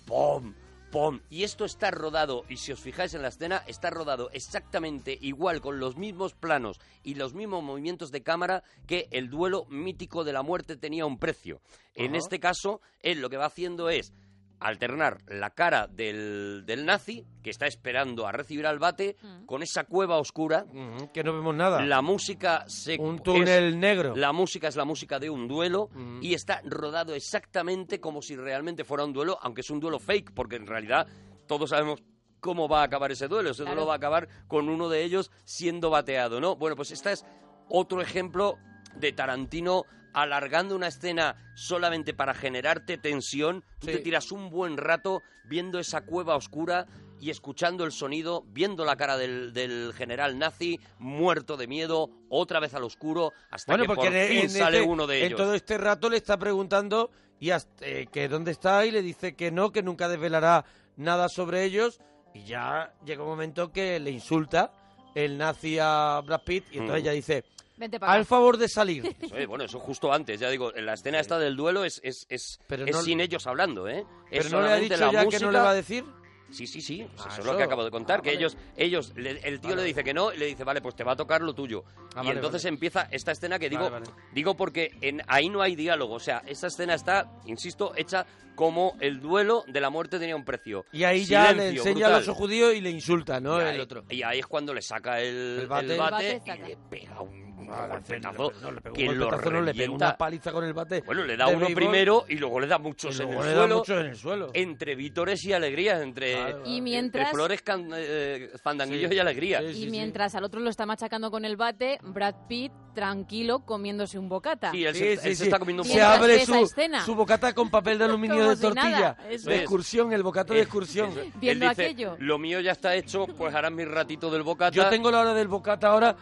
[SPEAKER 3] ¡Pom! ¡pum! Y esto está rodado, y si os fijáis en la escena, está rodado exactamente igual, con los mismos planos y los mismos movimientos de cámara que el duelo mítico de la muerte tenía un precio. En
[SPEAKER 1] Ajá.
[SPEAKER 3] este caso, él lo que va haciendo es alternar la cara del, del nazi, que está esperando a recibir al bate, con esa cueva oscura.
[SPEAKER 1] Que no vemos nada.
[SPEAKER 3] La música se...
[SPEAKER 1] Un túnel negro. Mm.
[SPEAKER 3] La música es la música de un duelo y está rodado exactamente como si realmente fuera un duelo, aunque es un duelo fake, porque en realidad todos sabemos cómo va a acabar ese duelo. Ese duelo
[SPEAKER 1] Claro.
[SPEAKER 3] va a acabar con uno de ellos siendo bateado, ¿no? Bueno, pues esta es otro ejemplo de Tarantino alargando una escena solamente para generarte tensión. Tú te tiras un buen rato viendo esa cueva oscura y escuchando el sonido, viendo la cara del, del general nazi muerto de miedo, otra vez al oscuro, hasta
[SPEAKER 1] Bueno,
[SPEAKER 3] que
[SPEAKER 1] porque
[SPEAKER 3] por
[SPEAKER 1] en-
[SPEAKER 3] fin
[SPEAKER 1] en
[SPEAKER 3] sale
[SPEAKER 1] este-
[SPEAKER 3] uno de
[SPEAKER 1] en
[SPEAKER 3] ellos.
[SPEAKER 1] todo este rato le está preguntando y hasta, eh, que dónde está y le dice que no, que nunca desvelará nada sobre ellos y ya llega un momento que le insulta el nazi a Brad Pitt y entonces
[SPEAKER 3] Mm.
[SPEAKER 1] ella dice,
[SPEAKER 4] Vente para
[SPEAKER 1] al favor de salir.
[SPEAKER 3] Eso es, eh, bueno, eso justo antes, ya digo, en la escena esta del duelo es, es, es,
[SPEAKER 1] Pero
[SPEAKER 3] es
[SPEAKER 1] no-
[SPEAKER 3] sin ellos hablando, ¿eh?
[SPEAKER 1] Pero
[SPEAKER 3] es
[SPEAKER 1] no le ha
[SPEAKER 3] solamente
[SPEAKER 1] dicho
[SPEAKER 3] la
[SPEAKER 1] ya que no le
[SPEAKER 3] música.
[SPEAKER 1] va a decir.
[SPEAKER 3] Sí, sí, sí. pues
[SPEAKER 1] Ah,
[SPEAKER 3] eso es
[SPEAKER 1] eso.
[SPEAKER 3] lo que acabo de contar.
[SPEAKER 1] Ah,
[SPEAKER 3] que
[SPEAKER 1] vale.
[SPEAKER 3] ellos, ellos, le- el
[SPEAKER 1] Vale,
[SPEAKER 3] tío le
[SPEAKER 1] vale.
[SPEAKER 3] dice que no, y le dice, vale, pues te va a tocar lo tuyo.
[SPEAKER 1] Ah,
[SPEAKER 3] y
[SPEAKER 1] vale,
[SPEAKER 3] entonces
[SPEAKER 1] vale.
[SPEAKER 3] empieza esta escena que digo,
[SPEAKER 1] Vale, vale.
[SPEAKER 3] digo porque en, ahí no hay diálogo. O sea, esta escena está, insisto, hecha como el duelo de la muerte tenía un precio.
[SPEAKER 1] Y ahí ya le
[SPEAKER 3] Silencio
[SPEAKER 1] enseña
[SPEAKER 3] brutal.
[SPEAKER 1] al oso judío y le insulta, ¿no?
[SPEAKER 3] Y
[SPEAKER 1] El
[SPEAKER 3] ahí-
[SPEAKER 1] otro.
[SPEAKER 3] Y ahí es cuando le saca el,
[SPEAKER 1] El bate. Ah,
[SPEAKER 3] el bate
[SPEAKER 1] El bate
[SPEAKER 3] y
[SPEAKER 1] saca.
[SPEAKER 3] le pega un golpetazo
[SPEAKER 1] No, le pegó
[SPEAKER 3] que
[SPEAKER 1] un
[SPEAKER 3] lo
[SPEAKER 1] golpetazo, no, le pegó una
[SPEAKER 3] revienta.
[SPEAKER 1] paliza con el bate.
[SPEAKER 3] Bueno, le da
[SPEAKER 1] de
[SPEAKER 3] uno
[SPEAKER 1] béisbol.
[SPEAKER 3] primero y luego le da muchos,
[SPEAKER 1] Y
[SPEAKER 3] en,
[SPEAKER 1] luego
[SPEAKER 3] el
[SPEAKER 1] le da
[SPEAKER 3] suelo,
[SPEAKER 1] muchos en el suelo.
[SPEAKER 3] Entre vítores y alegrías, entre, eh,
[SPEAKER 4] Y
[SPEAKER 3] entre
[SPEAKER 4] mientras-
[SPEAKER 3] flores, can- eh, fandanguillos
[SPEAKER 1] Sí.
[SPEAKER 3] y alegrías.
[SPEAKER 4] Y mientras al otro lo está machacando con el bate, Brad Pitt tranquilo comiéndose un bocata.
[SPEAKER 3] Sí, él se- él se está comiendo un
[SPEAKER 1] Se
[SPEAKER 3] bocata.
[SPEAKER 1] abre
[SPEAKER 4] Mientras ve esa
[SPEAKER 1] su,
[SPEAKER 4] escena.
[SPEAKER 1] su bocata con papel de aluminio
[SPEAKER 4] Como
[SPEAKER 1] de
[SPEAKER 4] si
[SPEAKER 1] tortilla.
[SPEAKER 4] nada, eso
[SPEAKER 1] de
[SPEAKER 4] es.
[SPEAKER 1] excursión, el bocata de excursión.
[SPEAKER 3] Eso es.
[SPEAKER 4] Viendo
[SPEAKER 3] Eh, Él dice,
[SPEAKER 4] aquello.
[SPEAKER 3] Lo mío ya está hecho, pues harás mi ratito del bocata.
[SPEAKER 1] Yo tengo la hora del bocata ahora,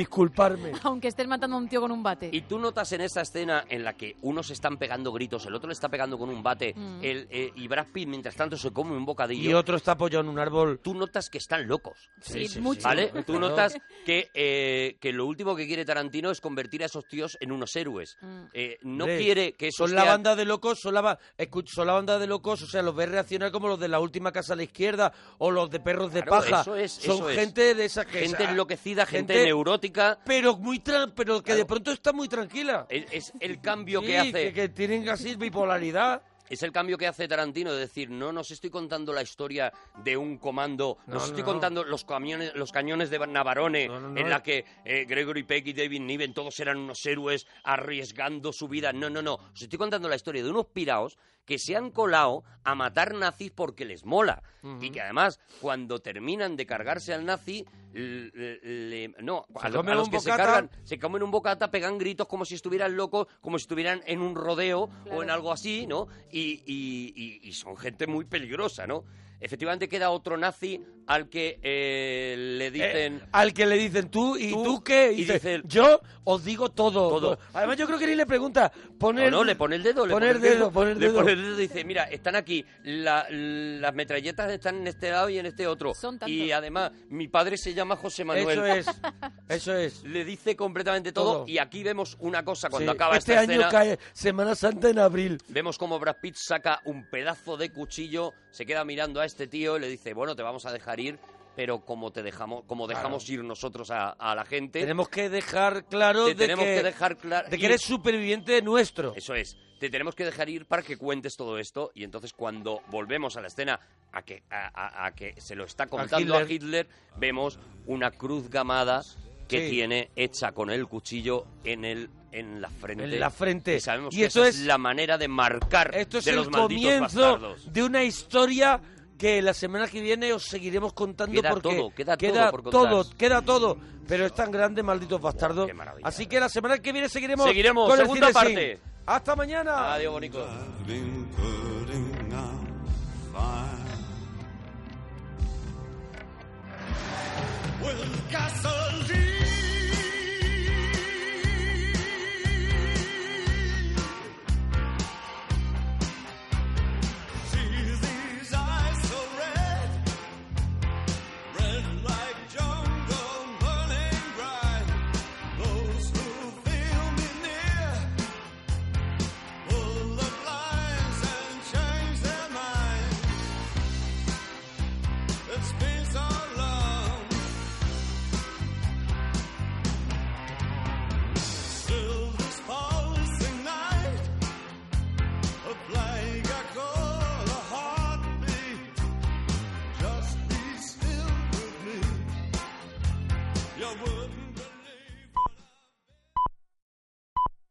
[SPEAKER 1] disculparme.
[SPEAKER 4] Aunque estés matando a un tío con un bate.
[SPEAKER 3] Y tú notas en esa escena en la que unos están pegando gritos, el otro le está pegando con un bate,
[SPEAKER 4] Mm.
[SPEAKER 3] el, eh, y Brad Pitt mientras tanto se come un bocadillo.
[SPEAKER 1] Y otro está apoyado en un árbol.
[SPEAKER 3] Tú notas que están locos.
[SPEAKER 4] Sí, Sí, sí, mucho. sí.
[SPEAKER 3] ¿Vale?
[SPEAKER 1] Claro.
[SPEAKER 3] Tú notas que, eh, que lo último que quiere Tarantino es convertir a esos tíos en unos héroes.
[SPEAKER 1] Mm.
[SPEAKER 3] Eh, no
[SPEAKER 1] Hombre,
[SPEAKER 3] quiere que esos
[SPEAKER 1] Son la
[SPEAKER 3] teat-
[SPEAKER 1] banda de locos, son la, ba- escu- son la banda de locos, o sea, los ves reaccionar como los de la última casa a la izquierda o los de perros de
[SPEAKER 3] Claro,
[SPEAKER 1] paja.
[SPEAKER 3] eso es,
[SPEAKER 1] son
[SPEAKER 3] eso es.
[SPEAKER 1] gente de esa que
[SPEAKER 3] Gente
[SPEAKER 1] esa-
[SPEAKER 3] enloquecida, gente neurótica.
[SPEAKER 1] Pero muy tran- pero que de pronto está muy tranquila.
[SPEAKER 3] Es, es el cambio
[SPEAKER 1] Sí,
[SPEAKER 3] que hace.
[SPEAKER 1] que, que tienen así bipolaridad.
[SPEAKER 3] Es el cambio que hace Tarantino, de decir, no nos estoy contando la historia de un comando,
[SPEAKER 1] No,
[SPEAKER 3] nos
[SPEAKER 1] no,
[SPEAKER 3] estoy
[SPEAKER 1] no.
[SPEAKER 3] contando los, camiones, los cañones de Navarone,
[SPEAKER 1] no.
[SPEAKER 3] en la que eh, Gregory Peck y David Niven todos eran unos héroes arriesgando su vida. No, no, no. Os estoy contando la historia de unos piraos que se han colado a matar nazis porque les mola.
[SPEAKER 1] Ujú.
[SPEAKER 3] Y que además, cuando terminan de cargarse al nazi, l- le- le- no,
[SPEAKER 1] Se
[SPEAKER 3] a, lo-
[SPEAKER 1] comen
[SPEAKER 3] a los
[SPEAKER 1] un
[SPEAKER 3] que se
[SPEAKER 1] bocata.
[SPEAKER 3] cargan, se comen un bocata, pegan gritos como si estuvieran locos, como si estuvieran en un rodeo
[SPEAKER 1] Claro.
[SPEAKER 3] o en algo así, ¿no? Y, y- y- y son gente muy peligrosa, ¿no? Efectivamente queda otro nazi al que eh, le dicen...
[SPEAKER 1] Eh, al que le dicen tú y tú, qué. Y dice, yo os digo todo.
[SPEAKER 3] Todo.
[SPEAKER 1] Además, yo creo que ni le pregunta. Poner,
[SPEAKER 3] no, no, le pone el dedo. Le
[SPEAKER 1] Poner
[SPEAKER 3] pone el
[SPEAKER 1] dedo, poner
[SPEAKER 3] le
[SPEAKER 1] dedo.
[SPEAKER 3] pone el dedo y dice, mira, están aquí, la- las metralletas están en este lado y en este otro.
[SPEAKER 1] Son tantos.
[SPEAKER 3] y además, mi padre se llama José Manuel.
[SPEAKER 1] Eso es, eso es.
[SPEAKER 3] Le dice completamente todo,
[SPEAKER 1] Todo.
[SPEAKER 3] y aquí vemos una cosa cuando
[SPEAKER 1] Sí,
[SPEAKER 3] acaba
[SPEAKER 1] este
[SPEAKER 3] esta
[SPEAKER 1] año
[SPEAKER 3] escena.
[SPEAKER 1] cae Semana Santa en abril.
[SPEAKER 3] Vemos como Brad Pitt saca un pedazo de cuchillo, se queda mirando a este tío y le dice, bueno, te vamos a dejar ir, pero como te dejamos, como
[SPEAKER 1] Claro.
[SPEAKER 3] dejamos ir nosotros a, a la gente,
[SPEAKER 1] Tenemos que dejar claro
[SPEAKER 3] Te
[SPEAKER 1] de
[SPEAKER 3] tenemos
[SPEAKER 1] que,
[SPEAKER 3] que dejar clar-
[SPEAKER 1] de que
[SPEAKER 3] ir.
[SPEAKER 1] eres superviviente nuestro.
[SPEAKER 3] Eso es. Te tenemos que dejar ir para que cuentes todo esto. Y entonces cuando volvemos a la escena a que, a, a- a que se lo está contando a
[SPEAKER 1] Hitler.
[SPEAKER 3] Hitler, vemos una cruz gamada que
[SPEAKER 1] Sí.
[SPEAKER 3] tiene hecha con el cuchillo en el en la frente.
[SPEAKER 1] En la frente.
[SPEAKER 3] Y sabemos
[SPEAKER 1] Y
[SPEAKER 3] que
[SPEAKER 1] eso
[SPEAKER 3] esa
[SPEAKER 1] es-
[SPEAKER 3] la manera de marcar
[SPEAKER 1] Esto es
[SPEAKER 3] de
[SPEAKER 1] el
[SPEAKER 3] los malditos
[SPEAKER 1] comienzo
[SPEAKER 3] bastardos.
[SPEAKER 1] de una historia que la semana que viene os seguiremos contando
[SPEAKER 3] Queda
[SPEAKER 1] porque
[SPEAKER 3] todo, queda todo por contar.
[SPEAKER 1] todo, queda todo, pero es tan grande, malditos bastardos. Así que la semana que viene seguiremos,
[SPEAKER 3] Seguiremos,
[SPEAKER 1] con el
[SPEAKER 3] segunda
[SPEAKER 1] cine sin.
[SPEAKER 3] parte.
[SPEAKER 1] Hasta mañana.
[SPEAKER 3] Adiós, bonico.
[SPEAKER 19] been putting out fire.
[SPEAKER 5] With gasoline.